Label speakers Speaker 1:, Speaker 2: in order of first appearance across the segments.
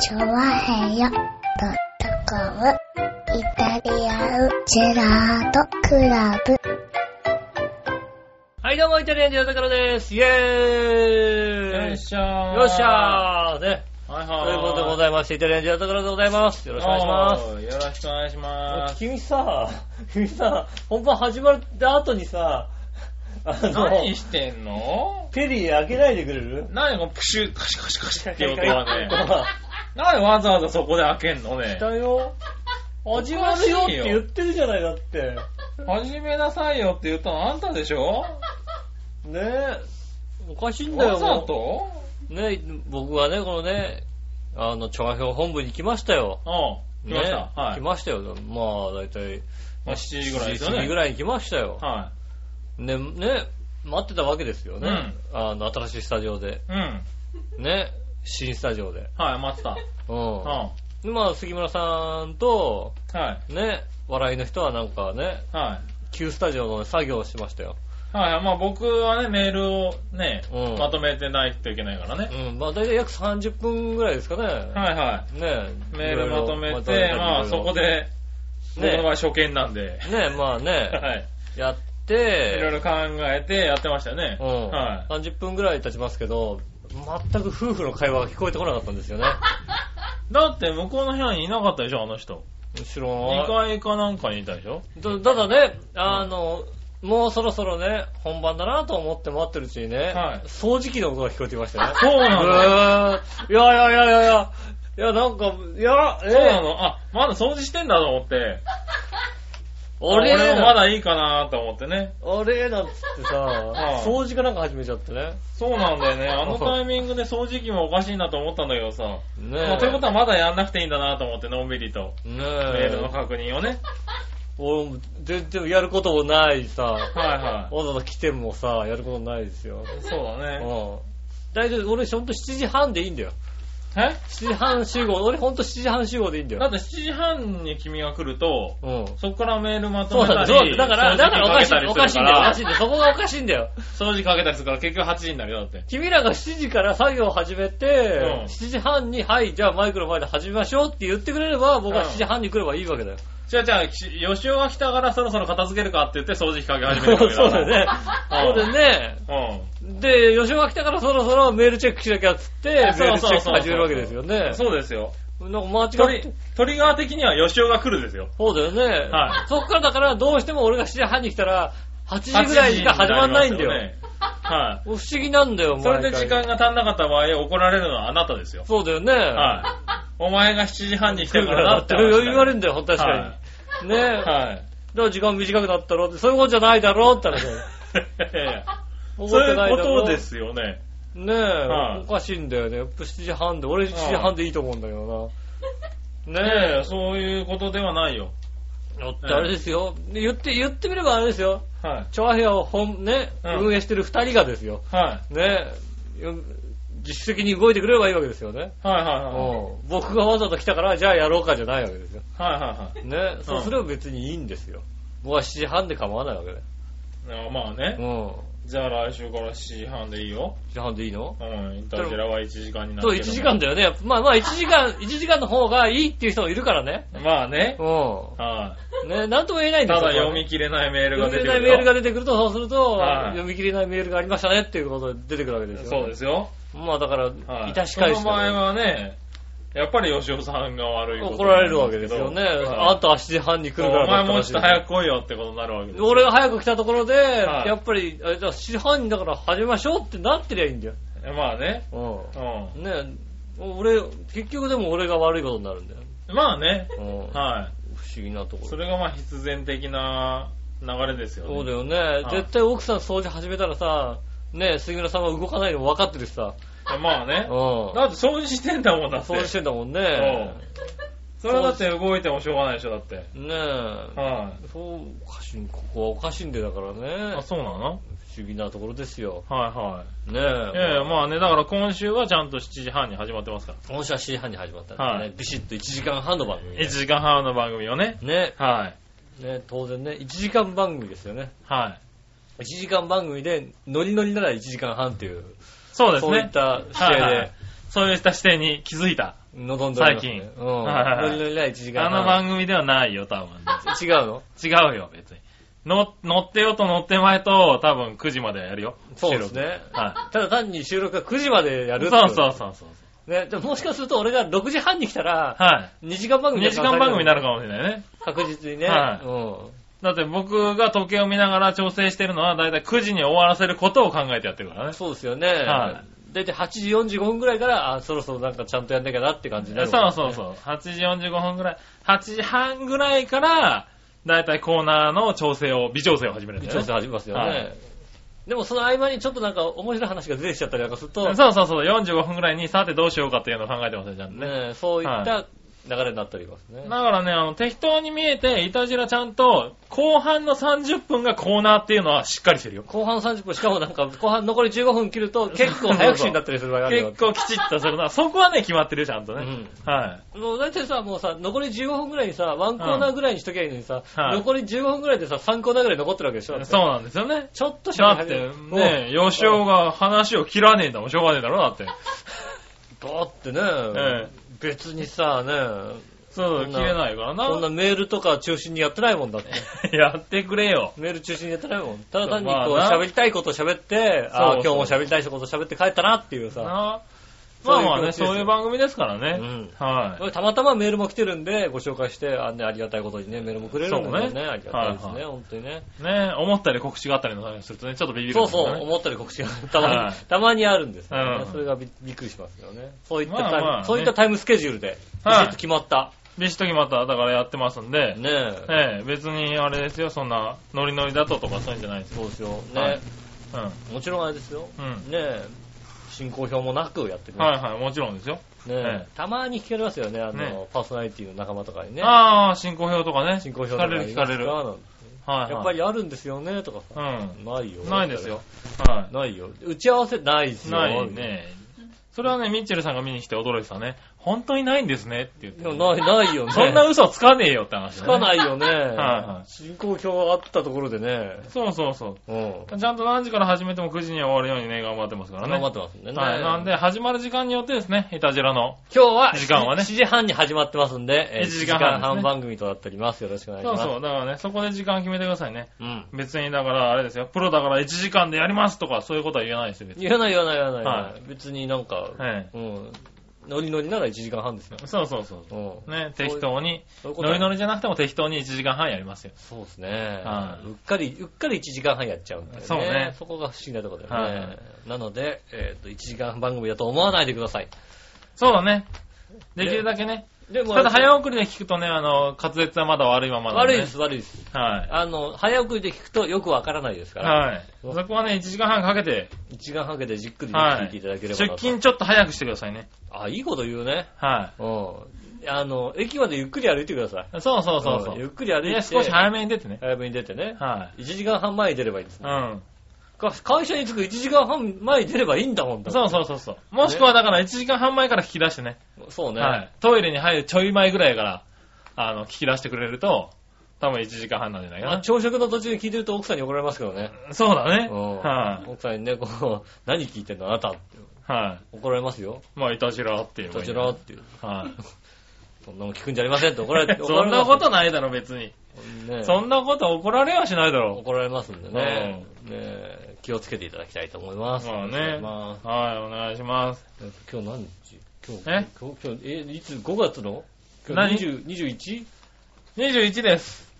Speaker 1: チョワヘヨドットコムイタリアンジェラートクラブ。
Speaker 2: はい、どうも、イタリアンジェラタカロです。イェーイ
Speaker 3: よいしょー。
Speaker 2: よっしゃーね。
Speaker 3: はい
Speaker 2: と
Speaker 3: は
Speaker 2: い
Speaker 3: い。
Speaker 2: うことでございまして、イタリアンジェラタカロでございます。よろしくお願いします。
Speaker 3: す。よろしくお願いします。
Speaker 2: 君さ、 君さ、本番始まった後にさ、あ
Speaker 3: 何してんの
Speaker 2: ペリー開けないでくれる
Speaker 3: 何このプシュッ、カシカシカシって音
Speaker 2: は
Speaker 3: は ね。 何わざわざそこで開けんのね
Speaker 2: 来。たよ。始まるよって言ってるじゃない、だって。
Speaker 3: 始めなさいよって言ったのあんたでしょ
Speaker 2: ねえ。おかしいんだよ。
Speaker 3: わざと
Speaker 2: ねえ僕はね、このね、あの、調和表本部に来ましたよ。
Speaker 3: うん。来ました
Speaker 2: ね。
Speaker 3: はい
Speaker 2: 来。ましたよ。まあ、だいたい。
Speaker 3: まあ7時ぐらいですよ
Speaker 2: 7
Speaker 3: ね。
Speaker 2: 時ぐ
Speaker 3: い。
Speaker 2: らいに来ましたよ。
Speaker 3: は
Speaker 2: ね、ね、待ってたわけですよね。
Speaker 3: うん
Speaker 2: あの、新しいスタジオで。
Speaker 3: い。うん。
Speaker 2: ね、新スタジオで。
Speaker 3: はい、待って た。
Speaker 2: うん
Speaker 3: うん。。は
Speaker 2: でまあ、杉村さんと、
Speaker 3: い。はい。
Speaker 2: ね、笑いの人はなんかね、旧スタジオの作業をしましたよ。
Speaker 3: はい。まあ僕はね、メールをね
Speaker 2: うん、
Speaker 3: まとめてないといけないからね。
Speaker 2: うん、まあ、だいたい約30分ぐらいですかね。
Speaker 3: はいはい。
Speaker 2: ね、
Speaker 3: メー
Speaker 2: い
Speaker 3: ル
Speaker 2: ろい
Speaker 3: ま
Speaker 2: ろ
Speaker 3: とめ
Speaker 2: たりいろ
Speaker 3: て
Speaker 2: い、ろ
Speaker 3: まあそこで、僕の場合初見なんで、
Speaker 2: ね、まあね、
Speaker 3: はい。
Speaker 2: やっ
Speaker 3: いろい
Speaker 2: て、
Speaker 3: ろ考えてやってましたよね。
Speaker 2: うん、
Speaker 3: はい。
Speaker 2: 30分ぐらい経ちますけど、全く夫婦の会話が聞こえてこなかったん ですよね。
Speaker 3: だって向こうの部屋にいなかったでしょ、あの人。
Speaker 2: 後ろは
Speaker 3: 2階かなんかにいたでしょ
Speaker 2: たただね、あの、もうそろそろね、本番だなと思って待ってるうちにね、
Speaker 3: はい
Speaker 2: 掃除機の音が聞こえてきましたね。
Speaker 3: そうなの
Speaker 2: うーんいやいやいやいやいや、いやなんか、いや、
Speaker 3: そうなのあ、まだ掃除してんだと思って。
Speaker 2: 俺
Speaker 3: 俺もま
Speaker 2: だ、
Speaker 3: だいいかなと思ってね。
Speaker 2: 俺なんつってさ、
Speaker 3: はい
Speaker 2: 掃除かなんか始めちゃってね。
Speaker 3: そうなんだ よね。あのタイミングで掃除機もおかしいなと思ったんだけどさ。も
Speaker 2: ね
Speaker 3: う
Speaker 2: え。
Speaker 3: ということはまだやんなくていいんだなと思って、のんびりと。
Speaker 2: ね
Speaker 3: メールの
Speaker 2: え。
Speaker 3: 確認をね。
Speaker 2: 俺も全然やることもないさ、
Speaker 3: はいは
Speaker 2: わざわざ来てもさ、やることないですよ。
Speaker 3: い。そうだ
Speaker 2: うん
Speaker 3: ね。。
Speaker 2: 大丈夫、俺ほんと7時半でいいんだよ。
Speaker 3: え
Speaker 2: 7時半集合、俺ほんと7時半集合でいいんだよ。
Speaker 3: だって7時半に君が来ると、
Speaker 2: うん。
Speaker 3: そこからメールまと
Speaker 2: そう
Speaker 3: め
Speaker 2: なん
Speaker 3: た
Speaker 2: だ
Speaker 3: り、
Speaker 2: そうなんだ。だから、だからおかしい、お
Speaker 3: 掃除機
Speaker 2: か
Speaker 3: か
Speaker 2: し
Speaker 3: け
Speaker 2: いんだよ、おかしいん
Speaker 3: たりする
Speaker 2: だよ。そこがおかしいんだよ。
Speaker 3: から、掃除かけたりするから結局8時になるよ、だって。
Speaker 2: 君らが7時から作業を始めて、
Speaker 3: うん
Speaker 2: 7時半に、はい、じゃあマイクの前で始めましょうって言ってくれれば、僕は
Speaker 3: うん
Speaker 2: 7時半に来ればいいわけだよ。
Speaker 3: じゃあじゃあ、吉吉尾が来たからそろそろ片付けるかって言って掃除機かけ始 め
Speaker 2: そ
Speaker 3: る
Speaker 2: う
Speaker 3: わけだ
Speaker 2: だよね。そうだよね。
Speaker 3: ね。
Speaker 2: で、吉尾が来たからそろそろメールチェックしなきゃっつって、メー
Speaker 3: そう
Speaker 2: ルチ
Speaker 3: そうそう
Speaker 2: ェック始めるわけですよ
Speaker 3: う
Speaker 2: ね
Speaker 3: ん。。そうですよ。
Speaker 2: なんか間
Speaker 3: ト
Speaker 2: 違っ
Speaker 3: リ
Speaker 2: て。
Speaker 3: トリガー的には吉尾が来るですよ。
Speaker 2: そうだよね。
Speaker 3: はい
Speaker 2: そっからだから、どうしても俺が7時半に来たら、8時ぐらいしか始まんないんだよ。
Speaker 3: 8時になりますよねは
Speaker 2: 不思議なんだよ、
Speaker 3: い。それで
Speaker 2: 毎回
Speaker 3: 時間が足んなかった場合、怒られるのはあなたですよ。
Speaker 2: そうだよね。
Speaker 3: はい。お前が7時半に来
Speaker 2: 来
Speaker 3: た
Speaker 2: る
Speaker 3: か
Speaker 2: から
Speaker 3: ら
Speaker 2: だ
Speaker 3: だ
Speaker 2: っ
Speaker 3: って
Speaker 2: て
Speaker 3: 話だよ。
Speaker 2: 余裕あるんだよ、ほん確かに。
Speaker 3: は
Speaker 2: ねえ。だか
Speaker 3: はい。
Speaker 2: ら時間短くなったろって、そういうことじゃないだろうって話だよ思っ
Speaker 3: そうい
Speaker 2: てな
Speaker 3: う
Speaker 2: い
Speaker 3: こ
Speaker 2: だろ
Speaker 3: とですよね。
Speaker 2: ねえ、
Speaker 3: はい
Speaker 2: おかしいんだよね。やっぱ7時半で、俺7時半でいいと思うんだけどな。ね
Speaker 3: ねえ、そういうことではないよ。
Speaker 2: え。だってあれですよ。で言って、言ってみればあれですよ。
Speaker 3: はい。
Speaker 2: 調和平和を本、ね、
Speaker 3: うん
Speaker 2: 運営してる二人がですよ。
Speaker 3: は
Speaker 2: ねえ、よ自主的に動いてくれればいいわけですよね。
Speaker 3: い。はいはいはい。
Speaker 2: うん僕がわざと来たから、じゃあやろうかじゃないわけですよ。
Speaker 3: はいはい
Speaker 2: ね、そうすれば別にいいんですよ。僕は7時半で構わないわけで。
Speaker 3: はい。あまあ
Speaker 2: う
Speaker 3: ね。
Speaker 2: ん。
Speaker 3: じゃあ来週から7時半でいいよ。
Speaker 2: 7時半でいいの
Speaker 3: うん。インタジェラは1時間になる
Speaker 2: そう、
Speaker 3: け
Speaker 2: 1
Speaker 3: ど。
Speaker 2: 時間だよね。やっぱまあまあ、1時間、1時間の方がいいっていう人もいるからね。
Speaker 3: まあね。
Speaker 2: う
Speaker 3: は
Speaker 2: ん。ね、なんとも言えない
Speaker 3: い。
Speaker 2: んです
Speaker 3: た
Speaker 2: よ。
Speaker 3: だ読み切れないメールが出
Speaker 2: 読み切れ
Speaker 3: てくるよ。
Speaker 2: ないメールが出てくると、そうすると、
Speaker 3: はい
Speaker 2: 読み切れないメールがありましたねっていうことで出てくるわけですよ。
Speaker 3: そうですよ。
Speaker 2: まあだから、
Speaker 3: はい。
Speaker 2: いたし返して
Speaker 3: その場合はね、やっぱり吉尾さんが悪いことにな
Speaker 2: 怒られるわけです
Speaker 3: けど
Speaker 2: よね。
Speaker 3: はい
Speaker 2: あんたは7時半に来るから
Speaker 3: お前もうちょっと早
Speaker 2: く。
Speaker 3: く来いよってことになるわけですよ。
Speaker 2: 俺が早く来たところで、
Speaker 3: はい
Speaker 2: やっぱり、あれだ、7時半にだから始めましょうってなってりゃいいんだよ。
Speaker 3: まあね。
Speaker 2: うん。
Speaker 3: う
Speaker 2: ねえ、俺、結局でも俺が悪いことになるんだよ。
Speaker 3: ん。まあね。
Speaker 2: うん。不思
Speaker 3: はい。
Speaker 2: 議なところ。
Speaker 3: それがまあ必然的な流れですよね。
Speaker 2: そうだよね、
Speaker 3: い
Speaker 2: 絶対奥さん掃除始めたらさ、ねえ、杉村さんは動かないの分かってるしさ。
Speaker 3: まあ
Speaker 2: うん。
Speaker 3: ね。
Speaker 2: 掃
Speaker 3: だって掃除してんだもんだって。
Speaker 2: 除してんだもんね。
Speaker 3: それはだって動いてもしょうがないでしょ、だって。
Speaker 2: ねえ。
Speaker 3: はい。
Speaker 2: そう、おかしい、ここはおかしいんでだから
Speaker 3: あ、
Speaker 2: ね。
Speaker 3: そうなの
Speaker 2: 不思議なところですよ。
Speaker 3: は
Speaker 2: ね
Speaker 3: いはい。い
Speaker 2: え。
Speaker 3: やいや、まあね、だから今週はちゃんと7時半に始まってますか
Speaker 2: 今週は7時半に始まったんでね、
Speaker 3: はい
Speaker 2: ビシッと1時間半の番組
Speaker 3: ら。
Speaker 2: で。
Speaker 3: 1時間半の番組をね。
Speaker 2: ね
Speaker 3: はい。
Speaker 2: ね当然ね、1時間番組ですよね。
Speaker 3: はい。
Speaker 2: 1時間番組で、ノリノリなら1時間半っていう。
Speaker 3: そうです
Speaker 2: そういっ
Speaker 3: ね。
Speaker 2: た姿勢で。
Speaker 3: はいはいそういった視点に気づいた。
Speaker 2: 望んでおります、ね。
Speaker 3: 最
Speaker 2: 近。うん。
Speaker 3: はいはい
Speaker 2: ノリノリライ1時間
Speaker 3: あ
Speaker 2: 半。
Speaker 3: の番組ではないよ、多分。
Speaker 2: 違うの
Speaker 3: 違うよ、別に。の、乗ってよと乗ってまえと、多分9時までやるよ。
Speaker 2: そうですね。
Speaker 3: は
Speaker 2: ただ単に収録が9時までや
Speaker 3: い。
Speaker 2: る
Speaker 3: そう
Speaker 2: ってい
Speaker 3: そうそうそう。
Speaker 2: ね、でももしかすると俺が6時半に来たら、
Speaker 3: は
Speaker 2: 2時間番
Speaker 3: い。
Speaker 2: 組
Speaker 3: 2時間番組にな
Speaker 2: る。
Speaker 3: るかもしれないね。
Speaker 2: 確実にね。
Speaker 3: はい
Speaker 2: うん。
Speaker 3: だって僕が時計を見ながら調整してるのは、だいたい9時に終わらせることを考えてやってるからね。
Speaker 2: そうですよね。
Speaker 3: は
Speaker 2: だいたい8時45分ぐらいから、あ、そろそろなんかちゃんとやんなきゃなって感じになる、
Speaker 3: そうそうそう。8時45分ぐらい、8時半ぐらいから、だいたいコーナーの調整を、微調整を始めるんだよね。
Speaker 2: 調整始めますよね。
Speaker 3: はい
Speaker 2: でもその合間にちょっとなんか面白い話が出てきちゃったりなんかすると、
Speaker 3: そうそうそう。45分ぐらいに、さてどうしようかっていうのを考えてますね、ちゃんとね。
Speaker 2: ね、そういった流れになっておりますね。
Speaker 3: だからね、あの、適当に見えて、いたじらちゃんと、後半の30分がコーナーっていうのはしっかりしてるよ。
Speaker 2: 後半30分、しかもなんか後半残り15分切ると結構早口になったりする場合があるよ
Speaker 3: 結。構きちっとするな。そこはね、決まってるよ、ちゃんとね。はい。
Speaker 2: もうだってさ、もうさ、残り15分ぐらいにさ、ワンコーナーぐらいにしときゃいいのにさ、
Speaker 3: はい
Speaker 2: 残り15分ぐらいでさ、3コーナーぐらい残ってるわけでしょだって
Speaker 3: そうなんですよね。
Speaker 2: ちょっとし
Speaker 3: だ
Speaker 2: か
Speaker 3: って、
Speaker 2: もう、
Speaker 3: ね、吉尾が話を切らねえんだもん、しょうがねえだろ、だって。
Speaker 2: だってね、
Speaker 3: ええ
Speaker 2: 別にさ、ね、
Speaker 3: そう、
Speaker 2: そん
Speaker 3: 切
Speaker 2: な
Speaker 3: れないから
Speaker 2: そんな
Speaker 3: な。
Speaker 2: メールとか中心にやってないもんだって。
Speaker 3: やってくれよ。
Speaker 2: メール中心にやってないもん。ただ単にこう、
Speaker 3: まあな
Speaker 2: 喋りたいこと喋って、ああ、
Speaker 3: そう
Speaker 2: 今
Speaker 3: そ
Speaker 2: 日
Speaker 3: う
Speaker 2: も喋りたいこと喋って帰ったなっていうさ。
Speaker 3: なま
Speaker 2: そう
Speaker 3: あ
Speaker 2: いう
Speaker 3: まあね、
Speaker 2: 気持ちですよ
Speaker 3: そういう番組ですからね。
Speaker 2: うん
Speaker 3: はい。
Speaker 2: たまたまメールも来てるんで、ご紹介して、あ,、ね、ありがたいことにね、メールもくれるんで
Speaker 3: そ
Speaker 2: ね
Speaker 3: うね
Speaker 2: ありがたいですね、
Speaker 3: はいは
Speaker 2: 本当にね。
Speaker 3: ね思ったり告知があったりの話するとね、ちょっとビビる、
Speaker 2: そうそう、思ったより告知がたまに、
Speaker 3: はい
Speaker 2: たまにあるんですよね、
Speaker 3: うん
Speaker 2: それがびびっくりしますよね。そういったタイム、
Speaker 3: まあまあね
Speaker 2: そういったタイムスケジュールで、ビ
Speaker 3: はい
Speaker 2: シッと決まった。
Speaker 3: ビシッと決まった、だからやってますんで。
Speaker 2: ねえ。
Speaker 3: ええ、別にあれですよ、そんな、ノリノリだととかそういうんじゃないですよ。
Speaker 2: そうですよ。ね、
Speaker 3: はいうん。
Speaker 2: もちろんあれですよ。
Speaker 3: うん
Speaker 2: ねえ。進行表もなくやってくれる。
Speaker 3: はいはい、もちろんですよ。
Speaker 2: ねえ、
Speaker 3: ええ
Speaker 2: たまに聞かれますよね、あの、
Speaker 3: ね
Speaker 2: パーソナリティの仲間とかにね。
Speaker 3: ああ、進行表とかね。
Speaker 2: 進行表
Speaker 3: 聞
Speaker 2: と
Speaker 3: か
Speaker 2: か
Speaker 3: れる聞かれる。はい、
Speaker 2: る。
Speaker 3: はい。
Speaker 2: やっぱりあるんですよね、とかさ。
Speaker 3: う
Speaker 2: ないよ。
Speaker 3: ん。ないですよ。。は
Speaker 2: ないよ。打ち合わせないです
Speaker 3: い。
Speaker 2: よ。
Speaker 3: ない。ね。それはね、ミッチェルさんが見に来て驚いてたね。本当にないんですねって言って
Speaker 2: いや。ない、ないよね。
Speaker 3: そん な嘘つかねえよって話、
Speaker 2: つ
Speaker 3: ね。
Speaker 2: か
Speaker 3: い。
Speaker 2: ないよね。
Speaker 3: は
Speaker 2: 進行表あったところでね。
Speaker 3: そうそうそ
Speaker 2: うん。
Speaker 3: う。ちゃんと何時から始めても9時には終わるようにね、頑張ってますからね。
Speaker 2: 頑張ってますんでね。
Speaker 3: はい。なんで、始まる時間によってですね、いたじらの。
Speaker 2: 今日は、
Speaker 3: 時間はね
Speaker 2: 7時半に始まってますんで、
Speaker 3: 1時間半ですね
Speaker 2: 1番組となっております。よろしくお願いし
Speaker 3: そう
Speaker 2: ます。
Speaker 3: そう。だからね、そこで時間決めてくださいね。
Speaker 2: うん。
Speaker 3: 別にだからあれですよ、プロだから1時間でやりますとかそういうことは言えないですよ、別に。
Speaker 2: 言わない言わない言わない。
Speaker 3: はい
Speaker 2: 別になんか、
Speaker 3: はい
Speaker 2: うん。ノリノリなら1時間半ですよ。
Speaker 3: そうそうそうう。
Speaker 2: ん。
Speaker 3: ね、適当に、
Speaker 2: そういうこと
Speaker 3: ノリノリじゃなくても適当に1時間半やりますよ。
Speaker 2: そうですね、
Speaker 3: はいう
Speaker 2: っかり、うっかり1時間半やっちゃうんだよね。
Speaker 3: そうね
Speaker 2: そこが不思議なところだよね。
Speaker 3: はい
Speaker 2: なので、えっ、と、1時間半番組だと思わないでください。
Speaker 3: そうだね。できるだけね。
Speaker 2: でも
Speaker 3: ただ早送りで聞くとね、あの、滑舌はまだ悪いままなん
Speaker 2: 悪
Speaker 3: で、
Speaker 2: いで。す、悪いです。
Speaker 3: は
Speaker 2: あの、早送りで聞くとよくわからないです
Speaker 3: い。
Speaker 2: から、
Speaker 3: はい。そこはね、1時間半かけて、
Speaker 2: 1時間半かけてじっくりね
Speaker 3: は
Speaker 2: 聞い
Speaker 3: い。
Speaker 2: ていただけれ
Speaker 3: 出
Speaker 2: ばなと、
Speaker 3: 勤ちょっと早くしてくださいね。
Speaker 2: あ、いいこと言うね。
Speaker 3: は
Speaker 2: うん。あの、駅までゆっくり歩いてください。
Speaker 3: い。そうそうそうそ
Speaker 2: んゆっ
Speaker 3: う。
Speaker 2: くり歩いて。
Speaker 3: で、少し早めに出てね。
Speaker 2: 早めに出てね。
Speaker 3: は
Speaker 2: 1時間半前に出ればいいんです
Speaker 3: い。。うん。
Speaker 2: か会社に着く1時間半前に出ればいいんだもんだ。
Speaker 3: そうそうそうそう。もしくはだから1時間半前から聞き出してね。
Speaker 2: そうね。
Speaker 3: はい。トイレに入るちょい前ぐらいから、あの、聞き出してくれると、多分1時間半なんじゃないか
Speaker 2: まあ
Speaker 3: な。
Speaker 2: 朝食の途中に聞いてると奥さんに怒られますけどね。
Speaker 3: そうだね。
Speaker 2: うん
Speaker 3: はい、
Speaker 2: 奥さんにね、こう、 何聞いてんのあなたって
Speaker 3: はい、
Speaker 2: 怒られますよ。
Speaker 3: まあ、いたじらっていう。
Speaker 2: どちらっていう。
Speaker 3: はい、
Speaker 2: そんなもん聞くんじゃありませんって怒られて、
Speaker 3: そんなこと
Speaker 2: 怒
Speaker 3: ないだろ、別に。
Speaker 2: られますよ
Speaker 3: そんなこと怒られはしないだ
Speaker 2: ね
Speaker 3: ろ。
Speaker 2: 怒られますんでね。ねえ気をつけていただきたいと思います。
Speaker 3: まあ
Speaker 2: お願い
Speaker 3: ね。
Speaker 2: します
Speaker 3: はい、お願いします。
Speaker 2: 今日何日今日、
Speaker 3: え
Speaker 2: 今日、今日、え、いつ ?5 月の今
Speaker 3: 何
Speaker 2: 日 20- 21?
Speaker 3: 21です。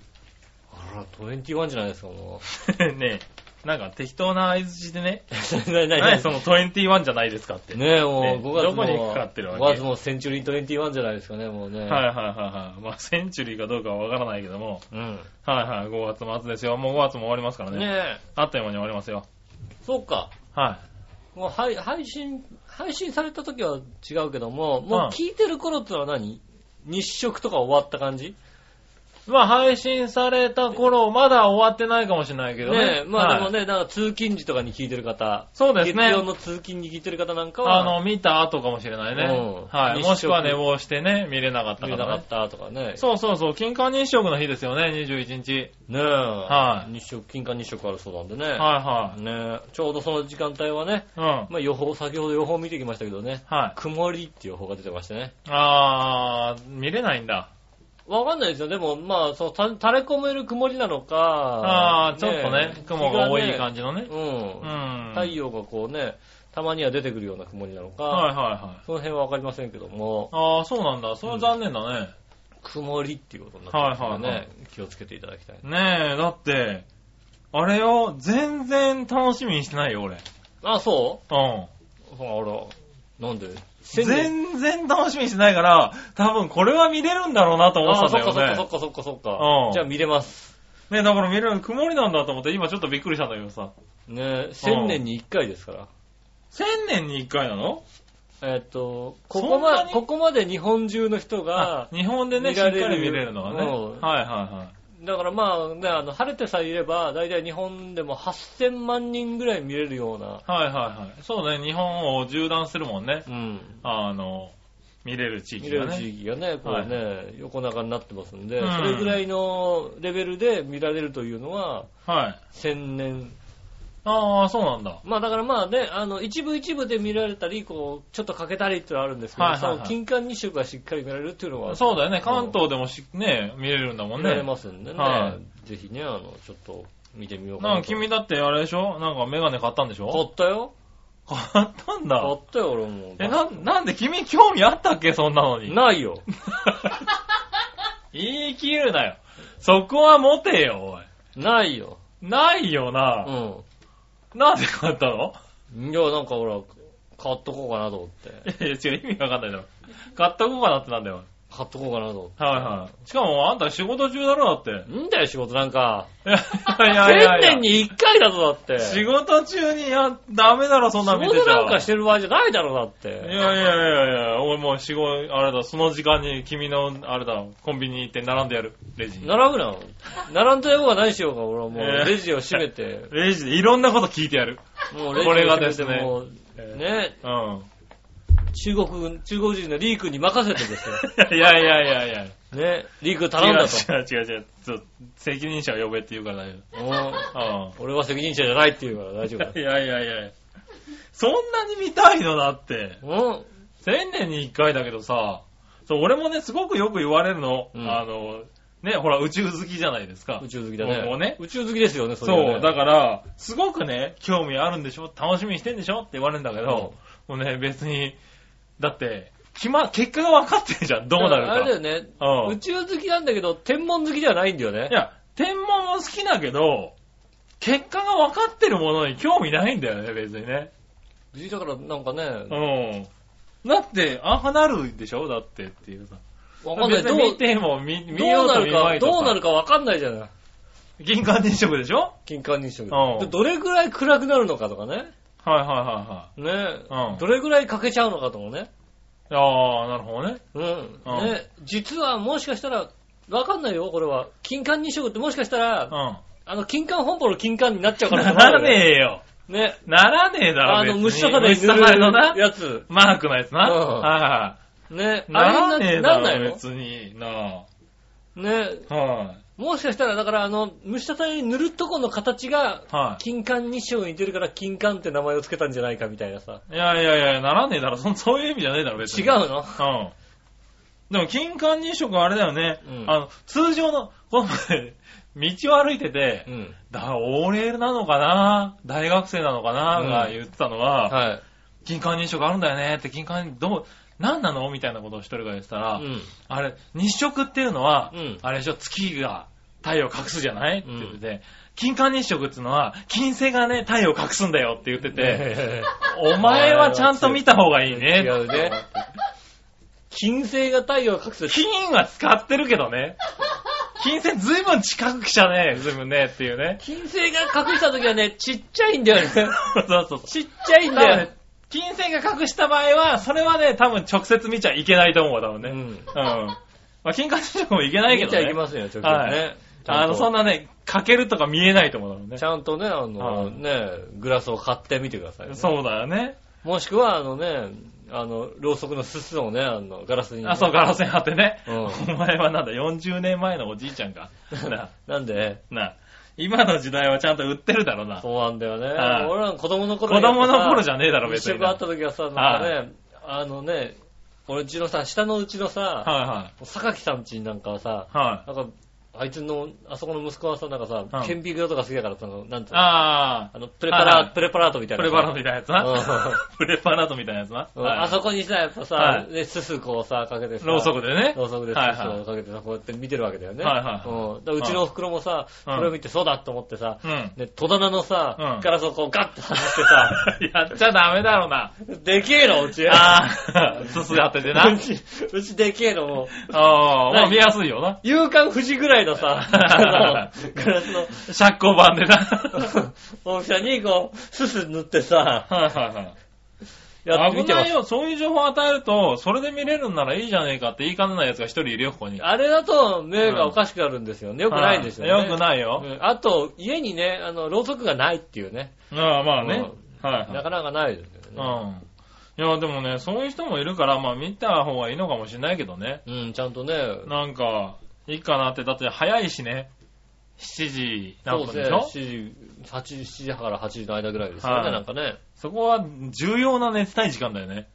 Speaker 2: あら、21じゃないですか、も
Speaker 3: ねえ。なんか適当な合図でね。
Speaker 2: う。なになに
Speaker 3: 何その21じゃないですかって。
Speaker 2: ねえ、も
Speaker 3: ね
Speaker 2: う5月の。
Speaker 3: どこに行くかっていうわけ
Speaker 2: 5月のセンチュリー21じゃないですかね、もうね。
Speaker 3: はいはいはいはい。まあ、センチュリーかどうかはわからないけども。
Speaker 2: うん。
Speaker 3: はいはい、5月末ですよ。もう5月も終わりますからね。
Speaker 2: ねえ、
Speaker 3: あっという間に終わりますよ。
Speaker 2: そうか。
Speaker 3: は
Speaker 2: もう配配信、配信された時は違うけども、もう
Speaker 3: はい
Speaker 2: 聞いてる頃ってのは何日食とか終わった感じ
Speaker 3: い。まあ配信された頃、まだ終わってないかもしれないけどね。
Speaker 2: ねえ、まあでも
Speaker 3: はい。
Speaker 2: ね、なんか通勤時とかに聞いてる方、
Speaker 3: そうですね
Speaker 2: 月曜。の通勤に聞いてる方なんかは、
Speaker 3: あの、見た後かもしれないね
Speaker 2: う。ん
Speaker 3: はい。
Speaker 2: 日食
Speaker 3: もしくは寝坊してね、見れなかった
Speaker 2: 見
Speaker 3: か
Speaker 2: れなか
Speaker 3: らね
Speaker 2: っ。たとかね。
Speaker 3: そうそうそう、金環日食の日ですよね、21日。
Speaker 2: ねえ。
Speaker 3: はい
Speaker 2: 日食、金環日食あるそうなんでね。
Speaker 3: はい
Speaker 2: ねえ。ちょうどその時間帯はね、
Speaker 3: はい。うん。
Speaker 2: まあ予報、先ほど予報見てきましたけどね、
Speaker 3: はい。
Speaker 2: 曇りっていう予報が出てましてね。
Speaker 3: あー、見れないんだ。
Speaker 2: わかんないですよ。でも、まあ、そう、た垂れ込める曇りなのか、
Speaker 3: あー、ちょっとね、雲が多い感
Speaker 2: じ。
Speaker 3: じのね。
Speaker 2: うん
Speaker 3: う。ん。
Speaker 2: 太陽がこうね、たまには出てくるような曇りなのか、
Speaker 3: はいはいはい。
Speaker 2: その辺はわかりませんけども、
Speaker 3: あー、そうなんだ。それは残念だね。
Speaker 2: 曇りっていうことになってますからね、
Speaker 3: はいはいは
Speaker 2: 気をつけていただきたい。
Speaker 3: ねえ、だって、あれよ、全然楽しみにしてないよ、俺。
Speaker 2: あ、そ
Speaker 3: うん。
Speaker 2: うほら、なんで
Speaker 3: 全然楽しみにしてないから、多分これは見れるんだろうなと思
Speaker 2: あ
Speaker 3: っ
Speaker 2: ー、そ
Speaker 3: て
Speaker 2: ったか
Speaker 3: んだ
Speaker 2: そっか
Speaker 3: よ
Speaker 2: そっ
Speaker 3: ね。
Speaker 2: かそっかそっか
Speaker 3: う。ん
Speaker 2: じゃあ見れます。
Speaker 3: ねだから見れる、曇りなんだと思って、今ちょっとびっくりしたんだけどさ。
Speaker 2: ね、千年に一回ですから。
Speaker 3: 千年に一回なの
Speaker 2: えっと、ここま
Speaker 3: そんなに
Speaker 2: ここまで日本中の人が、
Speaker 3: 日本でね、
Speaker 2: 見
Speaker 3: しっから
Speaker 2: れる
Speaker 3: り見れるのはね。
Speaker 2: うん
Speaker 3: はいは
Speaker 2: だからまあね、あの、晴れてさえいれば、だいたい日本でも8000万人ぐらい見れるような、
Speaker 3: いはい。はいはいはい。そうね、日本を縦断するもんね。
Speaker 2: うん、
Speaker 3: あの、見れる地
Speaker 2: 見
Speaker 3: 域
Speaker 2: れ
Speaker 3: が
Speaker 2: る
Speaker 3: ね。
Speaker 2: 地域がね、こうね、横長になってますんで、
Speaker 3: うん
Speaker 2: それぐらいのレベルで見られるというのは、
Speaker 3: はい。
Speaker 2: 千年。
Speaker 3: ああ、そうなんだ。
Speaker 2: まあだからまあね、あの、一部一部で見られたり、こう、ちょっと欠けたりってのはあるんですけど、
Speaker 3: はいはいはい
Speaker 2: その金環日食がしっかり見られるっていうのは、
Speaker 3: そうだよね、関東でもし、ね、見れるんだも
Speaker 2: うんん
Speaker 3: ね。
Speaker 2: 見られますんでね、
Speaker 3: は
Speaker 2: ぜひね、あの、ちょっと見てみようかな
Speaker 3: なん
Speaker 2: と。
Speaker 3: か君だってあれでしょなんかメガネ買ったんでし
Speaker 2: 買
Speaker 3: ょ
Speaker 2: ったよ。
Speaker 3: 買ったん
Speaker 2: 買
Speaker 3: だ。
Speaker 2: ったよ、俺も。
Speaker 3: え、な、なんで君興味あったっけそんなのに。
Speaker 2: ないよ。
Speaker 3: 言い切るなよ。そこは持てよ、おい。
Speaker 2: ないよ。
Speaker 3: ないよ
Speaker 2: う
Speaker 3: な。
Speaker 2: ん。
Speaker 3: なんで買ったの
Speaker 2: いや、なんかほら、買っとこうかなと思って。
Speaker 3: いや違う、意味わかんないだろ。買っとこうかなってなんだよ。
Speaker 2: 買っとこうかなと思って。
Speaker 3: はいはい。しかもあんた仕事中だろ、だって。
Speaker 2: いいんだよ、仕事なんか。
Speaker 3: いやいやいや
Speaker 2: 千
Speaker 3: いや。
Speaker 2: 年に一回だぞ、だって。
Speaker 3: 仕事中にや、ダメだろ、そんな
Speaker 2: 仕
Speaker 3: ん見て
Speaker 2: 事
Speaker 3: ちゃ。
Speaker 2: なんかしてる場合じゃないだろ、だっ
Speaker 3: いや
Speaker 2: て。
Speaker 3: いやいやいや、俺もう仕事、あれだ、その時間に君の、あれだ、コンビニ行って並んでやる、レジに。
Speaker 2: 並ぶな。並んでようが何しようが、俺はもう、
Speaker 3: えー
Speaker 2: レジを閉めて、
Speaker 3: レジでいろんなこと聞いてやる。
Speaker 2: もうレジ
Speaker 3: こ
Speaker 2: を
Speaker 3: れが
Speaker 2: 閉
Speaker 3: で
Speaker 2: めて、
Speaker 3: すね
Speaker 2: もう、ね、
Speaker 3: うん。
Speaker 2: 中国、中国人のリークに任せてです ね。
Speaker 3: いやいやいやいや。
Speaker 2: ね、リーク頼んだと。
Speaker 3: 違う違う違う違う。ちょっと責任者を呼べって言うからね。
Speaker 2: うん
Speaker 3: う
Speaker 2: 俺は責任者じゃないって言うから 大丈夫だ
Speaker 3: ん。い。やいやいやそんなに見たいのだって。
Speaker 2: うん
Speaker 3: 千年に一回だけどさ、そう、俺もね、すごくよく言われるの。
Speaker 2: うん
Speaker 3: あの、ね、ほら、宇宙好きじゃないですか。
Speaker 2: 宇宙好きだね。
Speaker 3: 僕もね
Speaker 2: 宇宙好きですよね、れはね
Speaker 3: そう、だから、すごくね、興味あるんでしょ楽しみにしてんでしょって言われるんだけど、もうね、別に、だって、決ま、結果が分かってるじゃん、どうなるか。
Speaker 2: あれだよね。
Speaker 3: うん。
Speaker 2: 宇
Speaker 3: い
Speaker 2: 宙好きなんだけど、天文好きではないんだよね。
Speaker 3: や、天文も好きだけど、結果が分かってるものに興味ないんだよね、別にね。
Speaker 2: だからなんかね、
Speaker 3: うん。だって、ああなるでしょだってっていうさ。
Speaker 2: わかんない。
Speaker 3: 別
Speaker 2: どう
Speaker 3: に見ても見、見
Speaker 2: ど
Speaker 3: よ
Speaker 2: う
Speaker 3: う
Speaker 2: な
Speaker 3: と
Speaker 2: る
Speaker 3: 見ま
Speaker 2: か、
Speaker 3: いと
Speaker 2: どうなるかわかんないじゃない。
Speaker 3: 銀河転職でしょ
Speaker 2: 金環日食
Speaker 3: うん
Speaker 2: で。どれぐらい暗くなるのかとかね。
Speaker 3: はいはいはいはい。
Speaker 2: ね、
Speaker 3: うん
Speaker 2: どれぐらい欠けちゃうのかとかね。
Speaker 3: ああ、なるほどね。
Speaker 2: うん。
Speaker 3: うん
Speaker 2: ね。実はもしかしたら、わかんないよ、これは。金環日食ってもしかした
Speaker 3: う
Speaker 2: ら、
Speaker 3: ん。
Speaker 2: あの、金環本舗の金環になっちゃうかもし
Speaker 3: な
Speaker 2: れ ない
Speaker 3: ら
Speaker 2: よね。
Speaker 3: ねえよ。
Speaker 2: ね。
Speaker 3: ならねえだろ、
Speaker 2: あの、
Speaker 3: 別に
Speaker 2: 虫とかで
Speaker 3: 虫とかのな、
Speaker 2: やつ。
Speaker 3: マークのやつな。
Speaker 2: うん
Speaker 3: は
Speaker 2: ね。
Speaker 3: いはい。な
Speaker 2: あ
Speaker 3: ら
Speaker 2: れ
Speaker 3: ね
Speaker 2: に
Speaker 3: え
Speaker 2: な、な
Speaker 3: だ
Speaker 2: んない
Speaker 3: ろ、
Speaker 2: の
Speaker 3: 別に。な
Speaker 2: ね。
Speaker 3: あ。はい。
Speaker 2: もしかしたら、だから、あの、虫たたりに塗るとこの形が、
Speaker 3: は
Speaker 2: 金環日照に似てるから、金環って名前を付けたんじゃないかみたいなさ。
Speaker 3: い。いやいやいや、ならねえだろ、そそういう意味じゃねえだろ、別
Speaker 2: 違
Speaker 3: に。
Speaker 2: う。の
Speaker 3: うん。でも、金環日食はあれだよね。
Speaker 2: うん
Speaker 3: あの、通常の、この前、道を歩いてて、
Speaker 2: うん。
Speaker 3: だ、俺なのかな大学生なのかな、
Speaker 2: うん
Speaker 3: が言ってたのは、
Speaker 2: はい。
Speaker 3: 金環日食あるんだよねって、金環、どう、何なのみたいなことを一人が言ってた
Speaker 2: う
Speaker 3: ら、
Speaker 2: ん。
Speaker 3: あれ、日食っていうのは、
Speaker 2: うん
Speaker 3: あれでしょ、月が太陽を隠すじゃないって
Speaker 2: うん
Speaker 3: 言ってて、金環日食っていうのは、金星がね、太陽を隠すんだよって言って て、
Speaker 2: で、
Speaker 3: お前はちゃんと見た方がいいね。
Speaker 2: 違うね。金星が太陽を隠す。。
Speaker 3: 金は使ってるけどね。金星ずいぶん近く来ちゃね、ずいぶんねっていうね
Speaker 2: 金星が隠した時はね、ちっちゃいんだよ ね。
Speaker 3: そうそうそう。
Speaker 2: ちっちゃいん
Speaker 3: だから
Speaker 2: だよ
Speaker 3: ね。金星が隠した場合は、それはね、多分直接見ちゃいけないと思う、多分
Speaker 2: う
Speaker 3: ね。
Speaker 2: ん
Speaker 3: うん。まあ、金管定食もいけないけ
Speaker 2: 見ち
Speaker 3: ど
Speaker 2: ゃ
Speaker 3: ね。
Speaker 2: いきますよ、ちょっと
Speaker 3: はい
Speaker 2: ね。ちゃ
Speaker 3: あ
Speaker 2: んと
Speaker 3: の、そんなね、かけるとか見えないと思うだろうね
Speaker 2: ち。ゃんとね、あの、
Speaker 3: はい
Speaker 2: ね、グラスを買ってみてくださいね、
Speaker 3: そうだよね。
Speaker 2: もしくは、あのね、あの、ろうそくのすすをね、あの、ガラスにね、
Speaker 3: あ、そう、ガラスに貼ってね。
Speaker 2: う
Speaker 3: お前はなんだ、40年前のおじいちゃんか。な、
Speaker 2: なんでね、
Speaker 3: な、今の時代はちゃんと売ってるだろうな。
Speaker 2: そうなんだよね。
Speaker 3: はい
Speaker 2: 俺らの子供の頃
Speaker 3: 子供の頃じ
Speaker 2: ゃん
Speaker 3: ゃねえだろ、別
Speaker 2: 一
Speaker 3: に
Speaker 2: 食
Speaker 3: な。
Speaker 2: あった時はさ、なんかね、あのね、俺うちのさ、下のうちのさ、
Speaker 3: はいは
Speaker 2: 榊さんちなんかはさ、
Speaker 3: い。はい。
Speaker 2: なんか、あいつの、あそこの息子はさ、なんかさ
Speaker 3: う、ん
Speaker 2: 顕微鏡とか好きだからさ、なんていうの
Speaker 3: あ
Speaker 2: あの、プレパ
Speaker 3: はい
Speaker 2: ラ
Speaker 3: は
Speaker 2: ー、
Speaker 3: い
Speaker 2: プレパラートみた
Speaker 3: ー、
Speaker 2: いな。
Speaker 3: プレパラートみたいなやつ
Speaker 2: うん
Speaker 3: な。 プレパラートみたいなやつな。
Speaker 2: うん
Speaker 3: はい
Speaker 2: あそこにさ、やっぱ
Speaker 3: は
Speaker 2: さ、
Speaker 3: い
Speaker 2: ね、すすこうさ、かけてさ、
Speaker 3: ろうそくでね。
Speaker 2: ろうそくでス
Speaker 3: はい
Speaker 2: ー
Speaker 3: は
Speaker 2: をかけてさ、こうやって見てるわけだよね。
Speaker 3: はいはい
Speaker 2: うん。だからうちのお袋もさ、それを見てそうだと思ってさ
Speaker 3: い。、うん。
Speaker 2: で、戸棚のさ
Speaker 3: う、ん
Speaker 2: ガラスをこうガッて離してさ、
Speaker 3: やっちゃダメだろうな。
Speaker 2: でけえの、うち。
Speaker 3: ああ、すすやっててな。
Speaker 2: うち、うちでけえの、もう、
Speaker 3: ああ、まあ見やすい よな。
Speaker 2: 夕刊富士ぐらいの さ、あのガラスの
Speaker 3: 遮光板で な。
Speaker 2: 大きさにこう、すす塗ってさ、
Speaker 3: はいはいはい。
Speaker 2: やって
Speaker 3: 危
Speaker 2: みてま
Speaker 3: ない
Speaker 2: す。
Speaker 3: よ、そういう情報を与えると、それで見れるんならいいじゃねえかって言いかねない奴が一人いるよ、ここに。
Speaker 2: あれだと目がおかしくなるんですよね。よくないんですよね。
Speaker 3: は良くないよ
Speaker 2: うんあと、家にね、あの、ろうそくがないっていうね。
Speaker 3: ああ、まあね。はい
Speaker 2: な
Speaker 3: は
Speaker 2: かなかないですよ
Speaker 3: い。
Speaker 2: ね。
Speaker 3: うん。いや、でもね、そういう人もいるから、まあ見た方がいいのかもしれないけどね。
Speaker 2: うん、ちゃんとね、
Speaker 3: なんか、いいかなって、だって早いしね。7時何
Speaker 2: そう
Speaker 3: 分
Speaker 2: で
Speaker 3: ですし
Speaker 2: ね、
Speaker 3: ょ
Speaker 2: 7時、8時、7時から8時の間ぐらいですよね、
Speaker 3: はい
Speaker 2: なんかね。
Speaker 3: そこは重要な寝てたい時間だよね。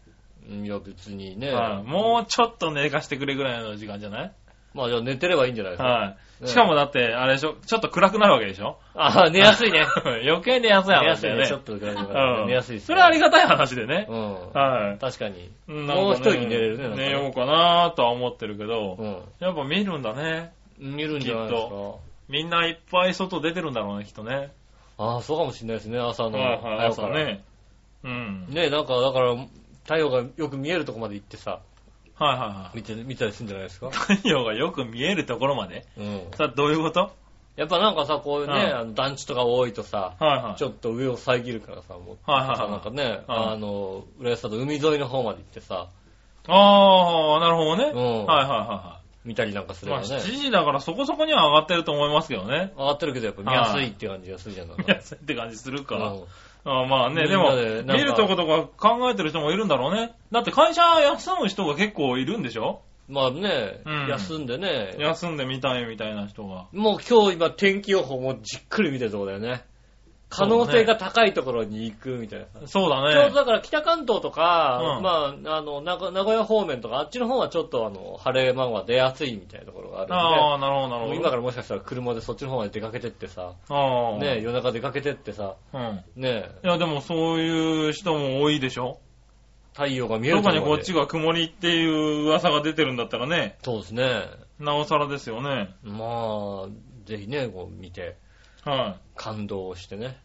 Speaker 2: うんいや、別にね。
Speaker 3: はいもうちょっと寝かしてくれぐらいの時間じゃない
Speaker 2: まあ、じゃあ寝てればいいんじゃないですか。
Speaker 3: はい。
Speaker 2: ね
Speaker 3: しかもだって、あれでしょ、ちょっと暗くなるわけでしょ
Speaker 2: ああ、寝やすいね。
Speaker 3: 余計寝やすい
Speaker 2: 寝や
Speaker 3: 話
Speaker 2: す
Speaker 3: だ
Speaker 2: い
Speaker 3: よ
Speaker 2: ね、
Speaker 3: ね
Speaker 2: ちょ。っとぐらいだから
Speaker 3: うん
Speaker 2: ね寝やすいですね
Speaker 3: それはありがたい話でね。
Speaker 2: うん。
Speaker 3: はい。
Speaker 2: 確かに。
Speaker 3: うん
Speaker 2: もう一人寝れるねなんかね
Speaker 3: 寝ようかなとは思ってるけど、
Speaker 2: うん。
Speaker 3: やっぱ見るんだね。
Speaker 2: 見るんじゃないです
Speaker 3: きっ
Speaker 2: か。
Speaker 3: みんないっぱい外出てるんだろうね、きっとね。
Speaker 2: ああ、そうかもしれないですね、朝の。
Speaker 3: はいはい、
Speaker 2: 早くか
Speaker 3: 朝
Speaker 2: ら。
Speaker 3: ね。うん。
Speaker 2: ねなんか、だから、太陽がよく見えるとこまで行ってさ、
Speaker 3: はいは
Speaker 2: 見て、見たりするんじゃないです か。
Speaker 3: いはい。太陽がよく見えるところまで。
Speaker 2: うん。
Speaker 3: さどういうこと
Speaker 2: やっぱなんかさ、こういうね、
Speaker 3: うん
Speaker 2: あの団地とか多いとさ、
Speaker 3: はいはい。
Speaker 2: ちょっと上を遮るからさ、もう。
Speaker 3: はいはい
Speaker 2: さ
Speaker 3: はい
Speaker 2: なんかね、あの、浦安だと海沿いの方まで行ってさ、
Speaker 3: ああ、なるほどね。
Speaker 2: うん
Speaker 3: はいはいは
Speaker 2: 見たりなんかす
Speaker 3: い
Speaker 2: れ
Speaker 3: はい。ま
Speaker 2: ば
Speaker 3: あ
Speaker 2: ね。
Speaker 3: 7時だからそこそこには上がってると思いますけどね。
Speaker 2: 上がってるけどやっぱ見やすいって感じがするじゃん。
Speaker 3: 見 やすいって感じするか。
Speaker 2: うん
Speaker 3: ああまあね、
Speaker 2: みん
Speaker 3: で
Speaker 2: な
Speaker 3: も、
Speaker 2: でなんか
Speaker 3: 見るとことか考えてる人もいるんだろうね。だって会社休む人が結構いるんでしょ
Speaker 2: まあね、
Speaker 3: うん
Speaker 2: 休んでね、
Speaker 3: 休んでみたいみたいな人が。
Speaker 2: もう今日今天気予報もじっくり見てるとこだよね。可能性が高いところに行くみたいなさ。
Speaker 3: そうだ
Speaker 2: 今
Speaker 3: ね
Speaker 2: 日。だから北関東とか、
Speaker 3: うん
Speaker 2: まあ、あの、名古名古屋方面とか、あっちの方はちょっとあの、晴れ間が出やすいみたいなところがあるんで。
Speaker 3: ああ、なるほど、な
Speaker 2: も
Speaker 3: るほ
Speaker 2: う
Speaker 3: ど。
Speaker 2: 今からもしかしたら車でそっちの方まで出かけてってさ、
Speaker 3: ああ。
Speaker 2: ねえ夜中出かけてってさ、
Speaker 3: うん。
Speaker 2: ねえ
Speaker 3: いや、でもそういう人も多いでしょ
Speaker 2: 太陽が見える
Speaker 3: 特
Speaker 2: ところま
Speaker 3: にこ
Speaker 2: で
Speaker 3: っちが曇りっていう噂が出てるんだったらね、
Speaker 2: そうですね。
Speaker 3: なおさらですよね。
Speaker 2: まあ、ぜひね、こう見て、
Speaker 3: は
Speaker 2: 感動してね。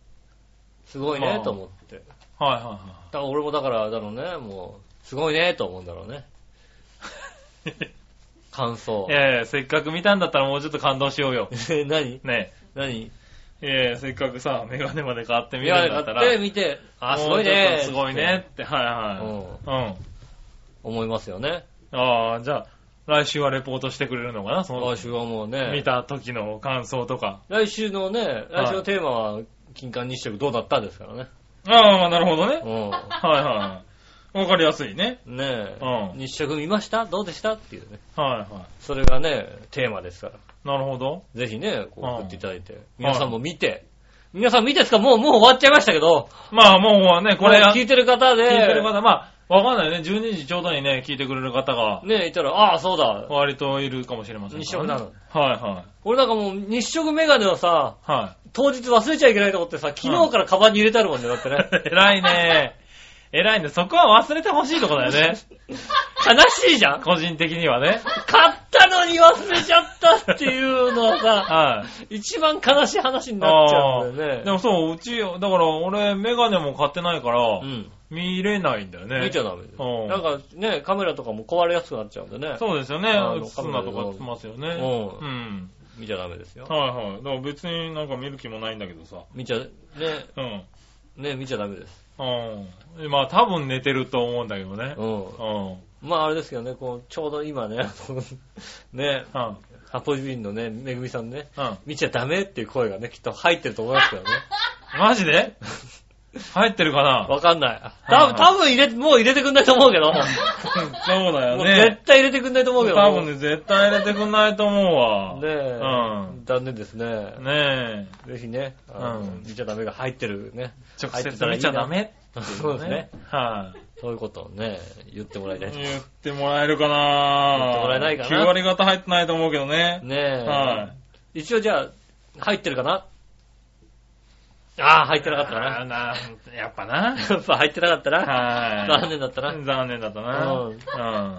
Speaker 2: すごいね
Speaker 3: あ、あ
Speaker 2: と思って。だか
Speaker 3: い。はいは
Speaker 2: ら俺もだから、だろうね、もう、すごいね、と思うんだろう ね。感想
Speaker 3: いはい。。ええせっかく見たんだったらもうちょっと感動しようよ。
Speaker 2: え、 何
Speaker 3: ね
Speaker 2: 何
Speaker 3: ええせっかくさ、メガネまで買って
Speaker 2: い
Speaker 3: みるんだ
Speaker 2: や、
Speaker 3: った
Speaker 2: 買って
Speaker 3: ら。
Speaker 2: 見て、あ、す
Speaker 3: も
Speaker 2: ご
Speaker 3: う
Speaker 2: い
Speaker 3: ちょっと
Speaker 2: ね。
Speaker 3: すごいねって、はい
Speaker 2: って。
Speaker 3: は
Speaker 2: うん
Speaker 3: い。うん。
Speaker 2: 思いますよね。
Speaker 3: ああ、じゃあ、来週はレポートしてくれるのかなその
Speaker 2: 来、週はもうね。
Speaker 3: 見た時の感想とか。
Speaker 2: 来週のね、来週のテーマは、金環日食どうだったですからね。
Speaker 3: ああ、なるほどね。
Speaker 2: う
Speaker 3: はいはい。わかりやすいね。
Speaker 2: ん。ねえ、
Speaker 3: うん
Speaker 2: 日食見ましたどうでしたっていうね。
Speaker 3: はいは
Speaker 2: それがね、テーマですから。
Speaker 3: い。なるほど。
Speaker 2: ぜひね、こう
Speaker 3: うん
Speaker 2: 送っていただいて。皆さんも見て。皆さん見てですかもう、もう終わっちゃいましたけど。
Speaker 3: まあもうね、これ、
Speaker 2: もう
Speaker 3: 聞
Speaker 2: 聞
Speaker 3: い
Speaker 2: いてる方で、
Speaker 3: てる方、まあ、わかんないね。12時ちょうどにね、聞いてくれる方が、
Speaker 2: ね、いたら、ああ、そうだ。
Speaker 3: 割といるかもしれません
Speaker 2: 日食なの。
Speaker 3: はいは
Speaker 2: 俺なんかもう、日食メガネをさ、
Speaker 3: い。は
Speaker 2: 当日忘れちゃいけないと思ってさ、昨日からカバンに入れてあるもんね、だってね。
Speaker 3: い。 偉いね。偉いね。そこは忘れてほしいとこだよね。
Speaker 2: 悲しいじゃん
Speaker 3: 個人的にはね。
Speaker 2: 買ったのに忘れちゃったっていうのはさ、
Speaker 3: はい。
Speaker 2: 一番悲しい話に なっちゃうんだよね。
Speaker 3: でもそう、うち、だから俺、メガネも買ってないから、
Speaker 2: うん。
Speaker 3: 見れないんだよね。
Speaker 2: 見ちゃダメだ
Speaker 3: う
Speaker 2: よ。
Speaker 3: ん
Speaker 2: なんかね、カメラとかも壊れやすくなっちゃうんでね。
Speaker 3: そうですよ
Speaker 2: あ
Speaker 3: ね。
Speaker 2: の
Speaker 3: 映すなとかってますよね。
Speaker 2: う
Speaker 3: うん。
Speaker 2: 見ちゃダメですよ。
Speaker 3: はいはい。だから別になんか見る気もないんだけどさ。
Speaker 2: 見ちゃ、ね、
Speaker 3: うん。
Speaker 2: ね、見ちゃダメです。
Speaker 3: うん。まあ多分寝てると思うんだけどね。
Speaker 2: うん。
Speaker 3: う
Speaker 2: まああれですけどね、こう、ちょうど今ね、あ のね、
Speaker 3: うん。
Speaker 2: ハポジビンのね、めぐみさんね、
Speaker 3: うん。
Speaker 2: 見ちゃダメっていう声がね、きっと入ってると思いますけど ね。
Speaker 3: マジ で入ってるかな
Speaker 2: わかんない。
Speaker 3: は
Speaker 2: 多
Speaker 3: い
Speaker 2: 分、多分入れ、もう入れてくんないと思うけど。
Speaker 3: そうだ
Speaker 2: も
Speaker 3: よ
Speaker 2: う
Speaker 3: ね
Speaker 2: 絶。対入れてくんないと思
Speaker 3: 多
Speaker 2: うけど。
Speaker 3: 分ね、絶対入れてくんないと思うわ。
Speaker 2: ねえ、
Speaker 3: うん
Speaker 2: 残念ですね。
Speaker 3: ねえ。
Speaker 2: ぜひね、あの
Speaker 3: うん
Speaker 2: 見ちゃダメが入ってるね。
Speaker 3: 直
Speaker 2: 入って
Speaker 3: 接
Speaker 2: たらい
Speaker 3: 見
Speaker 2: い
Speaker 3: ち
Speaker 2: な
Speaker 3: ゃダメ。
Speaker 2: そうですね。。
Speaker 3: はい。
Speaker 2: そういうことをね、言ってもらいたいです。
Speaker 3: 言ってもらえるかな
Speaker 2: 言ってもらえないかな
Speaker 3: ?9 割方入ってないと思うけどね。
Speaker 2: ねえ、
Speaker 3: は
Speaker 2: 一応じゃあ、入ってるかなああ、入ってなかった
Speaker 3: あー
Speaker 2: な。
Speaker 3: なやっ ぱな。
Speaker 2: やっぱ入ってなかったな。
Speaker 3: はい。
Speaker 2: 残念だったな。ね
Speaker 3: 残念だったな。
Speaker 2: う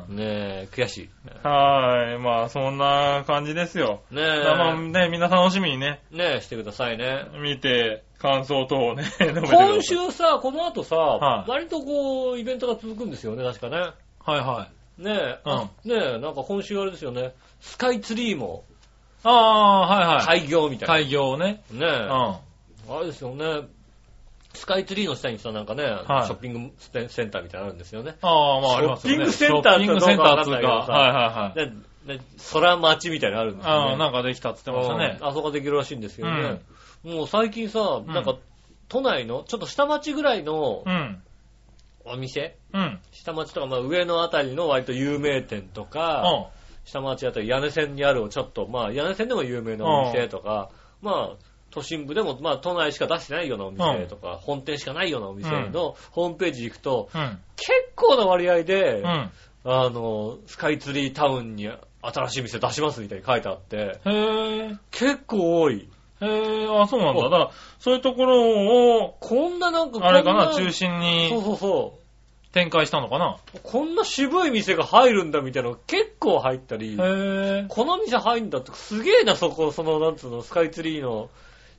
Speaker 3: うんん。
Speaker 2: え、悔し
Speaker 3: はい。まあ、そんな感じですよ。
Speaker 2: い。ね
Speaker 3: だからまあ
Speaker 2: え、
Speaker 3: ね、みんな楽しみにね、
Speaker 2: ねえ、してくださいね。
Speaker 3: 見て、感想等をね、 述べてください
Speaker 2: 今週さ、この後さ、
Speaker 3: はい
Speaker 2: 割とこう、イベントが続くんですよね、確かね。
Speaker 3: はいはい。
Speaker 2: ねえ、あねえ、なんか今週あれですよね、スカイツリーも
Speaker 3: ああ、はいはい。
Speaker 2: 開業みたいな。
Speaker 3: 開業ね。
Speaker 2: ねえ
Speaker 3: うん。、は
Speaker 2: あれですよね、スカイツリーの下にさ、なんかね、
Speaker 3: はい
Speaker 2: ショッピングセンセンターみたいなのあるんですよね。
Speaker 3: ああ、まあありますよね。
Speaker 2: ショッピングセンターって
Speaker 3: ショッピングセンターっつう
Speaker 2: ど
Speaker 3: か
Speaker 2: うかわかん
Speaker 3: はいはいはい。
Speaker 2: で、で空町みたいなのあるんですよ、ね。
Speaker 3: ああ、なんかできたって言ってましたね
Speaker 2: う。んあそこできるらしいんですけどね。もう最近さ、なん
Speaker 3: う
Speaker 2: か
Speaker 3: ん
Speaker 2: 都内の、ちょっと下町ぐらいの
Speaker 3: うん。
Speaker 2: お店、
Speaker 3: うん。
Speaker 2: 下町とか、まあ上のあたりの割と有名店とか、
Speaker 3: うん。
Speaker 2: 下町あたり、屋根線にあるちょっと、まあ、屋根線でも有名なお店とか、まあ、都心部でも、まあ、都内しか出してないようなお店とか、本店しかないようなお店のホームページ行くと、
Speaker 3: うん。
Speaker 2: 結構な割合で、
Speaker 3: うん。
Speaker 2: あの、スカイツリータウンに新しい店出しますみたいに書いてあって、
Speaker 3: へえ。
Speaker 2: 結構多い。
Speaker 3: へえ、あ、そうなんだ。
Speaker 2: お
Speaker 3: だから、そういうところを、
Speaker 2: こんななんかこんな、
Speaker 3: あれかな、中
Speaker 2: 心
Speaker 3: 心
Speaker 2: そう
Speaker 3: に
Speaker 2: そうそ
Speaker 3: 展開したのかな。
Speaker 2: う。こんな渋い店が入るんだみたいなの結構入ったり、
Speaker 3: へえ。
Speaker 2: この店入んだってすげえな、そこ、その、なんつうの、スカイツリーの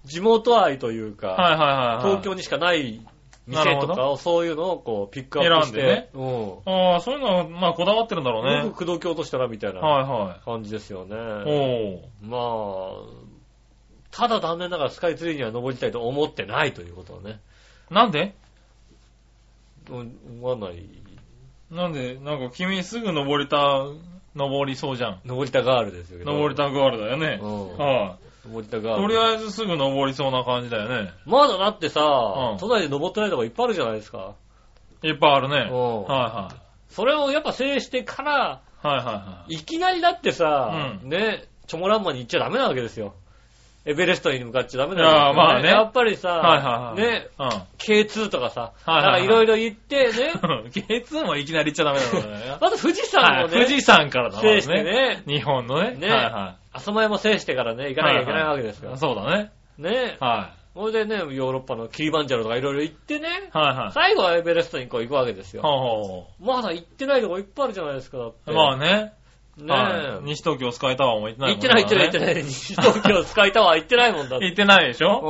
Speaker 2: 地元愛というか、
Speaker 3: はいはいはいはい。
Speaker 2: 東京にしかない店
Speaker 3: な
Speaker 2: と
Speaker 3: るほど
Speaker 2: かを、そういうのをこう、ピックアップして、
Speaker 3: 選んでね
Speaker 2: うん。
Speaker 3: ああ、そういうのは、まあ、こだわってるんだろう
Speaker 2: よ
Speaker 3: ね。
Speaker 2: く口説き落としたな、みたいな
Speaker 3: は
Speaker 2: 感じですよね。
Speaker 3: いはい。おー。
Speaker 2: まあ、ただ残念ながらスカイツリーには登りたいと思ってないということはね、
Speaker 3: なんで
Speaker 2: うん思わない。
Speaker 3: なんで、なんか君すぐ登れた、登りそうじゃん。
Speaker 2: 登りたガールですけど。
Speaker 3: 登りたガールだよね。
Speaker 2: うん
Speaker 3: は
Speaker 2: 登りた
Speaker 3: い。
Speaker 2: ガー
Speaker 3: と
Speaker 2: ル。
Speaker 3: りあえずすぐ登りそうな感じだよね。
Speaker 2: まだだってさ、
Speaker 3: うん
Speaker 2: 都内で登ってないとこいっぱいあるじゃないですか。
Speaker 3: いっぱいあるね。
Speaker 2: うん
Speaker 3: は
Speaker 2: それをやっぱ制してから、
Speaker 3: いはい。はいはい
Speaker 2: きなりだってさ、
Speaker 3: うん
Speaker 2: ね、チョモランマに行っちゃダメなわけですすよ。エベレストに向かっちゃダメな
Speaker 3: ああま
Speaker 2: わ
Speaker 3: あ
Speaker 2: けですよ、
Speaker 3: ね
Speaker 2: やっぱりさ、
Speaker 3: いはい。はいはいはい。
Speaker 2: ね、K2 とかさ、
Speaker 3: はいはいはい
Speaker 2: なんかいろいろ言ってね、
Speaker 3: うん。K2 もいきなり行っちゃダメなのね。
Speaker 2: まず富士山
Speaker 3: は
Speaker 2: を
Speaker 3: い
Speaker 2: ね、
Speaker 3: 富士山からだもん
Speaker 2: 制してね
Speaker 3: 日本のね。
Speaker 2: ね
Speaker 3: はいは
Speaker 2: 浅間山制してからね、行かなきゃいけないわけですよ。
Speaker 3: い。そうだね。
Speaker 2: ね、
Speaker 3: は
Speaker 2: それでね、ヨーロッパのキリバンジャロとかいろいろ行ってね
Speaker 3: い。、はいはい。
Speaker 2: 最後はエベレストにこう行くわけですよ。
Speaker 3: ほうほうほ
Speaker 2: まだ行ってないとこいっぱいあるじゃないですか、だって。
Speaker 3: うまあね。はい
Speaker 2: ね
Speaker 3: 西東京スカイタワーも行ってない
Speaker 2: 行
Speaker 3: も
Speaker 2: っ
Speaker 3: ん
Speaker 2: て
Speaker 3: ね
Speaker 2: ない行ってない行ってない。西東京スカイタワー行ってないもんだって。
Speaker 3: 行ってないでしょうん。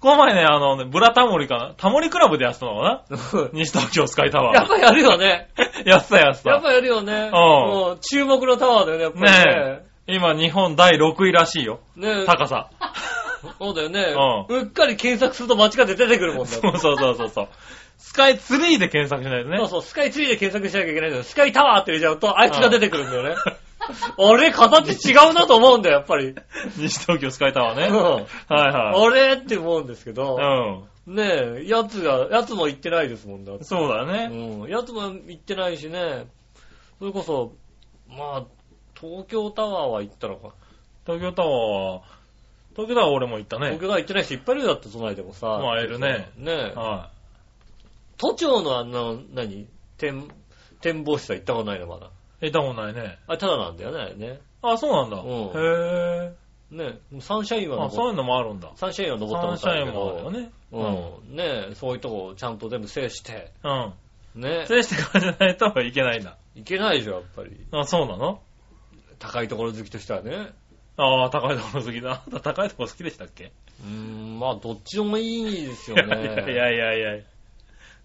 Speaker 3: この前ね、あのね、ブラタモリかなタモリクラブでやってたのかな西東京スカイタ
Speaker 2: やっ
Speaker 3: ワ
Speaker 2: ぱりやるよね。
Speaker 3: ー。やってたやって。
Speaker 2: やったぱやるよね。
Speaker 3: ん
Speaker 2: もう注目のタワーだよね、やっぱ
Speaker 3: ね今日本第6位らしいよ。
Speaker 2: りね。ね
Speaker 3: 高さ。
Speaker 2: そうだよね。うっかり検索すると間違って出てくるもんだって
Speaker 3: そうそうそうそうそう。スカイツリーで検索しないとね
Speaker 2: そう。そう、スカイツリーで検索しなきゃいけないんだよ。スカイタワーって入れちゃうと、あいつが出てくるんだよね。あれ、形違うなと思うんだよ、やっぱり。
Speaker 3: 西東京スカイタワー
Speaker 2: う
Speaker 3: ね。
Speaker 2: ん
Speaker 3: はい は
Speaker 2: あれって思うんですけど、
Speaker 3: い。
Speaker 2: ねえ、やつが、やつも行ってないですもんだって
Speaker 3: うん。そうだ
Speaker 2: う
Speaker 3: ね。
Speaker 2: ん、やつも行ってないしね、それこそ、まあ、東京タワーは行ったのか。
Speaker 3: 東京タワーは、東京タワー俺も行ったね
Speaker 2: 東京。タワー行ってない人いっぱいいるよだって、都内でもさ。
Speaker 3: まあいるね
Speaker 2: ねえ。
Speaker 3: は
Speaker 2: 都庁のあの、何展、展望室は行ったことないの、まだ。
Speaker 3: い。行ったことないね。
Speaker 2: あれ、ただなんだよね、あれね。
Speaker 3: あ、そうなんだ。
Speaker 2: う
Speaker 3: へえ。
Speaker 2: ねえ、サンシャインは
Speaker 3: あ、そう
Speaker 2: 登っ
Speaker 3: いうのもあるんだ。
Speaker 2: サンシャインは登った
Speaker 3: サ
Speaker 2: こ
Speaker 3: ンシ
Speaker 2: とあ
Speaker 3: ャ
Speaker 2: る
Speaker 3: イ
Speaker 2: け
Speaker 3: ンもあるよ
Speaker 2: ど、
Speaker 3: ね。
Speaker 2: うん、ねえ、そういうとこをちゃんと全部制して、
Speaker 3: うん。
Speaker 2: ねえ、
Speaker 3: 制してからじゃないといけないんだ。
Speaker 2: いけないでしょ、やっぱり。
Speaker 3: あ、そうなの
Speaker 2: 高いところ好きとしてはね。
Speaker 3: ああ、高いところ好きだ。 あなた高いところ好きでしたっけ、
Speaker 2: うーん、まあ、どっちでもいいです
Speaker 3: い
Speaker 2: よ
Speaker 3: や
Speaker 2: ね。
Speaker 3: いやいやいやいや。ね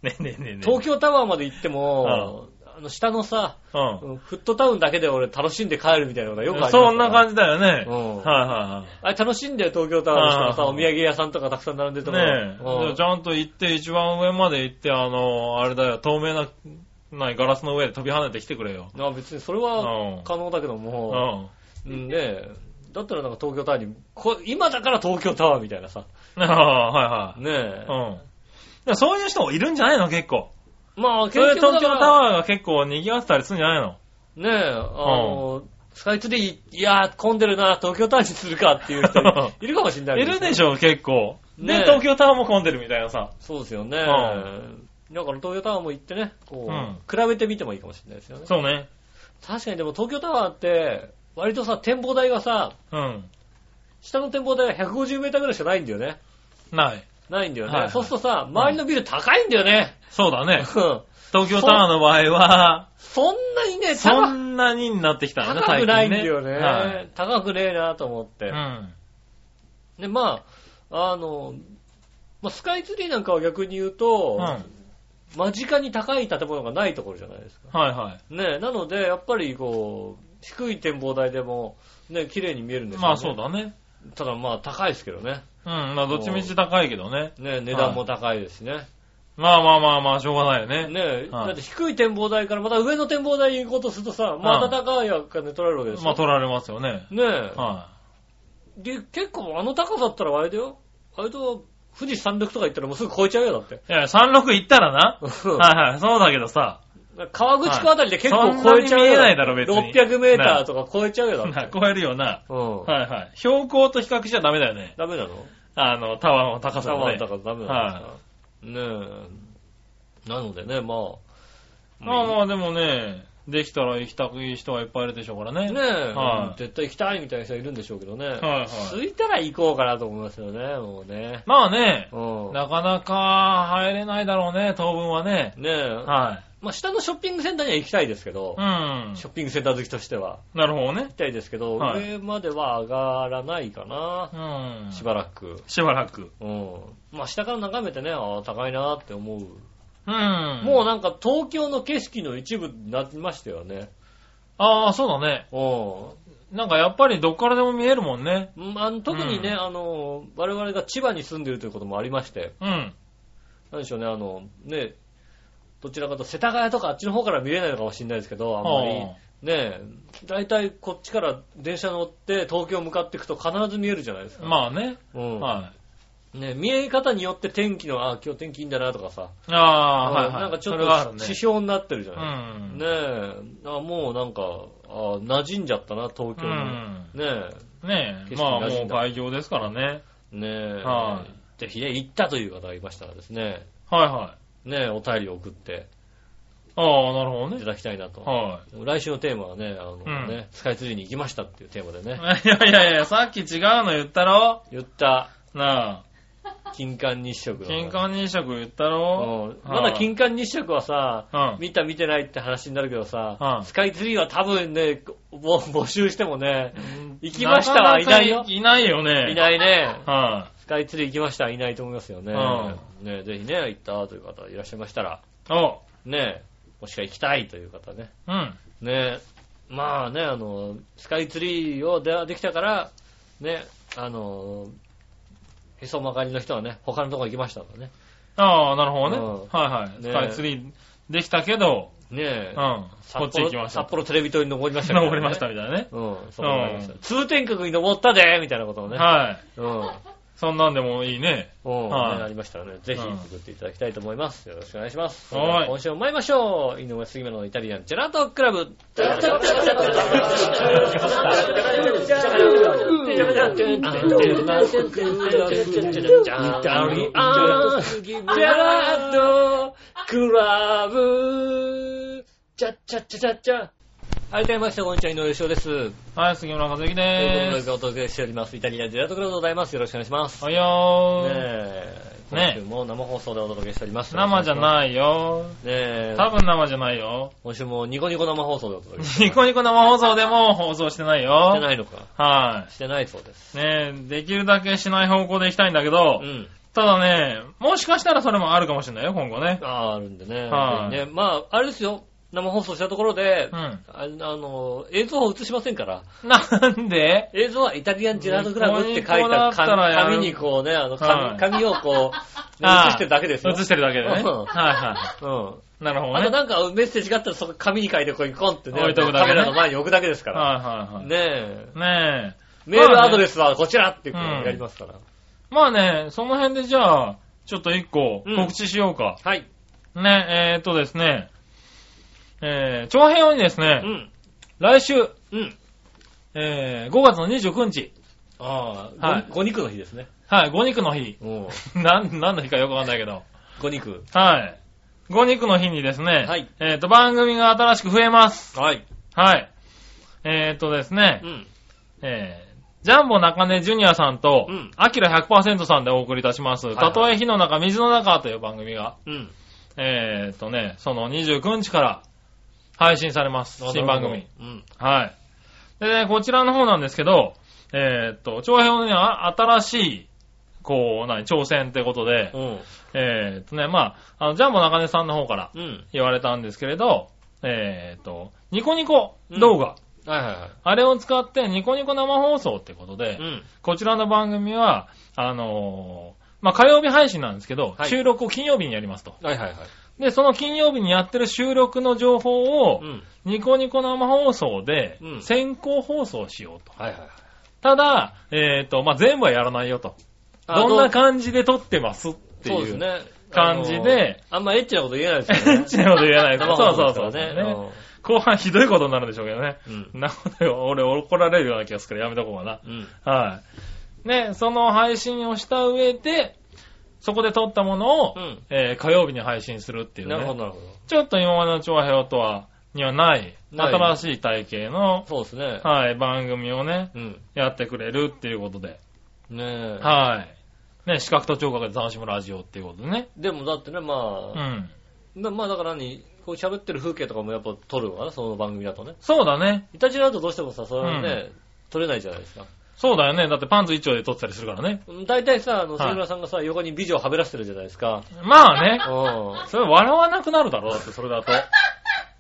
Speaker 3: えねえねえねえ。
Speaker 2: 東京タワーまで行っても、あの、下のさ、
Speaker 3: う
Speaker 2: フットタウンだけで俺楽しんで帰るみたいなのがよくあり
Speaker 3: ん。
Speaker 2: ます
Speaker 3: そんな感じだよね。
Speaker 2: うん
Speaker 3: はいは
Speaker 2: あれ楽しんでよ、東京タワーの人もさ、
Speaker 3: あ
Speaker 2: お
Speaker 3: ー
Speaker 2: 土産屋さんとかたくさん並んでると
Speaker 3: い
Speaker 2: こ
Speaker 3: はい。ねえ。
Speaker 2: うん
Speaker 3: ちゃんと行って、一番上まで行って、あの、あれだよ、透明な何、ガラスの上で飛び跳ねてきてくれよ。
Speaker 2: あ別にそれ
Speaker 3: う
Speaker 2: は
Speaker 3: ん
Speaker 2: 可能だけど
Speaker 3: う
Speaker 2: も、
Speaker 3: ん。
Speaker 2: うん、ねだったらなんか東京タワーに、こ今だから東京タワーみたいなさ、
Speaker 3: ああ、はい
Speaker 2: ねえ。
Speaker 3: はい。うん。いやそういう人もいるんじゃないの結構。
Speaker 2: まあ
Speaker 3: そういう
Speaker 2: 結局
Speaker 3: 東
Speaker 2: だから
Speaker 3: 京タワーが結構賑わってたりするんじゃないの
Speaker 2: ねえ、あの、スカイツリー、いやー、混んでるな、東京タワーにするかっていう人いるかもしれない
Speaker 3: いるで
Speaker 2: ょ
Speaker 3: しょ、結構。
Speaker 2: ね
Speaker 3: で、
Speaker 2: え
Speaker 3: 東京タワーも混んでるみたいなさ。
Speaker 2: そうですよね。だ
Speaker 3: ん
Speaker 2: から東京タワーも行ってね、こう、
Speaker 3: うん
Speaker 2: 比べてみてもいいかもしれないですよね。
Speaker 3: そうね。
Speaker 2: 確かにでも東京タワーって、割とさ、展望台がさ、
Speaker 3: うん。
Speaker 2: 下の展望台が150メーターぐらいしかないんだよね。
Speaker 3: ない。
Speaker 2: ないんだよね。
Speaker 3: はいはい
Speaker 2: そうするとさ、周りのビル高いんだよね。
Speaker 3: そう だね。
Speaker 2: うん
Speaker 3: 東京タワーの場合は、
Speaker 2: そんなにね、
Speaker 3: そ
Speaker 2: 高く
Speaker 3: んなにになってきたんだね、
Speaker 2: 高くないんだ
Speaker 3: 最近
Speaker 2: よね。
Speaker 3: はい
Speaker 2: 高くねえなと思って。
Speaker 3: うん。
Speaker 2: で、まあ、あの、まあ、スカイツリーなんかは逆に言うと、
Speaker 3: うん。はい
Speaker 2: 間近に高い建物がないところじゃないですか。
Speaker 3: は
Speaker 2: ねえなので、やっぱりこう、低い展望台でも、ね、綺麗に見えるん
Speaker 3: い。
Speaker 2: ですよね。
Speaker 3: まあそうだね。
Speaker 2: ただまあ高いですけどね。
Speaker 3: うん。まあどっちみち高いけどね。
Speaker 2: ねえ値段も高いですしね。
Speaker 3: まあまあまあまあ、しょうがないよね。
Speaker 2: ねえ
Speaker 3: はい
Speaker 2: だって低い展望台からまた上の展望台に行こうとするとさ、ま
Speaker 3: う
Speaker 2: あ
Speaker 3: ん
Speaker 2: 暖かい赤で取られるわけです
Speaker 3: まあ
Speaker 2: よ。
Speaker 3: 取られますよね。
Speaker 2: ねえ
Speaker 3: は
Speaker 2: で、結構あの高さだったらあれだよ。あれと、富士山緑とか行ったらもうすぐ超えちゃうよ、だって。
Speaker 3: い。いや、36行ったらな。
Speaker 2: うん
Speaker 3: はいはい、そうだけどさ。
Speaker 2: 川口湖あたりで結構超えちゃう
Speaker 3: はいそんなに見
Speaker 2: よ。
Speaker 3: えないだろ別に
Speaker 2: 600メーターとか超えちゃうよ、だ
Speaker 3: な
Speaker 2: って。
Speaker 3: 超えるよな。
Speaker 2: うん。
Speaker 3: はいはい。標高と比較しちゃダメだよね。
Speaker 2: ダメなの
Speaker 3: あの、タワーの高さ
Speaker 2: サ
Speaker 3: も
Speaker 2: ワ
Speaker 3: ね
Speaker 2: ー。だからダメなのねえ。なのでね、まあ。
Speaker 3: まあまあでもね、できたら行きたい人はいっぱいいるでしょうからね。
Speaker 2: ねえ、
Speaker 3: はい
Speaker 2: 絶対行きたいみたいな人いるんでしょうけどね。
Speaker 3: はいはい
Speaker 2: 空いたら行こうかなと思いますよね、もうね。
Speaker 3: まあね、
Speaker 2: うん。
Speaker 3: なかなか入れないだろうね、当分はね。
Speaker 2: ねえ、
Speaker 3: はい。
Speaker 2: まあ下のショッピングセンターには行きたいですけど
Speaker 3: う、ん。
Speaker 2: ショッピングセンター好きとしては。
Speaker 3: なるほどね
Speaker 2: 行き。たいですけど、
Speaker 3: はい
Speaker 2: 上までは上がらないかな、
Speaker 3: うん。
Speaker 2: しばらく。
Speaker 3: しばらく。
Speaker 2: うん。まあ下から眺めてね、ああ、高いなって思う。
Speaker 3: うん。
Speaker 2: もう
Speaker 3: な。
Speaker 2: なんか東京の景色の一部になりましたよね。
Speaker 3: ああ、そうだね。
Speaker 2: う
Speaker 3: なんかやっぱりどっからでも見えるもんね。
Speaker 2: ん。まあ特にね、
Speaker 3: うん
Speaker 2: あの、我々が千葉に住んでるということもありまして、
Speaker 3: うん。
Speaker 2: なんでしょうね、あの、ね、どちらかというと世田谷とかあっちの方から見れないのかもしれないですけど、あんまり。ね大体こっちから電車乗って東京向かっていくと必ず見えるじゃないです
Speaker 3: ああ
Speaker 2: か。
Speaker 3: まあね。
Speaker 2: うん。
Speaker 3: は
Speaker 2: ね、見え方によって天気の、あ、今日天気いいんだなとかさ、
Speaker 3: い。ああ、はいはい。
Speaker 2: なんかちょ
Speaker 3: それはあ
Speaker 2: っと
Speaker 3: るね。
Speaker 2: 指標になってるじゃ
Speaker 3: う
Speaker 2: ない、
Speaker 3: ん。
Speaker 2: ねえ、あもうなんか、あ馴染んじゃったな、東京に。
Speaker 3: うん。
Speaker 2: ね
Speaker 3: ねえ、
Speaker 2: 景色
Speaker 3: まあ
Speaker 2: 馴染
Speaker 3: もうん
Speaker 2: だ
Speaker 3: 開業ですからね。
Speaker 2: え、ねえ、
Speaker 3: は
Speaker 2: ぜひね、行ったという方がいましたらですね、
Speaker 3: はいはい。
Speaker 2: ねえ、お便りを送って
Speaker 3: ああ、なるほど
Speaker 2: いた
Speaker 3: ね。
Speaker 2: だきたいなと。
Speaker 3: は
Speaker 2: 来週のテーマはね、あの
Speaker 3: うん
Speaker 2: ね、スカイツリーに行きましたっていうテーマでね、
Speaker 3: い。いやいやいや、さっき違うの言ったろ
Speaker 2: 言った、
Speaker 3: なあ、
Speaker 2: 金環日食の。
Speaker 3: 金環日食言った
Speaker 2: う
Speaker 3: ろ
Speaker 2: んまだ金環日食はさ、
Speaker 3: うん
Speaker 2: 見た見てないって話になるけどさ、
Speaker 3: うん
Speaker 2: スカイツリーは多分ね、ぼ募集してもね、
Speaker 3: うん
Speaker 2: 行きましたはいないよ
Speaker 3: かかいないよね。
Speaker 2: い
Speaker 3: い。
Speaker 2: ないね。
Speaker 3: は
Speaker 2: スカイツリー行きましたはいないと思いますよね。
Speaker 3: う
Speaker 2: ねぜひね、行ったという方いらっしゃいましたら、
Speaker 3: い。お
Speaker 2: ねもしくは行きたいという方ね。
Speaker 3: うん。
Speaker 2: ねまあね、あの、スカイツリーをでできたから、ね、あの、へそ曲がりの人はね、他のとこ行きましたとね。
Speaker 3: ああ、なるほどね。
Speaker 2: うん
Speaker 3: はいはい。
Speaker 2: ね
Speaker 3: スカイツリーできたけど、
Speaker 2: ね
Speaker 3: うん。
Speaker 2: え、
Speaker 3: こっち行きました
Speaker 2: 札。幌テレビ塔に登りましたからね
Speaker 3: 登りましたみたいなね。
Speaker 2: うん、そう思いました。通天閣に登ったでみたいなことをね。
Speaker 3: はい。
Speaker 2: うん。
Speaker 3: そんなんでもいいね。
Speaker 2: うん。
Speaker 3: はい
Speaker 2: ねありましたらね、ぜひ
Speaker 3: うん
Speaker 2: 作っていただきたいと思います。よろしくお願いします。
Speaker 3: はい
Speaker 2: 今週も参りましょう。井上杉村のイタリアンジェラートクラブ。ジェラートクラブ。チャッチャッチャチャッチャ。はい、どうもみなさん、こんにちは、井上翔です。
Speaker 3: はい、杉村和之
Speaker 2: というこ
Speaker 3: で
Speaker 2: とでお届けしております。イタリアンジェラートクラブでございます。よろしくお願いします。
Speaker 3: す。はいよ
Speaker 2: ね
Speaker 3: ー。
Speaker 2: え、今
Speaker 3: ねえ
Speaker 2: 週も生放送でお届けしております。
Speaker 3: 生じゃ
Speaker 2: い。
Speaker 3: ないよ。
Speaker 2: ねえ、
Speaker 3: 多分生じゃないよ。
Speaker 2: 今週もニコニコ生放送でお届けして
Speaker 3: ニコニコ生放送でも放送してないよ。
Speaker 2: ないのか。
Speaker 3: は
Speaker 2: してないそうです。
Speaker 3: い。ねえ、できるだけしない方向で行きたいんだけど、
Speaker 2: うん。
Speaker 3: ただね、もしかしたらそれもあるかもしれないよ、今後ね。
Speaker 2: ああー、あるんでね。
Speaker 3: はい
Speaker 2: ぜひね、まあ、あれですよ。生放送したところで、
Speaker 3: うん
Speaker 2: ああの、映像を映しませんから、
Speaker 3: なんで
Speaker 2: 映像はイタリアンジェラートクラブって書い
Speaker 3: ニコニコだ
Speaker 2: た
Speaker 3: った
Speaker 2: 紙
Speaker 3: らやる
Speaker 2: 紙にこうね、あの
Speaker 3: はい
Speaker 2: 紙紙をこう、ね
Speaker 3: あー
Speaker 2: 映してるだけですよ。
Speaker 3: 映してるだけでね。はい
Speaker 2: うん
Speaker 3: は
Speaker 2: うん。
Speaker 3: い。なるほど
Speaker 2: あ
Speaker 3: ね。
Speaker 2: となんかメッセージがあったらそこ紙に書いてこうコンってね、
Speaker 3: 置いとくだ
Speaker 2: カ
Speaker 3: け
Speaker 2: メ
Speaker 3: ね
Speaker 2: ラの前に置くだけですから。
Speaker 3: はいはいはい。
Speaker 2: ねえ。
Speaker 3: ねえ。
Speaker 2: メールアドレスはこちらってこうやりますから。
Speaker 3: まあね、その辺でじゃあ、ちょっと一個
Speaker 2: うん
Speaker 3: 告知しようか。
Speaker 2: はい。
Speaker 3: ね、えー、っとですね、えー、長編をにですね
Speaker 2: う、ん。
Speaker 3: 来週、
Speaker 2: うん。
Speaker 3: えー、5月の29日、
Speaker 2: ああ、
Speaker 3: はい
Speaker 2: ごご肉の日ですね。
Speaker 3: はい、5肉の日。
Speaker 2: うん。
Speaker 3: なん、何の日かよくわかんないけど。
Speaker 2: ご肉。
Speaker 3: はい。5肉の日にですね、
Speaker 2: はい
Speaker 3: えー、っと、番組が新しく増えます。
Speaker 2: はい。
Speaker 3: はい。えー、っとですね
Speaker 2: う、ん。
Speaker 3: えージャンボ中根ジュニアさんと
Speaker 2: うん、
Speaker 3: アキラ100%さんでお送りいたします。
Speaker 2: はいはい
Speaker 3: たとえ火の中、水の中という番組が、
Speaker 2: うん。
Speaker 3: えーっとね、その29日から配信されます。新番組。。
Speaker 2: うん。
Speaker 3: はい。で、ね、こちらの方なんですけど、えーっと、長編のね、あ新しい、こう、何、挑戦ってことで、
Speaker 2: うん。
Speaker 3: えーっとね、まあ、あの、ジャンボ中根さんの方から
Speaker 2: うん。
Speaker 3: 言われたんですけれど、えーっと、ニコニコ動画、
Speaker 2: はいは
Speaker 3: あれを使ってニコニコ生放送ってことで
Speaker 2: いはい。、うん。
Speaker 3: こちらの番組は、あのーまあ、火曜日配信なんですけど、
Speaker 2: はい
Speaker 3: 収録を金曜日にやりますと。
Speaker 2: はいはいはい。
Speaker 3: で、その金曜日にやってる収録の情報を、
Speaker 2: うん。
Speaker 3: ニコニコ生放送で
Speaker 2: う、ん
Speaker 3: 先行放送しようと。
Speaker 2: はいはいはい。
Speaker 3: ただ、えっ、と、まあ、全部はやらないよと。
Speaker 2: あ
Speaker 3: どんな感じで撮ってますって
Speaker 2: そうで
Speaker 3: い
Speaker 2: す
Speaker 3: う。
Speaker 2: ね。
Speaker 3: 感じで
Speaker 2: あの、あんまエッチなこと言えないですよ
Speaker 3: エ
Speaker 2: ね
Speaker 3: ッ。チなこと言えないから。そうそうそう。ね
Speaker 2: ね。
Speaker 3: 後半ひどいことになるでしょうけどね。
Speaker 2: うん。
Speaker 3: なので、俺怒られるような気がするからやめとこうかな。
Speaker 2: うん。
Speaker 3: はい。ね、その配信をした上で、そこで撮ったものを、
Speaker 2: うん
Speaker 3: えー火曜日に配信するっていうね。
Speaker 2: なるほど、なるほど。
Speaker 3: ちょっと今までの調和表とは、にはない、
Speaker 2: ない
Speaker 3: 新しい体系の、
Speaker 2: そうですね。
Speaker 3: はい、番組をね、
Speaker 2: うん。
Speaker 3: やってくれるっていうことで。
Speaker 2: ねえ。
Speaker 3: はい。ね、視覚と聴覚で楽しむラジオっていうことでね。
Speaker 2: でもだってね、
Speaker 3: う
Speaker 2: まあ、
Speaker 3: ん。
Speaker 2: なまあだから何、こう喋ってる風景とかもやっぱ撮るのかな、その番組だとね。
Speaker 3: そうだね。
Speaker 2: イタチラだとどうしてもさ、それはね、撮れないじゃないですか。
Speaker 3: そうだよね。だってパンツ一丁で撮ってたりするからね。
Speaker 2: うん大体さ、あの、
Speaker 3: はい
Speaker 2: 杉村さんがさ、横に美女をはべらしてるじゃないですか。
Speaker 3: まあね。
Speaker 2: う
Speaker 3: それ笑わなくなるだろう、だってそれ だと。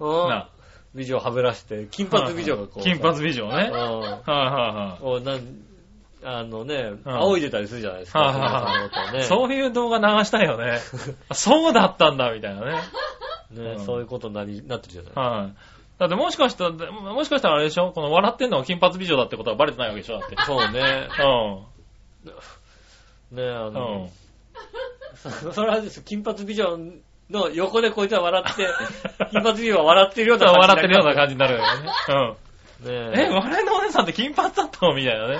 Speaker 2: ん。うん
Speaker 3: な。
Speaker 2: 美女をはべらして、金髪美女がこう。
Speaker 3: 金髪美女をね。はいはい
Speaker 2: うん。
Speaker 3: はい。
Speaker 2: こうなん、あのね、
Speaker 3: うん
Speaker 2: 仰いでたりするじゃないです
Speaker 3: は
Speaker 2: か。
Speaker 3: い
Speaker 2: 杉
Speaker 3: はい
Speaker 2: 村さんのことをね
Speaker 3: そういう動画流したい よね。あそうだったんだ、みたいなね。
Speaker 2: ね
Speaker 3: うん
Speaker 2: そういうことになりなってるじゃない。
Speaker 3: はい。だってもしかしたら、もしかしたらあれでしょこの笑ってんのが金髪美女だってことはバレてないわけでしょだって。
Speaker 2: そうね。
Speaker 3: う
Speaker 2: ねあ
Speaker 3: ん。う
Speaker 2: の
Speaker 3: ん。、
Speaker 2: それはです金髪美女の横でこいつは笑って、金髪美女は笑ってるような感じ
Speaker 3: 笑ってるような感じになるよ ね。うん。
Speaker 2: じ。ね
Speaker 3: え、笑いのお姉さんって金髪だったのみたいなね。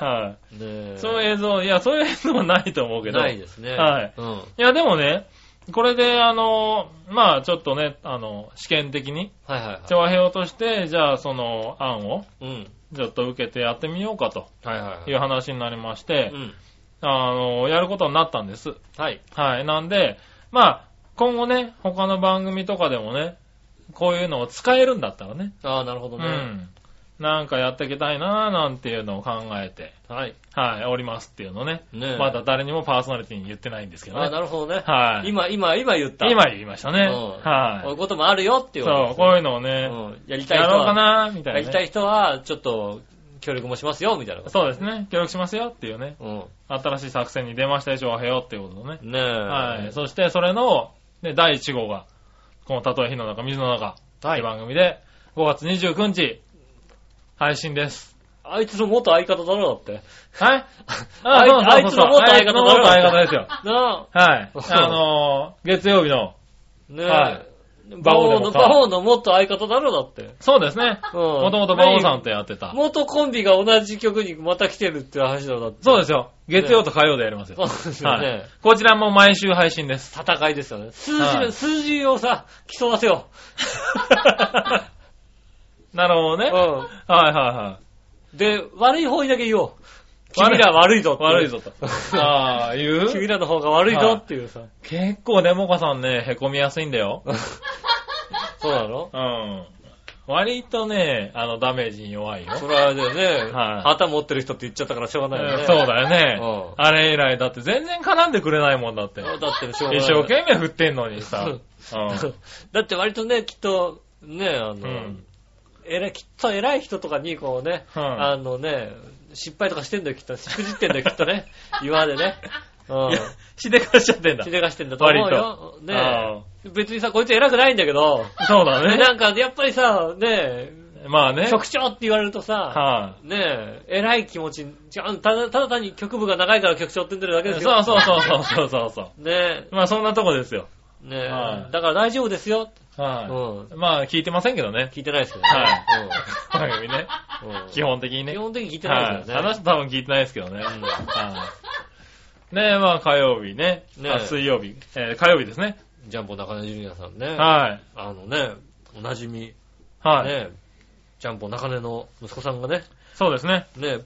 Speaker 3: は
Speaker 2: え。ねえ
Speaker 3: い。 そういう映像、いや、そういう映像はないと思うけど。
Speaker 2: ないですね。
Speaker 3: はい
Speaker 2: うん。
Speaker 3: いや、でもね、これで、あの、まあちょっとね、あの、試験的に、
Speaker 2: はいはいはい。
Speaker 3: 調和表として、じゃあその案を、
Speaker 2: うん。
Speaker 3: ちょっと受けてやってみようかと
Speaker 2: はいはい
Speaker 3: いう
Speaker 2: は
Speaker 3: 話になりまし
Speaker 2: い。
Speaker 3: て
Speaker 2: う、ん。
Speaker 3: あの、やることになったんです。
Speaker 2: はい。
Speaker 3: はい。なんで、まあ、今後ね、他の番組とかでもね、こういうのを使えるんだったらね、
Speaker 2: ああ、なるほど
Speaker 3: う
Speaker 2: ね。
Speaker 3: ん。なんかやっていきたいなぁなんていうのを考えて、
Speaker 2: はい。
Speaker 3: はい、おりますっていうのね。
Speaker 2: ねえ
Speaker 3: まだ誰にもパーソナリティに言ってないんですけど
Speaker 2: ああ、
Speaker 3: ね。
Speaker 2: なるほどね。
Speaker 3: はい。
Speaker 2: 今、今、今言った。
Speaker 3: 今言いましたね。
Speaker 2: うんこういう
Speaker 3: は
Speaker 2: こともあるよって
Speaker 3: い。
Speaker 2: いう
Speaker 3: そう、こういうのをね、
Speaker 2: うん。やりたい
Speaker 3: や
Speaker 2: 人は
Speaker 3: ろうかなみたい
Speaker 2: や
Speaker 3: なね。
Speaker 2: りたい人は、ちょっと、協力もしますよ、みたいなこと。
Speaker 3: そうですね。協力しますよっていうね。
Speaker 2: うん。
Speaker 3: 新しい作戦に出ましたでしょ、おはようっていうことをね。
Speaker 2: ねえ。
Speaker 3: はい。そして、それの、ね、第1号が、このたとえ火の中、水の中、はい。番組で、5月29日、配信です。
Speaker 2: あいつの元相方だろ、だって。
Speaker 3: はい
Speaker 2: あいあいつの元相方だろ
Speaker 3: あいつの元相方ですよ。
Speaker 2: なあ。
Speaker 3: はい。
Speaker 2: そう
Speaker 3: あのー、月曜日の、
Speaker 2: ね
Speaker 3: は
Speaker 2: え。
Speaker 3: 馬
Speaker 2: 馬
Speaker 3: 王で
Speaker 2: 王
Speaker 3: も
Speaker 2: の、
Speaker 3: さ
Speaker 2: 馬王の元相方だろ、だって。
Speaker 3: そうですね。
Speaker 2: うん
Speaker 3: もともと馬王さんとやってた。
Speaker 2: 元コンビが同じ曲にまた来てるっていう話だろ、だって。
Speaker 3: そうですよ。月曜と火曜でやりますよ。
Speaker 2: そうですよ
Speaker 3: はい
Speaker 2: ね。
Speaker 3: こちらも毎週配信です。
Speaker 2: 戦いですよね。数字
Speaker 3: はい
Speaker 2: の、数字をさ、競わせよ
Speaker 3: なるほど
Speaker 2: う。
Speaker 3: ね。はい
Speaker 2: うん。
Speaker 3: はいはい。
Speaker 2: で、悪い方にだけ言おう。
Speaker 3: 悪
Speaker 2: 君
Speaker 3: い
Speaker 2: ら悪いぞってう
Speaker 3: 悪いぞと。 ああ、言
Speaker 2: 君
Speaker 3: う
Speaker 2: らの方が悪いぞっていうさ。
Speaker 3: 結構ね、モカさんね、凹みやすいんだよ。
Speaker 2: そうなの
Speaker 3: うん。割とね、あの、ダメージに弱いよ。
Speaker 2: それはあれだよね、
Speaker 3: はい
Speaker 2: 旗持ってる人って言っちゃったからしょうがないよ
Speaker 3: う
Speaker 2: ね。
Speaker 3: んそうだよね
Speaker 2: う。ん
Speaker 3: あれ以来、だって全然絡んでくれないもんだって。
Speaker 2: そうだってしょうがない。
Speaker 3: 一生懸命振ってんのにさ。うん。
Speaker 2: だって割とね、きっと、ね、あの、
Speaker 3: うん
Speaker 2: 偉い、きっと偉い人とかにこうね、
Speaker 3: うん
Speaker 2: あのね、失敗とかしてんだよきっと、しくじってんだよきっとね、岩でね。うん
Speaker 3: いや、しでかしちゃってんだ
Speaker 2: ひ。でかしてんだと思うよ。ね
Speaker 3: あ
Speaker 2: え別にさ、こいつ偉くないんだけど、
Speaker 3: あそうだ
Speaker 2: ね
Speaker 3: ね。
Speaker 2: なんかやっぱりさ、ね
Speaker 3: まあね。
Speaker 2: え、局長って言われるとさ、
Speaker 3: は
Speaker 2: ねえ、偉い気持ち、違うただただ単に局部が長いから局長って言ってるだけ
Speaker 3: い。そ
Speaker 2: です
Speaker 3: う
Speaker 2: よ。
Speaker 3: そうそうそうそうそう そ
Speaker 2: ね
Speaker 3: う。まあそんなとこですよ。
Speaker 2: え、ねえ、
Speaker 3: はい
Speaker 2: だから大丈夫ですよ。う
Speaker 3: は
Speaker 2: ん。
Speaker 3: い。まあ聞いてませんけどね。
Speaker 2: 聞いてないですけどね。
Speaker 3: はい番 組ね。
Speaker 2: うんうん
Speaker 3: 基本的にね。
Speaker 2: 基本的に聞いてない
Speaker 3: は
Speaker 2: で
Speaker 3: い。
Speaker 2: すよね。
Speaker 3: 話多分聞いてないですけどね。
Speaker 2: ん
Speaker 3: はい。ねえ、まあ火曜日ね。
Speaker 2: ねえ
Speaker 3: あ水曜日。えー火曜日ですね。
Speaker 2: ジャンボ中根ジュニアさんね。
Speaker 3: はい。
Speaker 2: あのね、おなじみ、
Speaker 3: はい。
Speaker 2: ね、ジャンボ中根の息子さんがね、
Speaker 3: そうですね。
Speaker 2: ね、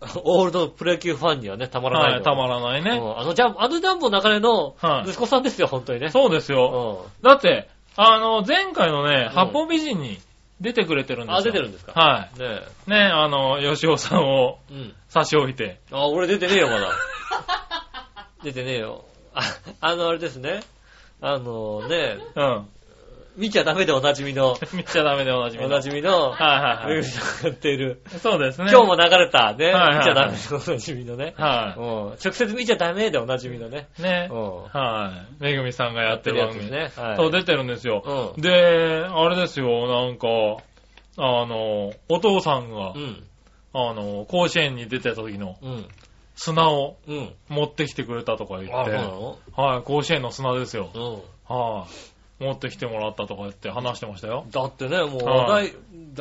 Speaker 2: オールドプロ野球ファンにはね、たまらない
Speaker 3: は
Speaker 2: と
Speaker 3: い。たまらないね。
Speaker 2: うんあのジャン、あのジャンボ中根の
Speaker 3: はい
Speaker 2: 息子さんですよ、本当にね。
Speaker 3: そうです
Speaker 2: う
Speaker 3: よ。だって、あの、前回の
Speaker 2: う
Speaker 3: ね、
Speaker 2: ん
Speaker 3: 八方美人に出てくれてる
Speaker 2: ん。
Speaker 3: んですよ。
Speaker 2: あ、出てるんですか。
Speaker 3: は
Speaker 2: ね
Speaker 3: い。ね、あの、吉尾さんを
Speaker 2: え。うん。
Speaker 3: 差し置いて。
Speaker 2: あ、俺出てねえよ、 まだ。出てねえよ。あ、あの、あれですね。あのね、
Speaker 3: うん。
Speaker 2: 見ちゃダメでおなじみの、
Speaker 3: 見ちゃダメでおなじみ
Speaker 2: お
Speaker 3: の。
Speaker 2: な
Speaker 3: は
Speaker 2: いじみの、ウ
Speaker 3: はいは
Speaker 2: ェブ
Speaker 3: い。
Speaker 2: さんがやっている、
Speaker 3: そうですね。
Speaker 2: 今日も。流れたね、
Speaker 3: はいはいはい
Speaker 2: 見ちゃダメでおなじみのね。う
Speaker 3: は
Speaker 2: ん直接見ちゃダメでおなじみのね。
Speaker 3: い。ね
Speaker 2: う。ん
Speaker 3: はい。めぐみさんがやってる番組。
Speaker 2: やってるやつですね。はい
Speaker 3: そう、出てるんですよ。
Speaker 2: う
Speaker 3: で、あれですよ、なんか、あの、お父さんが
Speaker 2: う、ん。
Speaker 3: あの、甲子園に出てた時の
Speaker 2: うん。
Speaker 3: 砂を
Speaker 2: うん。
Speaker 3: 持ってきてくれたとか言
Speaker 2: あ、
Speaker 3: っ
Speaker 2: そう
Speaker 3: て
Speaker 2: な、の
Speaker 3: はい、甲子園の砂ですよ。
Speaker 2: う
Speaker 3: はい、持ってきてもらったとか言って話してましたよ
Speaker 2: ん。。だってね、もう話
Speaker 3: は
Speaker 2: 題、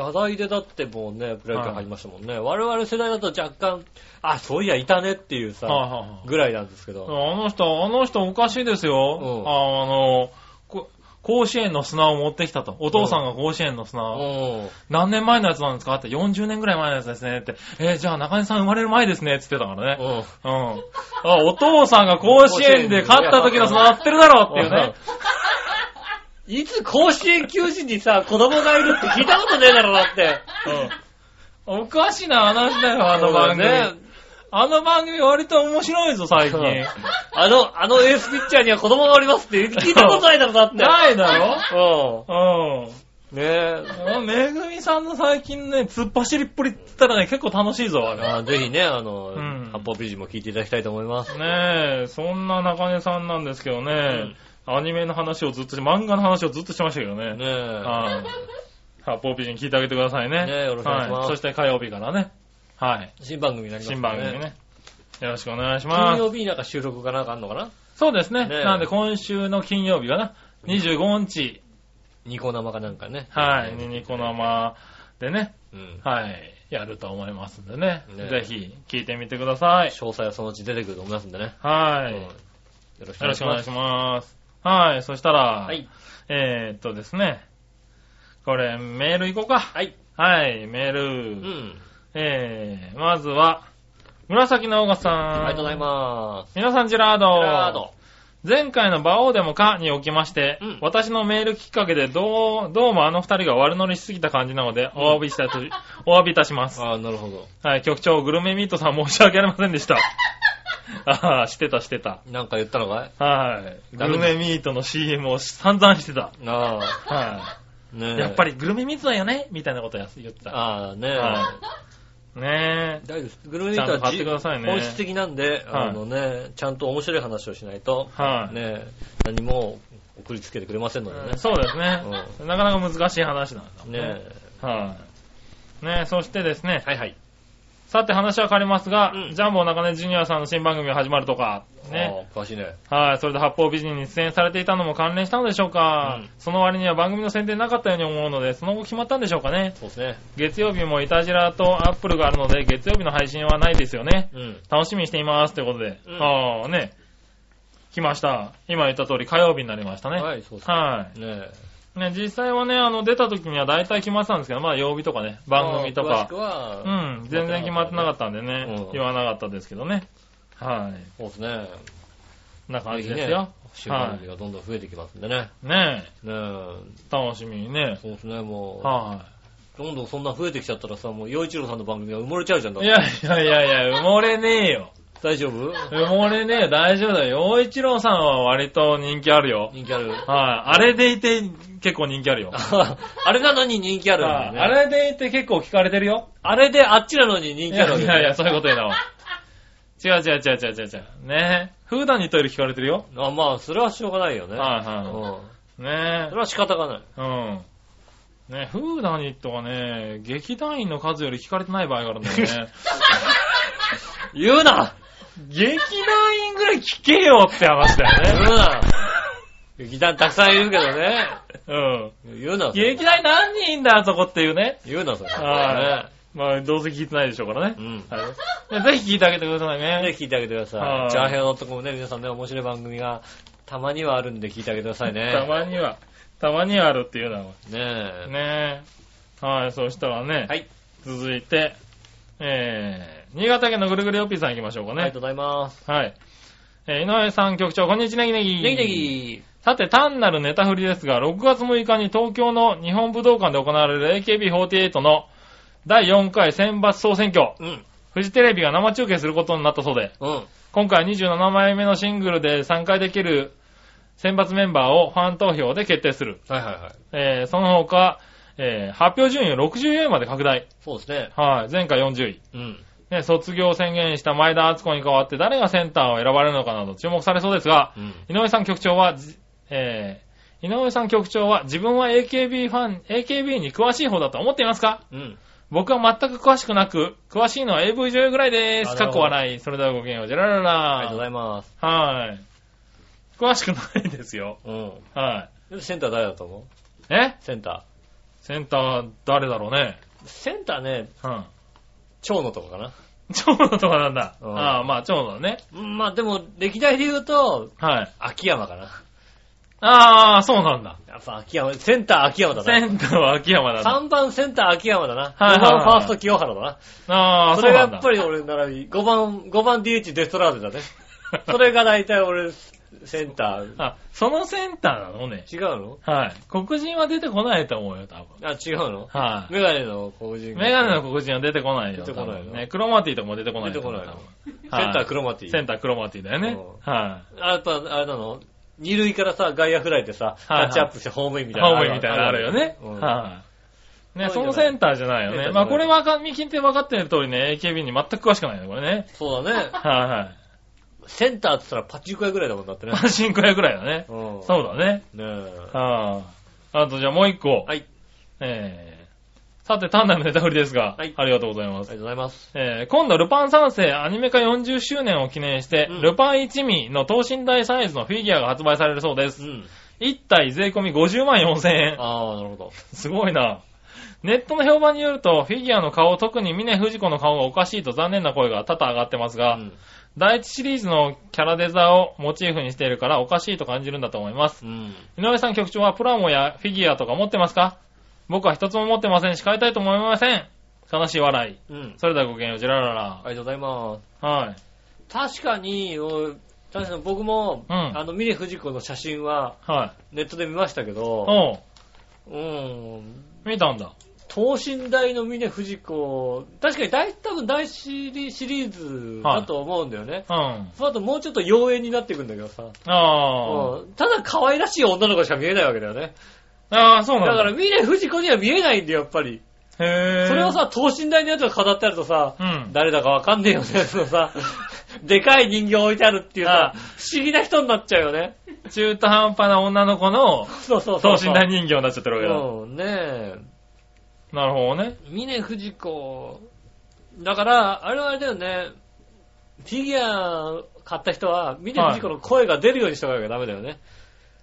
Speaker 2: 話題でだってもうね、プロ野球入りましたもんね。我々世代だと若干、あ、そういや、いたねっていう
Speaker 3: はい、
Speaker 2: さ、
Speaker 3: はい、
Speaker 2: ぐらいなんですけ
Speaker 3: あ
Speaker 2: ど。
Speaker 3: の人、あの人おかしいですよ。
Speaker 2: うん
Speaker 3: あの、こ甲子園の砂を持ってきたと。お父さんが甲子園の砂
Speaker 2: う
Speaker 3: を、
Speaker 2: ん。
Speaker 3: 何年前のやつなんですかって40年ぐらい前のやつですねって。えーじゃあ中根さん生まれる前ですねって言ってたからね。
Speaker 2: うん。
Speaker 3: うん。あ、お父さんが甲子園で勝った時の砂ってるだろっていうね。
Speaker 2: いつ甲子園球児にさ、子供がいるって聞いたことねえだろ、だって。
Speaker 3: うん。おかしな話だよ、あの番組。
Speaker 2: そうだよね
Speaker 3: あの番組割と面白いぞ、最近。
Speaker 2: あの、あのエースピッチャーには子供がおりますって聞いたことないだろ、だって。
Speaker 3: ないだろう
Speaker 2: う
Speaker 3: ん。
Speaker 2: ん。ねえ。
Speaker 3: あめぐみさんの最近ね、突っ走りっぷりって言ったらね、結構楽しいぞ、あれ。
Speaker 2: あーぜひね、あの
Speaker 3: うん、
Speaker 2: 八方美人も聞いていただきたいと思います。
Speaker 3: ねえ、そんな中根さんなんですけどね、アニメの話をずっとし、漫画の話をずっとしてましたけどね。
Speaker 2: ねえ。
Speaker 3: はい。八方美人聞いてあげてくださいね。
Speaker 2: ねえよろしくお願いします
Speaker 3: はそして火曜日からね。はい。
Speaker 2: 新番組になります
Speaker 3: 新番組ね。よろしくお願いしま
Speaker 2: 金
Speaker 3: す。
Speaker 2: 曜日になんか収録かなんかあんのかな
Speaker 3: そうですね。
Speaker 2: ねえ
Speaker 3: なんで今週の金曜日かな。25日、
Speaker 2: ニコ生かなんかね。
Speaker 3: はい、ニニコ生でね、
Speaker 2: うん。
Speaker 3: はい、やると思いますんでね。
Speaker 2: ね
Speaker 3: ぜひ、聞いてみてください。
Speaker 2: 詳細はそのうち出てくると思いますんでね。
Speaker 3: はい。
Speaker 2: うん
Speaker 3: よ
Speaker 2: よろしくお願
Speaker 3: ろ
Speaker 2: い
Speaker 3: し
Speaker 2: し
Speaker 3: くお願
Speaker 2: ま
Speaker 3: い
Speaker 2: す。
Speaker 3: します。はい、そしたら、
Speaker 2: はい。
Speaker 3: えー、っとですね、これ、メールいこうか。
Speaker 2: はい。
Speaker 3: はい、メール。
Speaker 2: うん。
Speaker 3: えー、まずは、紫のオガさ
Speaker 2: あり
Speaker 3: ん。
Speaker 2: がとうございます。
Speaker 3: 皆さん、ジェラード。
Speaker 2: ジェラード。
Speaker 3: 前回のバオーデモかにおきまして、
Speaker 2: うん
Speaker 3: 私のメールきっかけでどう、どうもあの二人が悪乗りしすぎた感じなので、お詫びしたと、お詫びいた します。
Speaker 2: ああ、なるほど。
Speaker 3: はい、局長、グルメミートさん申し訳ありません でした。ああ、してた、してた。
Speaker 2: なんか言ったのかい
Speaker 3: はい。グ
Speaker 2: ダメ
Speaker 3: ル
Speaker 2: だ
Speaker 3: メミートの CM を散々してた。
Speaker 2: ああ。
Speaker 3: は
Speaker 2: ね
Speaker 3: い。
Speaker 2: え。
Speaker 3: やっぱ
Speaker 2: り。
Speaker 3: りグルメミートだよねみたいなことや言ってた。
Speaker 2: ああ、ねえ。
Speaker 3: はねえ。
Speaker 2: 大丈夫です。グルメミートは
Speaker 3: ちゃんと買ってくださいね
Speaker 2: 本質的なんで、あのね、ちゃんと面白い話をしないと、
Speaker 3: はい。
Speaker 2: ねえ、何も送りつけてくれませんのでね。
Speaker 3: そうですね。なかなか難しい話なんだもん
Speaker 2: ねえ。
Speaker 3: はい。ねえ、そしてですね、
Speaker 2: はいはい。
Speaker 3: さて話は変わりますが、
Speaker 2: うん
Speaker 3: ジャンボ中根ジュニアさんの新番組が始まるとか、ね。
Speaker 2: ああ。詳しいね。
Speaker 3: はい、それで八方美人に出演されていたのも関連したのでしょうか、
Speaker 2: うん
Speaker 3: その割には番組の宣伝なかったように思うので、その後決まったんでしょうかね。
Speaker 2: そうですね。
Speaker 3: 月曜日もイタジラとアップルがあるので、月曜日の配信はないですよね。
Speaker 2: うん。
Speaker 3: 楽しみにしています。ということで。
Speaker 2: うん
Speaker 3: ああ、ね。来ました。今言った通り火曜日になりましたね。
Speaker 2: はい、そうですね。
Speaker 3: は
Speaker 2: ねえ。
Speaker 3: い。ね、実際はね、あの、出た時には大体決まってたんですけど、まあ曜日とかね、番組と
Speaker 2: まあ詳し
Speaker 3: か
Speaker 2: く。は、
Speaker 3: うん、全然決まってなか
Speaker 2: っ
Speaker 3: ったんでね
Speaker 2: うん、
Speaker 3: 言わなかったですけどね。はい。
Speaker 2: た。そうですね。
Speaker 3: こんな感じです
Speaker 2: ぜ
Speaker 3: よ。
Speaker 2: ひね。週刊誌がどんどん増えてきますんでね。
Speaker 3: ね
Speaker 2: ねえ。
Speaker 3: え、楽しみにね。
Speaker 2: そうですね、もう。
Speaker 3: は
Speaker 2: どんどんそんな増えてきちゃったらさ、もう、洋一郎さんの番組が埋もれちゃうじゃん。だっ
Speaker 3: い。い
Speaker 2: て
Speaker 3: やいやいやいや、埋もれねえよ。
Speaker 2: 大丈夫
Speaker 3: 埋もれねえよ、大丈夫だよ。洋一郎さんは割と人気あるよ。
Speaker 2: 人気ある。
Speaker 3: はい。あれでいて結構人気あるよ。
Speaker 2: あれなのに人気あるんだよね。
Speaker 3: あれでいて結構聞かれてるよ。
Speaker 2: あれであっちなのに人
Speaker 3: い
Speaker 2: 気あ
Speaker 3: や
Speaker 2: るわけ
Speaker 3: い
Speaker 2: だ
Speaker 3: やい
Speaker 2: よ
Speaker 3: や、そういうことやな。違う違う違う違う違う違う。ね普段にトイレ聞かれてるよ。
Speaker 2: あまあ、それはしょうがないよね。
Speaker 3: はい
Speaker 2: うん。
Speaker 3: はいう
Speaker 2: そ
Speaker 3: ね
Speaker 2: れは仕方がない。
Speaker 3: うん。ね、フーダニットがね、劇団員の数より聞かれてない場合があるんだよ ね。
Speaker 2: 言うな
Speaker 3: 劇団員ぐらい聞けよって話だ
Speaker 2: 言う
Speaker 3: よね。
Speaker 2: な劇団たくさんいるけどね。
Speaker 3: うん。
Speaker 2: 言うな、それ
Speaker 3: 劇団員何人いんだ、あそこっていうね。
Speaker 2: 言うな、それ。
Speaker 3: はいまあ、どうせ聞いてないでしょうからね
Speaker 2: ね。う。ん。
Speaker 3: はいぜひ聞いてあげてください
Speaker 2: ね
Speaker 3: ね。
Speaker 2: 聞いてあげてくださ。
Speaker 3: はいい
Speaker 2: チャーヘンの男もね、皆さんね、面白い番組がたまにはあるんで聞いてあげてくださいね。
Speaker 3: たまには、たまにはあるっていうのは。
Speaker 2: ねえ。
Speaker 3: ねえ。はい、そしたらね、
Speaker 2: はい。
Speaker 3: 続いて、えー、新潟県のぐるぐるよっぴーさん行きましょうか
Speaker 2: ありが
Speaker 3: ね
Speaker 2: とう。ございます。
Speaker 3: はい。えー、井上さん局長、こんにちは、ネギネギ。
Speaker 2: ネギネギ
Speaker 3: さて、単なるネタ振りですが、6月6日に東京の日本武道館で行われる AKB48 の第4回選抜総選挙、
Speaker 2: うん。
Speaker 3: フジテレビが生中継することになったそうで、
Speaker 2: うん。
Speaker 3: 今回27枚目のシングルで参加できる選抜メンバーをファン投票で決定する。
Speaker 2: はいはいはい。
Speaker 3: えー、その他、えー、発表順位を64位まで拡大。
Speaker 2: そうですね。
Speaker 3: はい、前回40位。
Speaker 2: うん。
Speaker 3: ね、卒業を宣言した前田敦子に代わって誰がセンターを選ばれるのかなど注目されそうですが、
Speaker 2: うん。
Speaker 3: 井上さん局長はじ、えー、井上さん局長は自分は AKB ファン、AKB に詳しい方だと思っていますか
Speaker 2: うん。
Speaker 3: 僕は全く詳しくなく、詳しいのは AV 女優ぐらいで
Speaker 2: あ
Speaker 3: す。
Speaker 2: な
Speaker 3: か
Speaker 2: る
Speaker 3: っ
Speaker 2: ほど
Speaker 3: こ笑い。それではごきげんよう。じゃらら
Speaker 2: ありがとうござ
Speaker 3: ら
Speaker 2: います。
Speaker 3: はい。詳しくないですよ。
Speaker 2: うん。
Speaker 3: は
Speaker 2: でセンター誰だと思う
Speaker 3: い。え
Speaker 2: センタ
Speaker 3: センター誰だろうね。
Speaker 2: ー。センターね、
Speaker 3: うん。
Speaker 2: 蝶野とかかな。
Speaker 3: 長野とかなんだ。
Speaker 2: うん
Speaker 3: ああ、まあ長野だね。
Speaker 2: うんまあでも、歴代で言うと、
Speaker 3: はい。
Speaker 2: 秋山かな。
Speaker 3: ああ、そうなんだ。
Speaker 2: やっぱ秋山、センター秋山だ
Speaker 3: セ
Speaker 2: な。
Speaker 3: ンターは秋山だな。
Speaker 2: 3番センター秋山だな。
Speaker 3: は
Speaker 2: 5
Speaker 3: いはいはい
Speaker 2: 番ファースト清原だな。
Speaker 3: ああ、
Speaker 2: そ
Speaker 3: そ
Speaker 2: れ
Speaker 3: う
Speaker 2: がや
Speaker 3: なん
Speaker 2: っ
Speaker 3: だ
Speaker 2: ぱ。り俺並び、5番、5番 DH デストラーデだね。それが大体俺、センター。
Speaker 3: あ、そのセンターなのね。
Speaker 2: 違うの
Speaker 3: はい。黒人は出てこないと思うよ、多分。
Speaker 2: あ、違うの
Speaker 3: はい。
Speaker 2: メガネの工人
Speaker 3: メガネの黒人は出てこないよ。
Speaker 2: 出てこないよ
Speaker 3: 多分ね。クロマティとかも出てこない
Speaker 2: 出
Speaker 3: と
Speaker 2: てこ
Speaker 3: 思う。
Speaker 2: ないの。セン
Speaker 3: はい
Speaker 2: タークロマティ。
Speaker 3: センタークロマティだよね。は
Speaker 2: あやっぱ、あれなの二塁からさ、外野フライでさ、タ
Speaker 3: はいはい
Speaker 2: ッチアップしてホームイン
Speaker 3: い。
Speaker 2: みたいな
Speaker 3: ハ
Speaker 2: のあ
Speaker 3: ーウ
Speaker 2: る。
Speaker 3: ェイみたいなのあるよね。
Speaker 2: うん
Speaker 3: はい。ね、
Speaker 2: そ
Speaker 3: そう
Speaker 2: じゃない
Speaker 3: のセンターじゃないよ
Speaker 2: センターじゃな
Speaker 3: ね。
Speaker 2: い
Speaker 3: まあこれはか、みきんって分かってる通りね、AKB に全く詳しくないね、これね。
Speaker 2: そうだね。
Speaker 3: はいはい。
Speaker 2: センターって言ったらパチンコ屋ぐらいだもんだってね。
Speaker 3: パチンコ屋ぐらいだね。
Speaker 2: うん
Speaker 3: そうだね。
Speaker 2: ねえ。
Speaker 3: はあ。あとじゃあもう一個。
Speaker 2: はい。
Speaker 3: えー、さて単なるネタ振りですが、
Speaker 2: はい
Speaker 3: ありがとうござい
Speaker 2: あ
Speaker 3: ま
Speaker 2: りが
Speaker 3: す。
Speaker 2: とうございます。
Speaker 3: えー、今度ルパン三世アニメ化40周年を記念して、
Speaker 2: うん
Speaker 3: ルパン一味の等身大サイズのフィギュアが発売されるそうで
Speaker 2: う
Speaker 3: す。
Speaker 2: ん。
Speaker 3: 1体税込み50万4000円。
Speaker 2: ああ、なるほど。
Speaker 3: すごいな。ネットの評判によると、フィギュアの顔、特に峰不二子の顔がおかしいと残念な声が多々上がってますが、
Speaker 2: うん
Speaker 3: 第一シリーズのキャラデザをモチーフにしているからおかしいと感じるんだと思います。
Speaker 2: うん。
Speaker 3: 井上さん局長はプラモやフィギュアとか持ってますか僕は一つも持ってませんし、買いたいと思いません。悲しい笑
Speaker 2: うん
Speaker 3: い。。それではごきげんよう、ジェララ
Speaker 2: ありがとうございます。
Speaker 3: ラ。はい。
Speaker 2: 確かに、お確かに僕も、
Speaker 3: うん
Speaker 2: あの、ミレフジコの写真は
Speaker 3: はい。
Speaker 2: ネットで見ましたけど、
Speaker 3: おう、
Speaker 2: うん、
Speaker 3: 見たんだ。
Speaker 2: 等身大のミレフジコ、確かに大、多分大シリシリーズだと思うんだよね。
Speaker 3: うん。あ
Speaker 2: そうだともうちょっと妖艶になっていくんだけどさ、
Speaker 3: あー。
Speaker 2: うんただ可愛らしい女の子しか見えないわけだよね。
Speaker 3: ああ、そう
Speaker 2: だ
Speaker 3: なんだ。
Speaker 2: からミレフジコには見えないんだよ、やっぱり。
Speaker 3: へえ。
Speaker 2: それを、さ、等身大のやつが飾ってあるとさ、
Speaker 3: うん
Speaker 2: 誰だかわかんねえよね、その さ、でかい人形置いてあるっていうさ
Speaker 3: あ、
Speaker 2: 不思議な人になっちゃうよね。
Speaker 3: 中途半端な女の子の
Speaker 2: そうそうそう。
Speaker 3: 等身大人形になっちゃってるわけだ。
Speaker 2: うん、ねえ。
Speaker 3: なるほどね。
Speaker 2: 峰不二子。だから、あれはあれだよね。フィギュア買った人は、峰不二子の声が出るようにしとかなきゃダメだよね。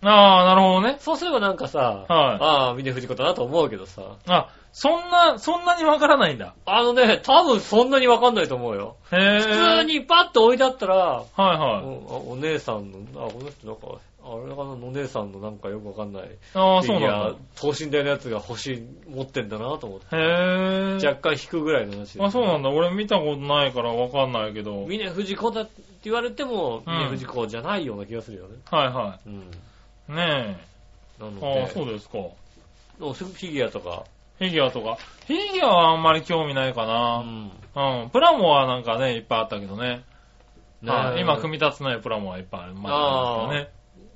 Speaker 3: ああ、なるほどね。
Speaker 2: そうすればなんかさ、ああ、峰不二子だなと思うけどさ。
Speaker 3: あ、そんな、そんなにわからないんだ。
Speaker 2: あのね、多分そんなにわかんないと思うよ。
Speaker 3: へえ。
Speaker 2: 普通。にパッと置いてあったら、
Speaker 3: はいはい。
Speaker 2: おあお姉さんの、あ、この人なんか、あれかな、お姉さんのなんかよくわかんない。
Speaker 3: ああ、そうなん
Speaker 2: フィ
Speaker 3: だ
Speaker 2: ギュア。等身大のやつが欲しい、持ってんだなと思って。
Speaker 3: へえ。
Speaker 2: 若干引くぐらいの話
Speaker 3: あ、そうなん
Speaker 2: だ。
Speaker 3: だ。俺見たことないからわかんないけど。はい
Speaker 2: 峰不二子だって言われても、
Speaker 3: うん
Speaker 2: 峰不二子じゃないような気がするよね。
Speaker 3: は
Speaker 2: うん。
Speaker 3: い。ねえ。
Speaker 2: なの
Speaker 3: ああ、
Speaker 2: で、
Speaker 3: そうですか。
Speaker 2: おフィギュアとか、
Speaker 3: フィギュアとか。フィギュアはあんまり興味ないか
Speaker 2: う
Speaker 3: な。
Speaker 2: ん。
Speaker 3: うん。プラモはなんかね、いっぱいあったけどね。
Speaker 2: ねえ
Speaker 3: はい今、組み立つないプラモはいっぱいある。ま
Speaker 2: ああ
Speaker 3: ね。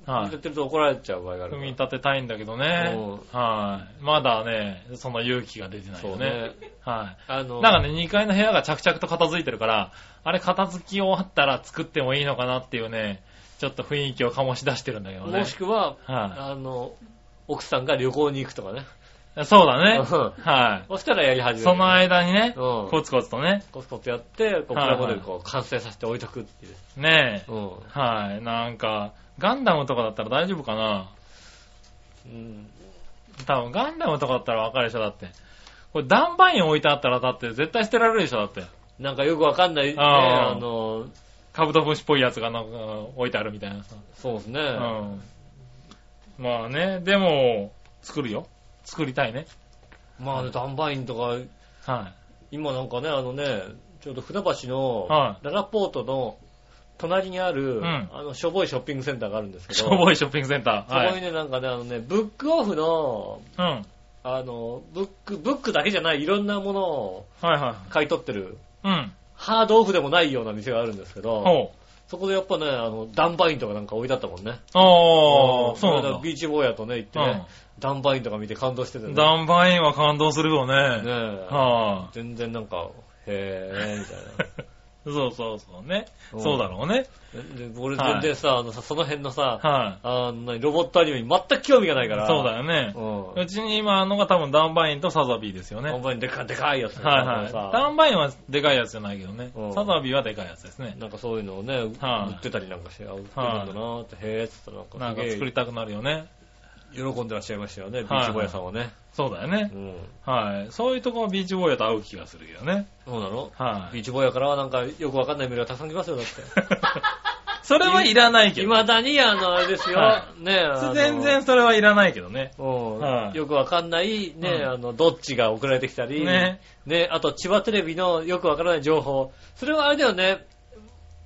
Speaker 3: はい
Speaker 2: 入れてると怒られちゃう場合があるから。
Speaker 3: 組み立てたいんだけどね
Speaker 2: うん。
Speaker 3: はい。まだね、その勇気が出てない
Speaker 2: そ
Speaker 3: よ
Speaker 2: う
Speaker 3: ね。
Speaker 2: ね。
Speaker 3: は
Speaker 2: あ
Speaker 3: い。
Speaker 2: の、
Speaker 3: なんかね、2階の部屋が着々と片付いてるから、あれ片付き終わったら作ってもいいのかなっていうね、ちょっと雰囲気を醸し出してるんだけどね
Speaker 2: も。しくは、
Speaker 3: は
Speaker 2: あの、奥さんが旅行に行くとかね。
Speaker 3: い。そう だね。
Speaker 2: うん
Speaker 3: は
Speaker 2: そしたらやり始
Speaker 3: い。
Speaker 2: める。
Speaker 3: その間にね、
Speaker 2: うん
Speaker 3: コツコツとね、
Speaker 2: コツコツやって、こうプラモデルこう完成させて置いとくっていう。
Speaker 3: ねえ。
Speaker 2: うん。
Speaker 3: はい。なんか、ガンダムとかだったら大丈夫かな
Speaker 2: うん
Speaker 3: 多分ガンダムとかだったらわかるでしょ、だって。これ、ダンバイン置いてあったら、だって絶対捨てられるでしょ、だって。
Speaker 2: なんかよくわかんないね、
Speaker 3: あ
Speaker 2: あ
Speaker 3: あ
Speaker 2: の、
Speaker 3: カブトムシっぽいやつがなんか置いてあるみたいなさ。
Speaker 2: そうですね。
Speaker 3: うん。まあね、でも、作るよ。作りたいね。
Speaker 2: まあね、ダンバインとか、
Speaker 3: は
Speaker 2: 今なんかね、あのね、ちょうど船橋の、
Speaker 3: は
Speaker 2: ララポートの隣にある、
Speaker 3: うん
Speaker 2: あの、しょぼいショッピングセンターがあるんですけ
Speaker 3: い。
Speaker 2: ど、
Speaker 3: しょぼ
Speaker 2: い。
Speaker 3: いショッピングセンター。
Speaker 2: そこ
Speaker 3: は
Speaker 2: に
Speaker 3: い。
Speaker 2: ね、なんかね、あのね、ブックオフの、
Speaker 3: うん。はい
Speaker 2: あの、ブック、ブックだけじゃない、いろんなものを
Speaker 3: は
Speaker 2: 買い取ってる、
Speaker 3: い。うん。
Speaker 2: ハードオフでもないような店があるんですけど、
Speaker 3: ほう。
Speaker 2: そこでやっぱね、あの、ダンバインとかなんか置いてあったもんね。
Speaker 3: ああ、そうな
Speaker 2: この
Speaker 3: ん
Speaker 2: 間
Speaker 3: だ。
Speaker 2: ビーチ坊やとね、行ってね、ダンバインとか見て感動してて
Speaker 3: う
Speaker 2: ね。
Speaker 3: ん。ダンバインは感動するよ
Speaker 2: ね
Speaker 3: ね。
Speaker 2: え
Speaker 3: は
Speaker 2: 全然なんか、へえ、みたいな。
Speaker 3: い。そうそうそうね。
Speaker 2: うん
Speaker 3: そうだろうね。
Speaker 2: で俺全然さ、あのさ、その辺のさ、
Speaker 3: は
Speaker 2: あの、何ロボットアニメに全く興味がない
Speaker 3: い。
Speaker 2: から。
Speaker 3: そうだよね。
Speaker 2: う。
Speaker 3: うんちに今あんのが多分ダンバインとサザビーですよ
Speaker 2: ね、
Speaker 3: ね。は
Speaker 2: 本番にでか、でかいやつ
Speaker 3: い
Speaker 2: とか
Speaker 3: はい。ダ
Speaker 2: さ、
Speaker 3: ンバインはでかいやつじゃないけどね
Speaker 2: う。ん
Speaker 3: サザビーはでかいやつですね。
Speaker 2: なんかそういうのをね、売
Speaker 3: はい
Speaker 2: ってたりなんかして、あ売ってたんだなーって、へえっつったら
Speaker 3: な
Speaker 2: なんん
Speaker 3: か
Speaker 2: かす
Speaker 3: 作
Speaker 2: げえ
Speaker 3: りたくなるよね。
Speaker 2: 喜んでらっしゃいましたよね、ビ
Speaker 3: はい
Speaker 2: ーチボヤさんはね。
Speaker 3: そうだよね
Speaker 2: う。ん。
Speaker 3: はい。そういうとこはビーチボーイヤと合う気がするけどね。
Speaker 2: そうなの
Speaker 3: はい
Speaker 2: ビー。チボヤからはなんかよくわかんないメールがたくさん来ますよ、だって。
Speaker 3: それはいらないけど。
Speaker 2: 未だにあの、あれですよ
Speaker 3: は、
Speaker 2: ねえあの
Speaker 3: 全然それはいらないけどね。
Speaker 2: うん
Speaker 3: はい
Speaker 2: よくわかんない、ね、
Speaker 3: うん
Speaker 2: あの、どっちが送られてきたり、
Speaker 3: ね
Speaker 2: ねあと千葉テレビのよくわからない情報、それはあれだよね、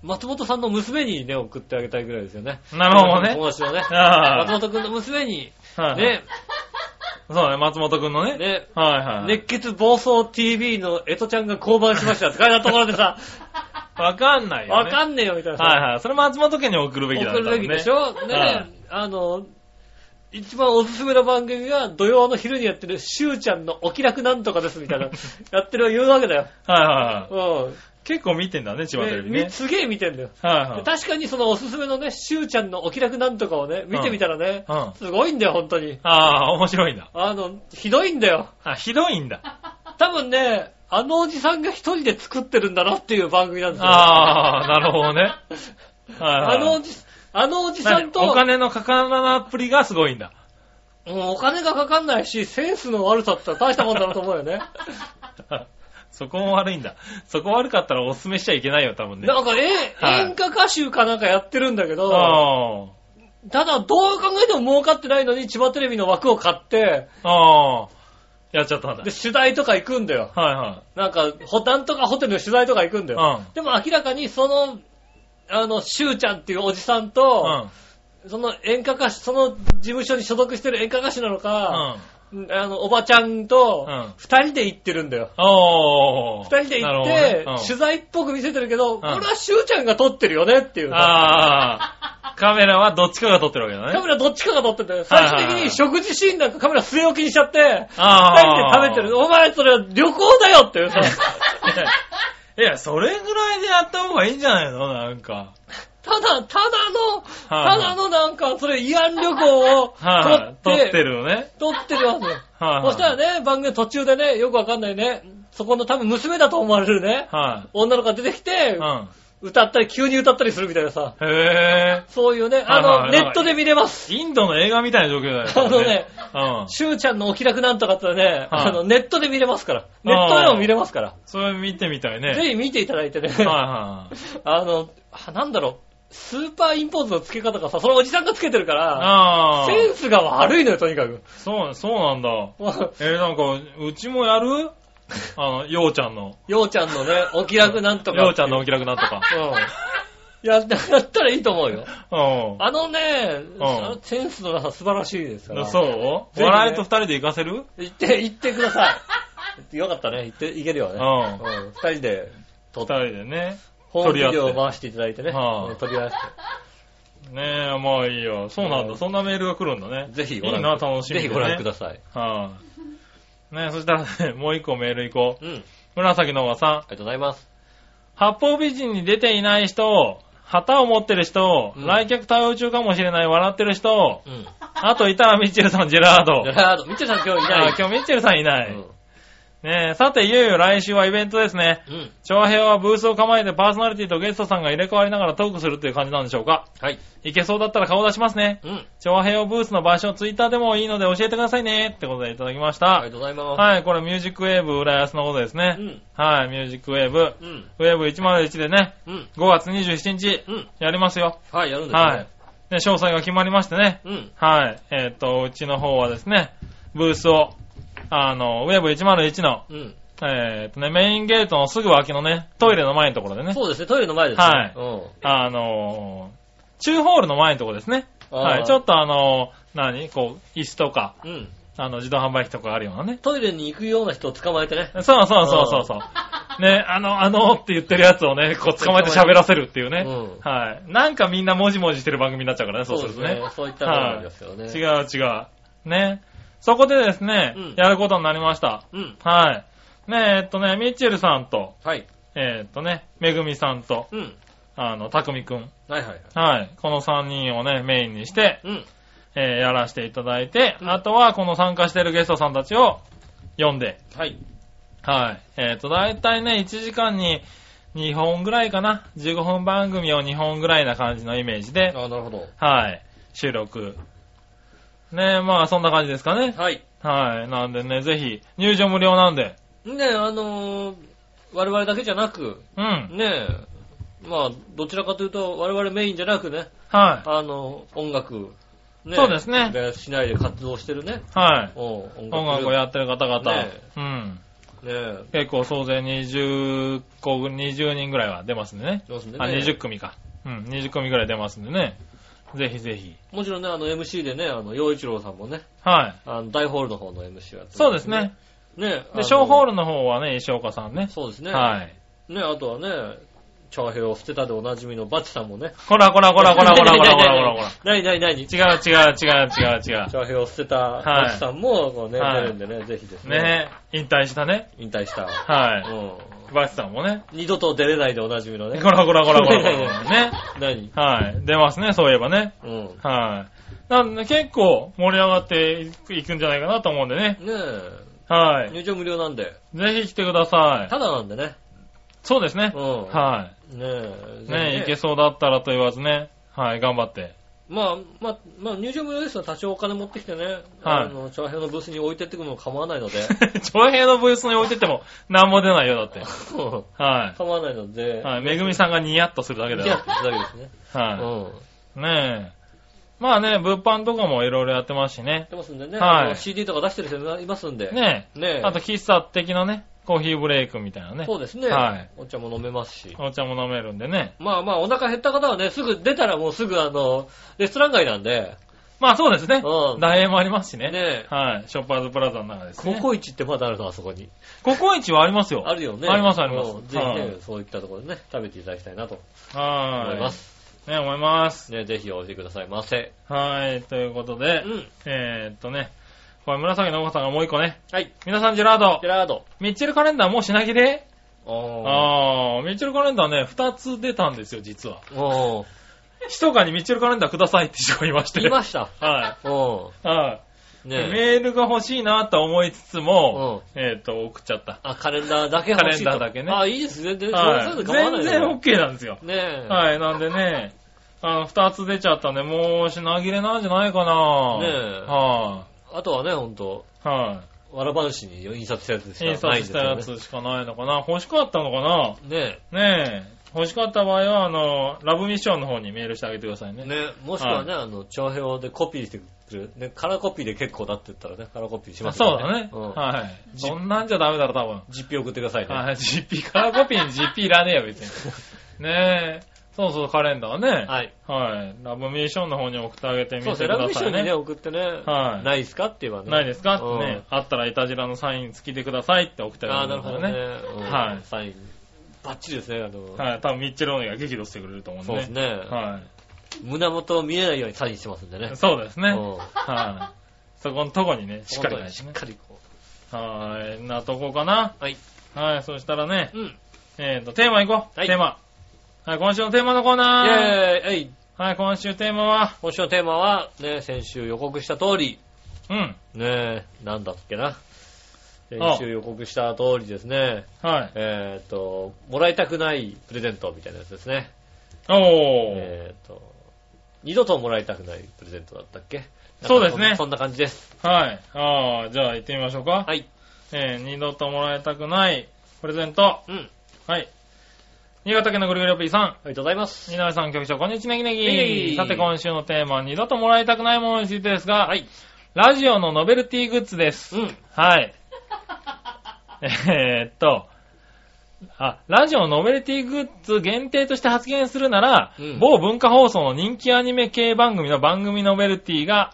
Speaker 2: 松本さんの娘にね、送ってあげたいぐらいですよね。
Speaker 3: なるほどね
Speaker 2: 友達のね。
Speaker 3: ああ
Speaker 2: 松本くんの娘に、
Speaker 3: はいはい。
Speaker 2: ね、
Speaker 3: そうだね、松本くんのね。
Speaker 2: ね、
Speaker 3: はいはい。
Speaker 2: 熱血暴走 TV のエトちゃんが降板しましたって書いてあったところでさ、
Speaker 3: わかん ないよね。
Speaker 2: わかんねえよみたいなさ、
Speaker 3: はいはい。それ松本家に送るべきだね
Speaker 2: 送るべきでしょ、
Speaker 3: 多分
Speaker 2: ね、
Speaker 3: はい
Speaker 2: あの、一番おすすめの番組が土曜の昼にやってるしゅうちゃんのお気楽なんとかですみたい な、やってる言うわけだよ。
Speaker 3: はいはいは
Speaker 2: うん。
Speaker 3: い。結構見てんだね、千葉テレビ
Speaker 2: ね
Speaker 3: ね
Speaker 2: み。すげえ見てんだよ。
Speaker 3: はいは
Speaker 2: で。
Speaker 3: い
Speaker 2: 確かにそのおすすめのね、しゅうちゃんのお気楽なんとかをね、見てみたらね、
Speaker 3: うんうん
Speaker 2: すごいんだよ、本当に。
Speaker 3: ああ、面白いんだ。
Speaker 2: あの、ひどいんだよ。
Speaker 3: あ、ひどいんだ。
Speaker 2: 多分ね、あのおじさんが一人で作ってるんだなっていう番組なんですよ。
Speaker 3: ああ、なるほどね。はいはい
Speaker 2: あのおじ、あのおじさんと、
Speaker 3: お金のかからなっぷりがすごいんだ。
Speaker 2: もうお金がかかんないし、センスの悪さって大したもんだなと思うよね。
Speaker 3: そこも悪いんだ。そこ悪かったらおすすめしちゃいけないよ、多 分ね。
Speaker 2: なんか、え、
Speaker 3: はい
Speaker 2: 演歌歌手かなんかやってるんだけど、
Speaker 3: ああ。
Speaker 2: ただどう考えても儲かってないのに千葉テレビの枠を買って、
Speaker 3: ああ。やっちゃったんだ。
Speaker 2: で、取材とか行くんだよ。
Speaker 3: はいは
Speaker 2: なんか、ホタンとかホテルの取材とか行くんだよ。
Speaker 3: うん
Speaker 2: でも明らかにその、あの、しゅうちゃんっていうおじさんと、
Speaker 3: い。
Speaker 2: その演歌歌手、その事務所に所属してる演歌歌手なの
Speaker 3: うん。
Speaker 2: か、
Speaker 3: うん。
Speaker 2: あの、おばちゃんと
Speaker 3: うん、
Speaker 2: 二人で行ってるんだよ。
Speaker 3: おー。
Speaker 2: 二人で
Speaker 3: なる
Speaker 2: 行っ
Speaker 3: ほど
Speaker 2: て
Speaker 3: ね、うん
Speaker 2: 取材っぽく見せてるけど、これはしゅうちゃんが撮ってるよねっていう。
Speaker 3: ああ。カメラはどっちかが撮ってるわけだ
Speaker 2: カ
Speaker 3: ね。
Speaker 2: メラどっちかが撮ってて、最終的に食事シーンなんかカメラ据え置きにしちゃって、二
Speaker 3: ああ
Speaker 2: 人で食べてる。お前それは旅行だよっていうさ。
Speaker 3: いや、それぐらいでやった方がいいんじゃないのなんか。
Speaker 2: ただ、ただの、
Speaker 3: は
Speaker 2: た
Speaker 3: い
Speaker 2: だのなんか、それ慰安旅行を
Speaker 3: はい。
Speaker 2: 撮
Speaker 3: 撮
Speaker 2: っ、
Speaker 3: っててるよね。
Speaker 2: 撮ってるわけよ。
Speaker 3: はい。
Speaker 2: そしたらね、番組途中でね、よくわかんないね、そこの多分娘だと思われるね、
Speaker 3: は
Speaker 2: 女の子が出てき
Speaker 3: い。
Speaker 2: て
Speaker 3: う、ん。
Speaker 2: 歌ったり、急に歌ったりするみたいなさ、
Speaker 3: へえ。
Speaker 2: そういうね、あ
Speaker 3: はいは
Speaker 2: の、
Speaker 3: い
Speaker 2: ネットで見れます。
Speaker 3: インドの映画みたいな状 況だよね。多分うん。
Speaker 2: しゅうちゃんのお気楽なんとかってね、
Speaker 3: はい
Speaker 2: あの、ネットで見れますから。ネットでも見れますから。
Speaker 3: それ見て みたいね。
Speaker 2: ぜひ見ていただいてね。
Speaker 3: はいはいはい。
Speaker 2: あの、あなんだろう、スーパーインポーズの付け方がさ、そのおじさんが付けてるから、
Speaker 3: ああ。
Speaker 2: センスが悪いのよ、とにかく。
Speaker 3: そう、そうなんだ。
Speaker 2: まあ
Speaker 3: えーなんか、うちも やるあの、ようちゃんの。
Speaker 2: ようちゃんの ね、お気楽なんとか。
Speaker 3: ようちゃんのお気楽なんと か。
Speaker 2: うん。やったやったらいいと思うよ。
Speaker 3: う
Speaker 2: あのね、センスのなさ素晴らしいですから。
Speaker 3: ん。
Speaker 2: う。
Speaker 3: そう
Speaker 2: ぜひね
Speaker 3: 笑いと二人で行かせる
Speaker 2: 行って、行ってください。よかったね。行って、行けるよ
Speaker 3: う
Speaker 2: ね。
Speaker 3: ん。
Speaker 2: うん。二人で、
Speaker 3: 二
Speaker 2: 撮っ
Speaker 3: 人でね。
Speaker 2: ホームビデ
Speaker 3: 取り合っ
Speaker 2: オを
Speaker 3: て
Speaker 2: 回していただいてね。
Speaker 3: はあ
Speaker 2: うん取り合わせて。
Speaker 3: ねえ、まあいいよ。そうなん
Speaker 2: う
Speaker 3: だ。
Speaker 2: ん
Speaker 3: そんなメールが来るんだね。
Speaker 2: ぜひ
Speaker 3: い
Speaker 2: ご
Speaker 3: い
Speaker 2: 覧
Speaker 3: な、
Speaker 2: くださ
Speaker 3: 楽
Speaker 2: い。
Speaker 3: しみ
Speaker 2: ぜひ
Speaker 3: でね。
Speaker 2: ご覧ください。
Speaker 3: はい。ねえ、そしたらね、もう一個メール行こう。
Speaker 2: うん。あり
Speaker 3: 紫のおばさん。
Speaker 2: がとうございます。
Speaker 3: 八方美人に出ていない人、旗を持ってる人、
Speaker 2: うん
Speaker 3: 来客対応中かもしれない笑ってる 人、
Speaker 2: うん。
Speaker 3: あといたらミッチェルさん、ジェラード。
Speaker 2: あと、みっちゃんさん今日いな
Speaker 3: あ
Speaker 2: い。
Speaker 3: 今日ミッチェルさんいない。ねえ、さて、いよいよ来週はイベントですね。
Speaker 2: うん。うん。
Speaker 3: 長平はブースを構えてパーソナリティとゲストさんが入れ替わりながらトークするっていう感じなんでしょうか
Speaker 2: はい。
Speaker 3: いけそうだったら顔出しますね。
Speaker 2: うん。
Speaker 3: 長平ブースの場所、ツイッターでもいいので教えてくださいね。ってことでいただきまし
Speaker 2: あ
Speaker 3: た
Speaker 2: りが。とうございます。
Speaker 3: はい、これミュージックウェーブ浦安のことですね
Speaker 2: う。ん。
Speaker 3: はい、ミュージックウェーブ。
Speaker 2: うん。
Speaker 3: ウェーブ101でね、
Speaker 2: うん。
Speaker 3: 5月27日、
Speaker 2: うん。
Speaker 3: やりますよ。
Speaker 2: はい、やるんですね。
Speaker 3: はい。ね、詳細が決まりましてね。
Speaker 2: うん。
Speaker 3: はい。えっ、と、うちの方はですね、ブースを、あの、ウェーブ101の、
Speaker 2: うん。
Speaker 3: えっ、とね、メインゲートのすぐ脇のね、トイレの前のところでね、
Speaker 2: そうですね、トイレの前ですね。
Speaker 3: はい
Speaker 2: うん。
Speaker 3: あのー中ホールの前のところですね。はい。ちょっ
Speaker 2: と。
Speaker 3: とあのー何こう、椅子とか、
Speaker 2: うん。
Speaker 3: あの、自動販売機とかあるようなね。
Speaker 2: トイレに行くような人を捕まえてね。
Speaker 3: そうそうそうそうそう。ね、あの、あのーって言ってるやつをね、こう捕まえて喋らせるっていうね。
Speaker 2: うん
Speaker 3: はい。なんかみんなもじもじしてる番組になっちゃうからね、そうするとね。
Speaker 2: そういったものなんですよね。
Speaker 3: 違
Speaker 2: う。
Speaker 3: う違う。ね。そこでですね、
Speaker 2: うん
Speaker 3: やることになりました。
Speaker 2: うん。
Speaker 3: はい。ねえっとね、ミッチェルさんと、
Speaker 2: はい。
Speaker 3: えっとね、めぐみさんと、
Speaker 2: うん。
Speaker 3: あの、たくみくん。
Speaker 2: はいはいはい。
Speaker 3: はい。この3人をね、メインにして、
Speaker 2: うん。
Speaker 3: えーやらせていただいて、
Speaker 2: うん
Speaker 3: あとはこの参加してるゲストさんたちを呼んで、
Speaker 2: はい。
Speaker 3: はい。えっ、と、だいたいね、1時間に2本ぐらいかな。15分番組を2本ぐらいな感じのイメージで、
Speaker 2: あなるほど。
Speaker 3: はい。収録。ねえ、まあ、そんな感じですかね。
Speaker 2: はい。
Speaker 3: はい。なんでね、ぜひ、入場無料なんで。
Speaker 2: ねあのー我々だけじゃなく、
Speaker 3: うん。
Speaker 2: ねえ、まあ、どちらかというと、我々メインじゃなくね、
Speaker 3: は
Speaker 2: あの、音楽、ね
Speaker 3: そうですね
Speaker 2: 市内で活動してるね、
Speaker 3: い。はい。
Speaker 2: おう音
Speaker 3: 音楽をやってる方々、
Speaker 2: ね
Speaker 3: うん。
Speaker 2: ねえ、
Speaker 3: 結構総勢20個、20人ぐらいは出ますんでね。
Speaker 2: どうすんで
Speaker 3: あ、
Speaker 2: ね。
Speaker 3: 20組か。うん、20組ぐらい出ますんでね。ぜひぜひ。
Speaker 2: もちろんね、あの MC でね、あの、洋一郎さんもね、
Speaker 3: はい。
Speaker 2: あの大ホールの方の MC をやってる
Speaker 3: そうですね。。
Speaker 2: ねえ、
Speaker 3: で、小ホー
Speaker 2: ル。
Speaker 3: ルの方はね、石岡さんね。
Speaker 2: そうですね。
Speaker 3: はい。
Speaker 2: ねあとはね、長平を捨てたでおなじみのバチさんもね。
Speaker 3: こらこらこらこらこらこらこらこら こら。
Speaker 2: なになになに
Speaker 3: 違う違う違う違う違
Speaker 2: 長平を捨てた
Speaker 3: い
Speaker 2: バチさんも、こうね、
Speaker 3: はい
Speaker 2: 出るんでね、ぜひです
Speaker 3: う。
Speaker 2: ね。
Speaker 3: ねえ、引退したね。
Speaker 2: 引退した。
Speaker 3: は
Speaker 2: う
Speaker 3: い。バチさんもね。
Speaker 2: ん。二度と出れないでおなじみの
Speaker 3: こ
Speaker 2: ね。
Speaker 3: らこらこらこらこら。 ね。
Speaker 2: 何
Speaker 3: はい。出ますね、そういえばね。
Speaker 2: うん。ね
Speaker 3: はい。なんで結構盛り上がっていくいくんじゃないかなと思うんでね。
Speaker 2: え、
Speaker 3: は
Speaker 2: 入場無料なんで。
Speaker 3: い。ぜひ来てください。
Speaker 2: ただなんでね。
Speaker 3: そうですね
Speaker 2: う。ん。
Speaker 3: は
Speaker 2: ねえ。
Speaker 3: い。ねえ、いけ
Speaker 2: す。
Speaker 3: そうだったらと言わずね。はい、頑張って。
Speaker 2: まあ、まあ、まあ、入場無料ですが、多少お金持ってきてね、
Speaker 3: はい
Speaker 2: あの、長平のブースに置いてってくのも構わないの で、
Speaker 3: 長平のブースに置いてっても何も出ないよ、だって。
Speaker 2: 構
Speaker 3: は
Speaker 2: わないので、
Speaker 3: い。はい。めぐみさんがニヤッとするだけだ
Speaker 2: じゃ
Speaker 3: よ。
Speaker 2: あ、だけですね。う
Speaker 3: はい。
Speaker 2: ん。
Speaker 3: ねえ。まあね、物販とかもいろいろやってますし
Speaker 2: やっ
Speaker 3: ね。
Speaker 2: てますんでね、
Speaker 3: はい
Speaker 2: あの CD とか出してる人もいますんで、
Speaker 3: ね
Speaker 2: ね
Speaker 3: え。あと、喫茶的なね、コーヒーブレイクみたいなね。
Speaker 2: そうですね、
Speaker 3: はい
Speaker 2: お茶も飲めますし、
Speaker 3: お茶も飲めるんでね。
Speaker 2: まあまあ、お腹減った方はね、すぐ出たらもうすぐあの、レストラン街なんで、
Speaker 3: まあそうですね。
Speaker 2: うん
Speaker 3: 大英もありますしね。
Speaker 2: ね
Speaker 3: はい。ショッパーズプラザの中です
Speaker 2: コ
Speaker 3: ね。
Speaker 2: コイチってまだあるの、あそこに。
Speaker 3: ココイチはありますよ。
Speaker 2: あるよね。
Speaker 3: ありますあります
Speaker 2: うんぜひね
Speaker 3: は、い
Speaker 2: そういったところでね、食べていただきたいなと
Speaker 3: はい。
Speaker 2: 思います。
Speaker 3: ね、思います。
Speaker 2: ね、ぜひおいてくださいませ。
Speaker 3: はい。ということ
Speaker 2: う
Speaker 3: で、
Speaker 2: ん。
Speaker 3: えー、っとね、これ紫のおばさんがもう一個ね。
Speaker 2: はい。
Speaker 3: 皆さん、ジェラード
Speaker 2: ジェ。ラード。
Speaker 3: ミッチェルカレンダーもう品切れ
Speaker 2: おー。
Speaker 3: あー、ミッチェルカレンダーね、二つ出たんですよ、実 は。
Speaker 2: おー。
Speaker 3: 密かにミッチェルカレンダーくださいって人がいまして。
Speaker 2: いました。
Speaker 3: は
Speaker 2: お
Speaker 3: い。は
Speaker 2: ー。
Speaker 3: い。
Speaker 2: ね
Speaker 3: メールが欲しいなと思いつつも、えっ、と、送っちゃった。
Speaker 2: あ、カレンダーだけ欲しいと
Speaker 3: カレンダーだけね
Speaker 2: あ、いいですね。全然、
Speaker 3: は
Speaker 2: そうい
Speaker 3: い。
Speaker 2: うの構わない
Speaker 3: 全
Speaker 2: で
Speaker 3: 然 OK なんですよ。
Speaker 2: ねえ。
Speaker 3: はい、なんでね、あの、二つ出ちゃったんで、もう品切れなんじゃないかな
Speaker 2: ねえ
Speaker 3: は
Speaker 2: あとはね、ほんと、
Speaker 3: い、はい、
Speaker 2: わらばんしに印刷したやつでし
Speaker 3: 印
Speaker 2: かないんで
Speaker 3: 刷し
Speaker 2: す
Speaker 3: た
Speaker 2: よ
Speaker 3: や
Speaker 2: ね。
Speaker 3: つしかないのかな欲しかったのか
Speaker 2: ね
Speaker 3: なねえ。欲しかった場合は、あの、ラブミッションの方にメールしてあげてください
Speaker 2: え。
Speaker 3: ね。
Speaker 2: ねもしくはね、あの、長編でコピーしてくる。ね、カラーコピーで結構だって言ったらね、カラーコピーし
Speaker 3: あ
Speaker 2: ますか
Speaker 3: そう
Speaker 2: ら
Speaker 3: だね。
Speaker 2: うん。
Speaker 3: はい。そんなんじゃダメだろ、多分。
Speaker 2: 実費送ってくださいね。
Speaker 3: はい、GP、カラーコピーに GP いらねえよ、別に。 ねえ。そうそう、カレンダーね。
Speaker 2: はい。
Speaker 3: はい。ラブミッションの方に送ってあげてみ
Speaker 2: そう
Speaker 3: て
Speaker 2: ですね、
Speaker 3: く
Speaker 2: ラブ
Speaker 3: だ
Speaker 2: ミッシ
Speaker 3: さ
Speaker 2: ョ
Speaker 3: い
Speaker 2: ンにね、
Speaker 3: ね。
Speaker 2: 送ってね、
Speaker 3: はい
Speaker 2: ないですかって言えばね。
Speaker 3: ないですかって
Speaker 2: うん
Speaker 3: ね。あったらイタジラのサイン付きでくださいって送って
Speaker 2: あ
Speaker 3: あ
Speaker 2: あ、
Speaker 3: げ
Speaker 2: な
Speaker 3: て
Speaker 2: る
Speaker 3: く
Speaker 2: ほど
Speaker 3: ださ
Speaker 2: ね
Speaker 3: いね。。
Speaker 2: うん
Speaker 3: はい
Speaker 2: サイン、バッチリですね、あの、
Speaker 3: はい。多分ミッチェローネが激怒してくれると思うんで
Speaker 2: そう
Speaker 3: ね。
Speaker 2: ですね。
Speaker 3: は
Speaker 2: 胸元見えないようにサインしてますんでね。
Speaker 3: そうですね。
Speaker 2: うん
Speaker 3: はい。そこのとこに ね、しっかり
Speaker 2: 本当
Speaker 3: ね
Speaker 2: にしっかりこ
Speaker 3: はい。なとこかな。
Speaker 2: う。はい。
Speaker 3: はい。そしたらね、
Speaker 2: うん。
Speaker 3: えっ、と、テーマいこう。
Speaker 2: はい
Speaker 3: テーマ。はい、今週のテーマのコー
Speaker 2: イェーイ
Speaker 3: ナー。
Speaker 2: はい。
Speaker 3: はい、今週テーマは、
Speaker 2: 今週のテーマは、ね、先週予告した通り、
Speaker 3: うん。
Speaker 2: ねえ、なんだっけな。先
Speaker 3: あ
Speaker 2: 週予告した通りですね。
Speaker 3: はい。
Speaker 2: えっ、と、もらいたくないプレゼントみたいなやつですね。
Speaker 3: おー。
Speaker 2: えっ、と、二度ともらいたくないプレゼントだったっけ
Speaker 3: そうですね
Speaker 2: なんかそんなそんな感じです。
Speaker 3: はい。あー、じゃあ行ってみましょうか。
Speaker 2: はい。
Speaker 3: えー、二度ともらいたくないプレゼント。
Speaker 2: うん。
Speaker 3: はい。新潟県のぐるぐるおぴーさん。
Speaker 2: ありがとうございます。
Speaker 3: 井上さん、局長、こんにちは、ネギ
Speaker 2: ネギ
Speaker 3: ネ
Speaker 2: ネギ
Speaker 3: ギ。さて、今週のテーマ、二度ともらいたくないものについてですが、
Speaker 2: はい。
Speaker 3: ラジオのノベルティグッズです。
Speaker 2: うん。
Speaker 3: はい。えーっと、あ、ラジオノベルティグッズ限定として発言するなら、
Speaker 2: うん
Speaker 3: 某文化放送の人気アニメ系番組の番組ノベルティが、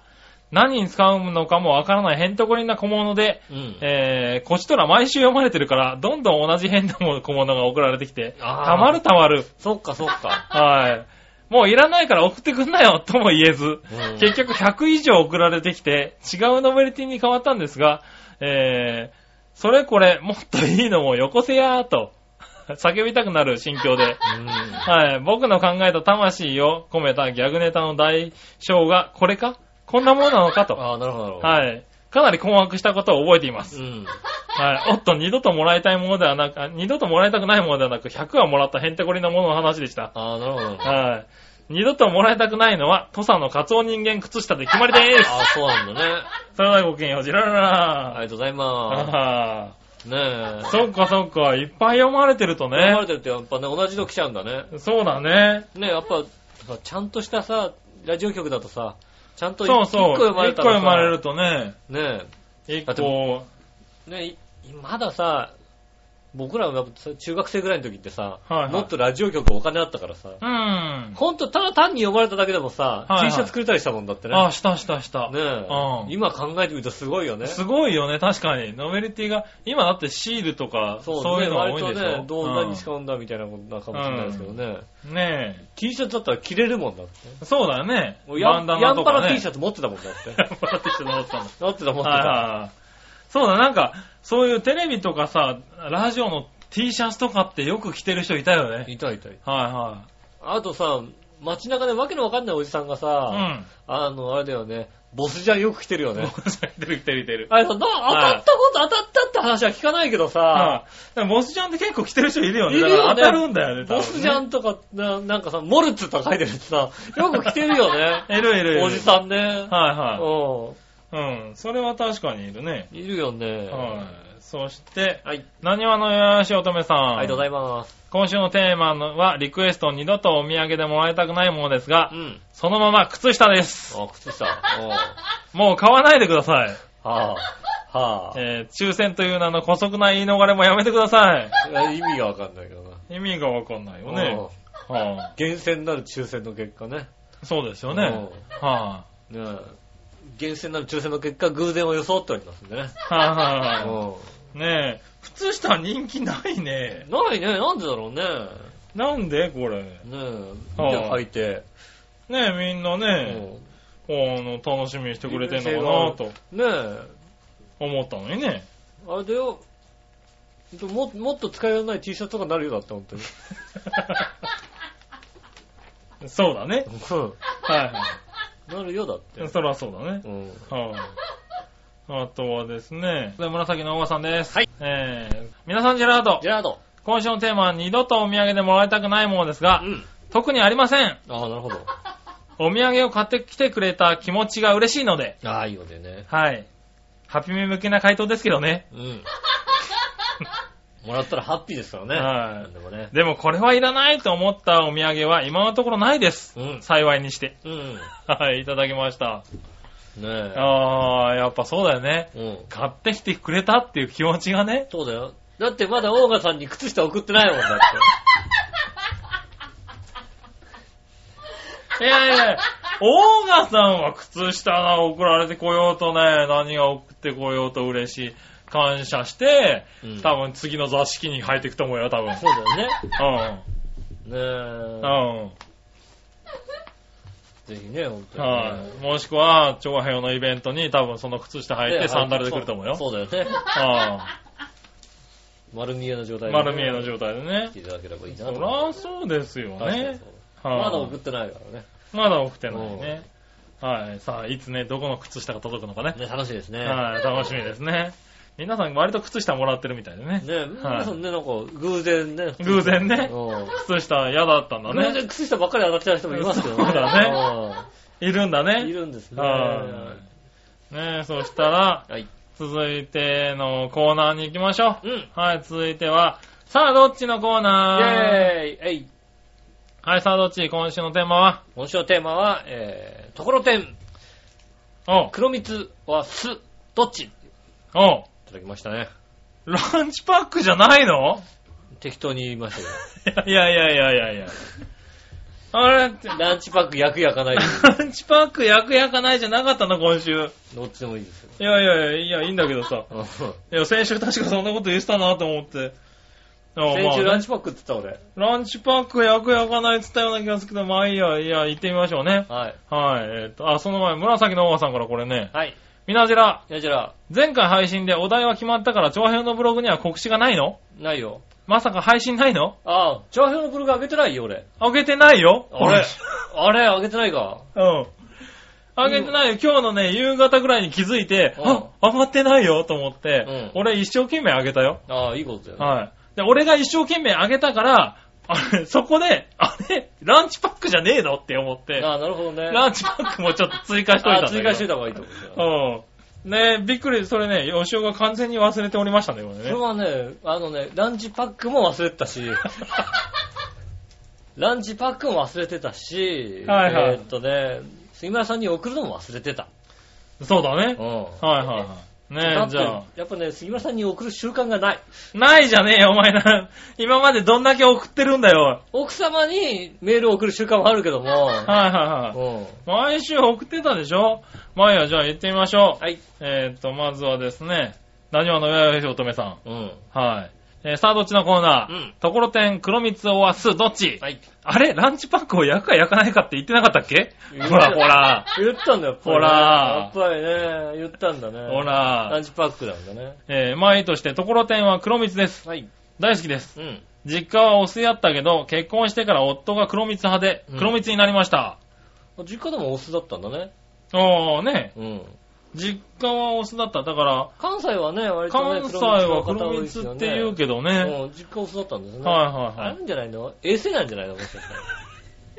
Speaker 3: 何に使うのかもわからないヘントコリンな小物で、
Speaker 2: うん。
Speaker 3: えー、こちとら毎週読まれてるから、どんどん同じ変なもの小物が送られてきて、
Speaker 2: あー
Speaker 3: たまるたまる。
Speaker 2: そっかそっか。
Speaker 3: はい。もういらないから送ってくんなよとも言えず、
Speaker 2: うん
Speaker 3: 結局100以上送られてきて、違うノベルティに変わったんですが、えー、それこれ、もっといいのもよこせやーと、叫びたくなる心境で、
Speaker 2: うん。
Speaker 3: はい、僕の考えた魂を込めたギャグネタの代償が、これかこんなものなのかと、
Speaker 2: ああ、なるほどなるほど。い。
Speaker 3: はい、かなり困惑したことを覚えています
Speaker 2: う。ん。
Speaker 3: はい。おっと、二度ともらいたいものではなく、あ二度ともらいたくないものではなく、100はもらったヘンテコリなものの話でした。
Speaker 2: ああ、なるほどなるほど。
Speaker 3: はい。二度ともらいたくないのは、土佐のカツオ人間靴下で決まりでーす
Speaker 2: あ。あ、そうなんだね。
Speaker 3: それではごきげんよう、じら
Speaker 2: あ
Speaker 3: ら
Speaker 2: り
Speaker 3: ら
Speaker 2: がとうございま
Speaker 3: あ
Speaker 2: す。ねえ。
Speaker 3: ーそっかそっか、いっぱい読まれてると
Speaker 2: 頼まれ
Speaker 3: ね。
Speaker 2: てるってやっぱね、同じの来ちゃうんだね。
Speaker 3: そうだね。
Speaker 2: ねやっぱ、さちゃんとしたさ、ラジオ局だとさ、ちゃんと一
Speaker 3: そうそう。
Speaker 2: 一個読まれ
Speaker 3: 一個
Speaker 2: たらさ
Speaker 3: 読まれるとね。
Speaker 2: ね
Speaker 3: 一
Speaker 2: だって
Speaker 3: 個、
Speaker 2: え、ねえ、いまださ、僕らがさ中学生ぐらいの時ってさ、
Speaker 3: はいはい
Speaker 2: もっとラジオ局お金あったからさ、
Speaker 3: うん。
Speaker 2: ほんとただ単に呼ばれただけでもさ、
Speaker 3: いはい
Speaker 2: T シャツくれたりしたもんだってね。
Speaker 3: あ、したしたした。
Speaker 2: ねえ、
Speaker 3: うん
Speaker 2: 今考えてみるとすごいよね。
Speaker 3: すごいよね、確かに。ノベルティが、今だってシールとか、
Speaker 2: そう
Speaker 3: そういうのが多
Speaker 2: ね、
Speaker 3: いん
Speaker 2: 割
Speaker 3: で
Speaker 2: と
Speaker 3: しょ。
Speaker 2: ね、どう何使
Speaker 3: う
Speaker 2: うんだみたいなことなのかもしれないですけどね、
Speaker 3: んね
Speaker 2: T シャツだったら着れるもんだって。
Speaker 3: え。そうだよね。
Speaker 2: 俺や
Speaker 3: バンダナ
Speaker 2: や
Speaker 3: と
Speaker 2: んぱ
Speaker 3: からね。
Speaker 2: T シャツ持ってたもんだって。
Speaker 3: ャツ。 バンダナ T シャツ持 ってたの。
Speaker 2: 持ってた持って
Speaker 3: はいはい
Speaker 2: た。
Speaker 3: はいそうだ、なんか、そういうテレビとかさ、ラジオの T シャツとかってよく着てる人いたよね。
Speaker 2: いたいたいた。
Speaker 3: は
Speaker 2: あとさ、街中でわけのわかんないおじさんが
Speaker 3: いはい。う
Speaker 2: さ、
Speaker 3: ん。
Speaker 2: あの、あれだよね、ボスジャンよく来てるよね。
Speaker 3: 着てる着てる着てる。
Speaker 2: あれさ、な当たったこと、当たったって話は聞かないけどさ、
Speaker 3: はい。でもボスジャンって結構着てる人いるよね。
Speaker 2: いるよね
Speaker 3: だから当たるんだよね、多分
Speaker 2: ボ
Speaker 3: ね。
Speaker 2: スジャンとか、ななんかさ、モルツとか書いてるってさ、よく来てるよね
Speaker 3: いるいるいる。
Speaker 2: おじさんね。
Speaker 3: はいは
Speaker 2: う
Speaker 3: い。うん。それは確かにいるね。
Speaker 2: ん。いるよね。
Speaker 3: はい。そして、
Speaker 2: はい。
Speaker 3: 何話のよよし乙女さん。
Speaker 2: ありがとうございます。
Speaker 3: 今週のテーマは、リクエスト二度とお土産でもらいたくないものですが
Speaker 2: う、ん。
Speaker 3: そのまま靴下です。
Speaker 2: あ、靴下。うん。は
Speaker 3: もう買わないでください。
Speaker 2: あ。はあ。
Speaker 3: えー抽選という名の古速な言い逃れもやめてくださ い。
Speaker 2: いや意味がわかんないけどな。
Speaker 3: 意味がわかんないよね。
Speaker 2: うん
Speaker 3: はあ、
Speaker 2: 厳選なる抽選の結果ね。
Speaker 3: そうですよ
Speaker 2: う
Speaker 3: ね。は
Speaker 2: んねえ厳選なる抽選の結果、偶然を装っておりますんでね。
Speaker 3: あ、はい、はいは
Speaker 2: う
Speaker 3: い。ねえ、靴下人気ないね
Speaker 2: ん。ないね、なんでだろうね。
Speaker 3: なんでこれ。
Speaker 2: ねえ、
Speaker 3: うん
Speaker 2: じゃあ履いて。
Speaker 3: ねえ、みんな
Speaker 2: う
Speaker 3: ね、
Speaker 2: ん
Speaker 3: あの、楽しみにしてくれてんのかなと
Speaker 2: ねえ、
Speaker 3: 思ったのに ね。
Speaker 2: あれだよ。ももっと使いようのない T シャツとかになるよだって、本当に。
Speaker 3: そうだ ね。はい
Speaker 2: なるよだっ
Speaker 3: はい。
Speaker 2: て。
Speaker 3: そりゃそうだね
Speaker 2: う。ん。
Speaker 3: はい、あ。とはですね、で紫のおばさんです。
Speaker 2: はい。
Speaker 3: えー、皆さんジェラード
Speaker 2: ジ。ェラード。
Speaker 3: 今週のテーマは二度とお土産でもらいたくないものですが、
Speaker 2: うん。
Speaker 3: 特にありません。
Speaker 2: ああ、なるほど。
Speaker 3: お土産を買ってきてくれた気持ちが嬉しいので、
Speaker 2: ああ、いいよね。
Speaker 3: はい。ハピメ向けな回答ですけどね。
Speaker 2: うん。もらったらハッピーですからね。
Speaker 3: はい
Speaker 2: なんでもね。
Speaker 3: でもこれはいらないと思ったお土産は今のところないです。
Speaker 2: うん
Speaker 3: 幸いにして。
Speaker 2: うん。
Speaker 3: はい、いただきました。
Speaker 2: ね
Speaker 3: あー、やっぱそうだよね。
Speaker 2: え。うん。
Speaker 3: 買ってきてくれたっていう気持ちが ね。
Speaker 2: そうだよ。だってまだオーガさんに靴下送ってないもんだって。
Speaker 3: いやいや、オーガさんは靴下が送られてこようとね、何が送ってこようと嬉しい。感謝して、
Speaker 2: うん
Speaker 3: 多分次の座敷に入っていくと思うよ、多分。
Speaker 2: そうだよね。
Speaker 3: うん。
Speaker 2: ねえ。
Speaker 3: うん。
Speaker 2: ぜひね、本当にね。
Speaker 3: はい。もしくは、調和平和のイベントに多分その靴下履いて
Speaker 2: ね
Speaker 3: サンダルで来ると思うよ。
Speaker 2: そうそうだよね。
Speaker 3: は
Speaker 2: 丸見えの状態
Speaker 3: い
Speaker 2: で。
Speaker 3: 丸見えの状態でね
Speaker 2: 来。ていただければいいな
Speaker 3: そ
Speaker 2: と思い
Speaker 3: ら
Speaker 2: ます。
Speaker 3: そうですよ
Speaker 2: 確かに
Speaker 3: ね
Speaker 2: そう。
Speaker 3: はい
Speaker 2: まだ送ってないからね。
Speaker 3: まだ起きてないね。はい。さあ、いつね、どこの靴下が届くのかね。
Speaker 2: ね、楽しいですね。
Speaker 3: はい。楽しみですね。皆さん割と靴下もらってるみたいでね。
Speaker 2: ね、皆さんね、なんか、偶然ね。
Speaker 3: 偶然ね
Speaker 2: うん
Speaker 3: 靴下嫌だったんだ
Speaker 2: 偶
Speaker 3: ね。
Speaker 2: 然靴下ばっかり上がっちゃう人もいますけどね。
Speaker 3: そうだ
Speaker 2: ね。
Speaker 3: いるんだ
Speaker 2: い
Speaker 3: ね。
Speaker 2: るんですね。
Speaker 3: は。
Speaker 2: はい
Speaker 3: ねそしたら、
Speaker 2: い。
Speaker 3: 続いてのコーナーに行きましょ
Speaker 2: うん。イェーイ
Speaker 3: う。はい、続いては、さあ、どっちのコーナー
Speaker 2: えい
Speaker 3: はい、さあ、どっち今週のテーマは
Speaker 2: 今週のテーマは、えー、ところてん、
Speaker 3: おう、
Speaker 2: 黒蜜は酢、どっちい
Speaker 3: おう、
Speaker 2: ただきましたね。
Speaker 3: ランチパックじゃないの
Speaker 2: 適当に言いましたけ
Speaker 3: いやいやいやいやいや。あれって、
Speaker 2: ど。 ランチパック焼く焼か ないで
Speaker 3: ランチパック焼く焼かないじゃなかったの、今週。
Speaker 2: どっちでもいいですよ。
Speaker 3: いやいやいや、いや、いいんだけどさ。
Speaker 2: うん
Speaker 3: いや、先週確かそんなこと言ってたなと思って。あ
Speaker 2: 先週
Speaker 3: まあ
Speaker 2: ラ
Speaker 3: ね
Speaker 2: ンチパックって言った俺。
Speaker 3: ランチパック焼く焼かないって言ったような気がするけど、まあいいや、いや、行ってみましょうね。
Speaker 2: はい。
Speaker 3: はい、えっ、と、あ、その前、紫のおばさんからこれね。
Speaker 2: はい。
Speaker 3: みなじら、
Speaker 2: やじら、
Speaker 3: 前回配信でお題は決まったから、長編のブログには告知がないの
Speaker 2: ないよ。
Speaker 3: まさか配信ないの
Speaker 2: ああ、チャーハンのブログ上げてないよ俺。
Speaker 3: あげてないよ
Speaker 2: あれ、あれ上げてないか。
Speaker 3: うん。あげてないよ。今日のね、夕方ぐらいに気づいて、
Speaker 2: うん
Speaker 3: あ、上がってないよと思って、
Speaker 2: うん
Speaker 3: 俺一生懸命あげたよ。
Speaker 2: ああ、いいことだよ、ね。
Speaker 3: はい。で、俺が一生懸命あげたから、あれ、そこで、あれ、ランチパックじゃねえのって思って、
Speaker 2: ああ、なるほどね。
Speaker 3: ラ
Speaker 2: ン
Speaker 3: ンチパックもちょっと追加しといたんだけど。
Speaker 2: 追加しといた方がいいと思うんですよ
Speaker 3: うん。ねびっくり、それね、吉尾が完全に忘れておりましたね、これ
Speaker 2: それ
Speaker 3: ね。
Speaker 2: はね、あのね、ランチパックも忘れて たし、ランチパックも忘れてたし、
Speaker 3: はいはい
Speaker 2: えーっとね、杉村さんに送るのも忘れてた。
Speaker 3: そうだね
Speaker 2: う。ん。
Speaker 3: はいはいはい。
Speaker 2: だ
Speaker 3: ね
Speaker 2: って
Speaker 3: じゃあ。
Speaker 2: やっぱね、杉村さんに送る習慣がない。
Speaker 3: ないじゃねえよ、お前な。今までどんだけ送ってるんだよ。
Speaker 2: 奥様にメールを送る習慣はあるけど も、
Speaker 3: はいはいはい。
Speaker 2: うん。
Speaker 3: 毎週送ってたでしょまあいいや、じゃあ行ってみましょう。
Speaker 2: はい。
Speaker 3: えーっと、まずはですね、何話の上よし乙女さ
Speaker 2: う
Speaker 3: ん。
Speaker 2: ん。
Speaker 3: はい。えーさあ、どっちのコーナー、
Speaker 2: うん
Speaker 3: ところてん、黒蜜をはす、どっち、
Speaker 2: はい。
Speaker 3: あれランチパックを焼くか焼かないかって言ってなかったっけ
Speaker 2: 言って
Speaker 3: ほらほら。
Speaker 2: 言ったんだよ、
Speaker 3: ほら
Speaker 2: やっぱりね。やっぱりね、言ったんだね。
Speaker 3: ほ
Speaker 2: ラ
Speaker 3: ら
Speaker 2: ン。チパックなんだね。
Speaker 3: えー、まあいいとして、ところてんは黒蜜です。
Speaker 2: はい。
Speaker 3: 大好きです。
Speaker 2: うん。
Speaker 3: 実家はお酢やったけど、結婚してから夫が黒蜜派で
Speaker 2: うん、
Speaker 3: 黒蜜になりました。
Speaker 2: 実家でもお酢だったんだね。
Speaker 3: おーね。
Speaker 2: うん。
Speaker 3: 実家はお酢だった。だから、
Speaker 2: 関西はね、割とね、
Speaker 3: 関西
Speaker 2: 黒
Speaker 3: は黒
Speaker 2: 蜜
Speaker 3: 蜜
Speaker 2: の方が多いですよ
Speaker 3: っ
Speaker 2: ね
Speaker 3: て言うけどね。
Speaker 2: うん、実家お酢だったんですね。
Speaker 3: はいはいはい
Speaker 2: あるんじゃないの衛生なんじゃないのもしかして。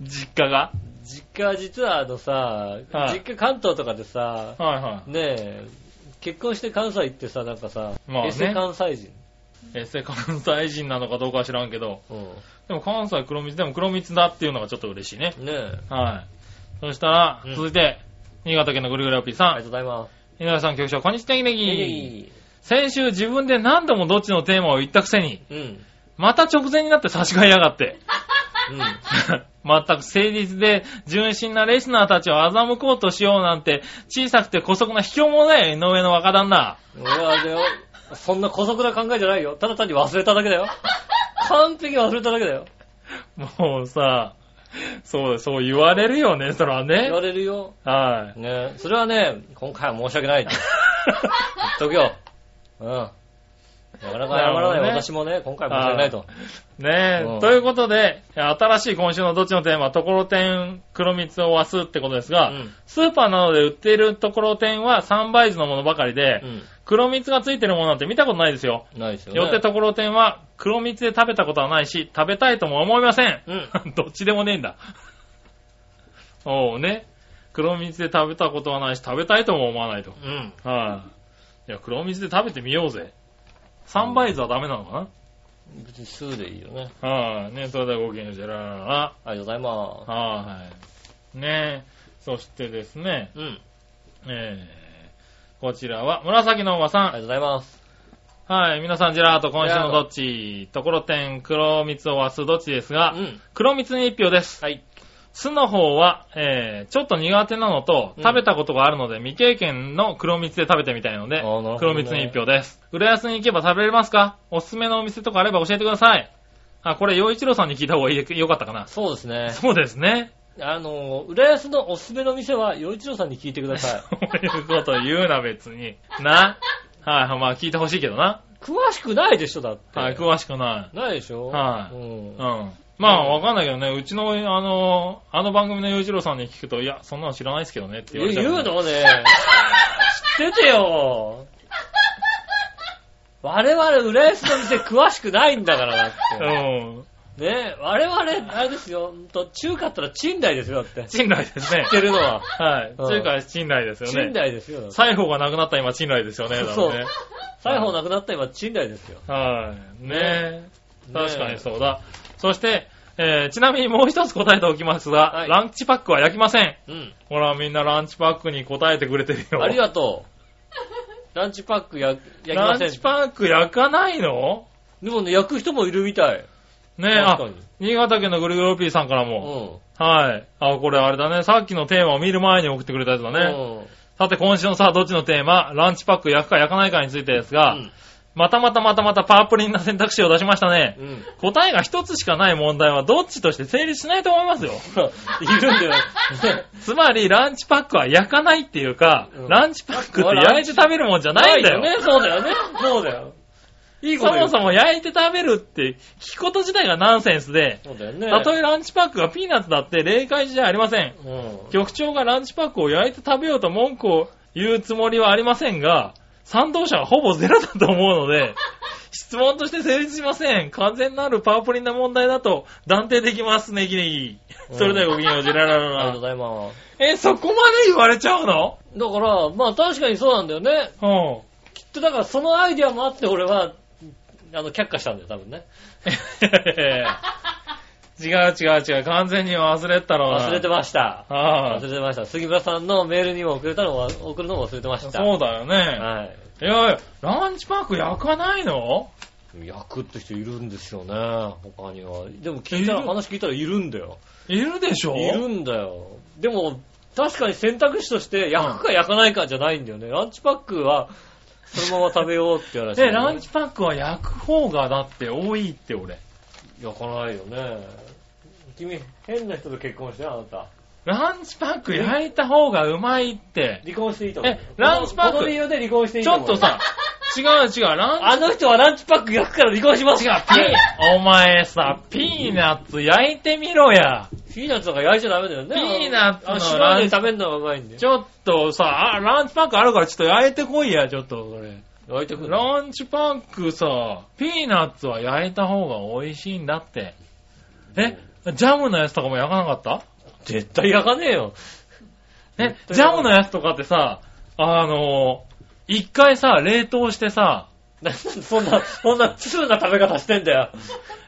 Speaker 3: 実家が。
Speaker 2: 実家は実はあのさ、
Speaker 3: はい
Speaker 2: 実家関東とかでさ、
Speaker 3: はいはい。
Speaker 2: ねえ、結婚して関西行ってさ、なんかさ、
Speaker 3: まあね
Speaker 2: 衛生関西人。
Speaker 3: え、せ 関西人なのかどうかは知らんけど。
Speaker 2: うん。
Speaker 3: でも関西黒蜜、でも黒蜜だっていうのがちょっと嬉しいね。
Speaker 2: ねえ。
Speaker 3: はい。そしたら
Speaker 2: うん、
Speaker 3: 続いて、新潟県のぐるぐるアピー
Speaker 2: ありが
Speaker 3: さ
Speaker 2: とうございます。
Speaker 3: ん。稲田さん局長、こんにちは、ネギネ
Speaker 2: イェ
Speaker 3: ギ。
Speaker 2: イ
Speaker 3: 先週自分で何度もどっちのテーマを言ったくせに、
Speaker 2: うん。うん。
Speaker 3: また直前になって差し替えや がって。全く誠実で純真なレスナーたちを欺こうとしようなんて、小さくて姑息な卑怯もない井上の若旦那。
Speaker 2: 俺はだよ、そんな古速な考えじゃないよ。ただ単に忘れただけだよ。完璧に忘れただけだよ。
Speaker 3: もうさ、そう、そう言われるよね、そら
Speaker 2: 言わ
Speaker 3: ね。
Speaker 2: れるよ。
Speaker 3: はい。
Speaker 2: ねえ、それはね、今回は申し訳 ない。言っとくよ。うん。なかなか謝ら
Speaker 3: な
Speaker 2: な
Speaker 3: る
Speaker 2: い、
Speaker 3: ほどね
Speaker 2: 私もね、今回は申し訳ないと。
Speaker 3: ね
Speaker 2: うん
Speaker 3: え。ということで、新しい今週のどっちのテーマ、ところてん黒蜜を和すってことですが、
Speaker 2: うん
Speaker 3: スーパーなどで売っているところてんは3倍酢のものばかりで、
Speaker 2: う
Speaker 3: 黒蜜がついてるものなんて見たことないですよ。
Speaker 2: ん。ないですよね。
Speaker 3: よってところてんは黒蜜で食べたことはないし、食べたいとも思いません。
Speaker 2: うん。
Speaker 3: どっちでもねえんだ。おうね。黒蜜で食べたことはないし、食べたいとも思わないと。はい、
Speaker 2: うん。
Speaker 3: いや、黒蜜で食べてみようぜ。サンバイズはダメなのか
Speaker 2: 別に数でいいよね。
Speaker 3: なはい、ね、それではごきげんようじゃららら
Speaker 2: ありがとうござい
Speaker 3: ら。
Speaker 2: ま
Speaker 3: はい。ねそしてですね、
Speaker 2: す。うん。
Speaker 3: えー、こちらは、紫のおば
Speaker 2: あ
Speaker 3: さ
Speaker 2: りがとうございます。
Speaker 3: ん。はい、皆さん、ジェラート、今週のどっちところてん、黒蜜を忘すどっちです
Speaker 2: う
Speaker 3: が、
Speaker 2: ん。
Speaker 3: 黒蜜に一票です。
Speaker 2: はい。
Speaker 3: 酢の方は、えー、ちょっと苦手なのと、
Speaker 2: うん
Speaker 3: 食べたことがあるので、未経験の黒蜜で食べてみたいので、
Speaker 2: あーなるほどね
Speaker 3: 黒蜜に一票です。浦安に行けば食べれますかおすすめのお店とかあれば教えてください。あ、これ、洋一郎さんに聞いた方がいいよかったかな。
Speaker 2: そうですね。
Speaker 3: そうですね。
Speaker 2: あの、浦安のおすすめの店は、洋一郎さんに聞いてください。
Speaker 3: そういうこと言うな、別に。な。はい、まあ聞いてほしいけどな。
Speaker 2: 詳しくないでしょ、だって。
Speaker 3: はい、詳しくな
Speaker 2: ないでしょ
Speaker 3: はい
Speaker 2: うん
Speaker 3: い。うん。まあ、わかんないけどね、うちの、あの、あの番組の洋一郎さんに聞くと、いや、そんなの知らないですけどねって言わ
Speaker 2: え
Speaker 3: れちゃう、
Speaker 2: 言うの ね。知っててよ。我々、浦安の店詳しくないんだからだ っ
Speaker 3: うん。
Speaker 2: て。ね我々、あれですよ、ほんと中華ったら賃貸ですよ、だって。知っ
Speaker 3: 賃来ですね。
Speaker 2: てるのは。
Speaker 3: はい。
Speaker 2: うん
Speaker 3: 中華賃来ですよ
Speaker 2: 賃
Speaker 3: ね。
Speaker 2: 貸ですよ。
Speaker 3: 西方がなくなった今、賃来ですよね。だ
Speaker 2: そ
Speaker 3: ろ
Speaker 2: う
Speaker 3: うね。
Speaker 2: 裁縫なくなった今、賃貸ですよ。
Speaker 3: はい。ねえ。
Speaker 2: ね
Speaker 3: 確かにそうだ。そして、えーちなみにもう一つ答えておきますが、
Speaker 2: はい
Speaker 3: ランチパックは焼きません。
Speaker 2: うん。
Speaker 3: ほら、みんなランチパックに答えてくれてるよ。
Speaker 2: ありがとう。ランチパックや、焼き
Speaker 3: ラ
Speaker 2: ま
Speaker 3: ン
Speaker 2: せん
Speaker 3: チ。パック焼かないの
Speaker 2: でもね、焼く人もいるみたい。
Speaker 3: ねえ、
Speaker 2: 確
Speaker 3: あ
Speaker 2: かに、
Speaker 3: 新潟県のぐるぐるおっぴーさんから
Speaker 2: う
Speaker 3: も、
Speaker 2: ん。
Speaker 3: はい。あ、これあれだね。さっきのテーマを見る前に送ってくれたやつだね。
Speaker 2: うん。
Speaker 3: さて、今週のさあ、どっちのテーマランチパック焼くか焼かないかについてですが、
Speaker 2: うん
Speaker 3: またまたまたまたパープリンな選択肢を出しましたね。
Speaker 2: うん。
Speaker 3: 答えが一つしかない問題はどっちとして成立しないと思いますよ。
Speaker 2: ほらいるんだよ。ね
Speaker 3: つまり、ランチパックは焼かないっていうか、
Speaker 2: うん
Speaker 3: ランチパックって焼いて食べるもんじゃ ないんだよ。
Speaker 2: ね。そうだよね。そうだよ。いいこ
Speaker 3: そ
Speaker 2: と言
Speaker 3: も
Speaker 2: う
Speaker 3: そも焼いて食べるって聞くこと自体がナンセンスで、
Speaker 2: そうだよね。
Speaker 3: たとえランチパックがピーナッツだって例外じゃありません。
Speaker 2: うん。
Speaker 3: 局長がランチパックを焼いて食べようと文句を言うつもりはありませんが、賛同者はほぼゼロだと思 うので、質問として成立しません。完全なるパープリンな問題だと断定できます、ネギネギ。
Speaker 2: うん
Speaker 3: それではごきげんよう、ジェラララ
Speaker 2: ありがとうござ
Speaker 3: ラ。
Speaker 2: いま
Speaker 3: え、そこまで言われちゃうの
Speaker 2: す。だから、まあ確かにそうなんだよね。
Speaker 3: うん。
Speaker 2: きっとだからそのアイディアもあって俺は、あの、却下したんだよ、多分 ね。
Speaker 3: 違う違う違う。完全に忘れてたろうな。
Speaker 2: 忘れてました。
Speaker 3: ああ
Speaker 2: 忘れてました。杉村さんのメールにも送れたのを、送るのも忘れてました。
Speaker 3: そうだよね。
Speaker 2: はい。
Speaker 3: いやいや、ランチパック焼かないの
Speaker 2: 焼くって人いるんですよね、他には。でも聞いたら、
Speaker 3: いる
Speaker 2: 話聞いたらいるんだよ。
Speaker 3: いるでしょ
Speaker 2: いるんだよ。でも、確かに選択肢として、焼くか焼かないかじゃないんだよね。ランチパックは、そのまま食べようって言われて。
Speaker 3: で、ランチパックは焼く方がだって多いって俺。
Speaker 2: 焼かないよね。君、変な人と結婚してな、あなた。
Speaker 3: ランチパック焼いた方がうまいって。
Speaker 2: 離婚していいと思う。
Speaker 3: えランチパック
Speaker 2: この理由で離婚していい
Speaker 3: ち
Speaker 2: と
Speaker 3: ょ
Speaker 2: 思
Speaker 3: っ
Speaker 2: う。
Speaker 3: とさ、違う違う、ラン
Speaker 2: あの人はランチパック焼くから離婚します
Speaker 3: チが
Speaker 2: が、
Speaker 3: ピー、お前さ、ピーナッツ焼いてみろや。
Speaker 2: ピーナッツとか焼いちゃダメだよね。
Speaker 3: ピーナッツの
Speaker 2: あ白いの
Speaker 3: ラン
Speaker 2: で食べるのがうまいんで
Speaker 3: ち。ょっとさ、あ、ランチパックあるからちょっと焼いてこいや、ちょっとそれ。
Speaker 2: 焼いてくるの
Speaker 3: ランチパックさ、ピーナッツは焼いた方が美味しいんだって。え、ジャムのやつとかも焼かなかった
Speaker 2: 絶対焼かねえよ。
Speaker 3: ね、
Speaker 2: 対
Speaker 3: ジャムのやつとかってさ、あのー、一回さ、冷凍してさ、
Speaker 2: なそんな、そんな通な食べ方してんだよ。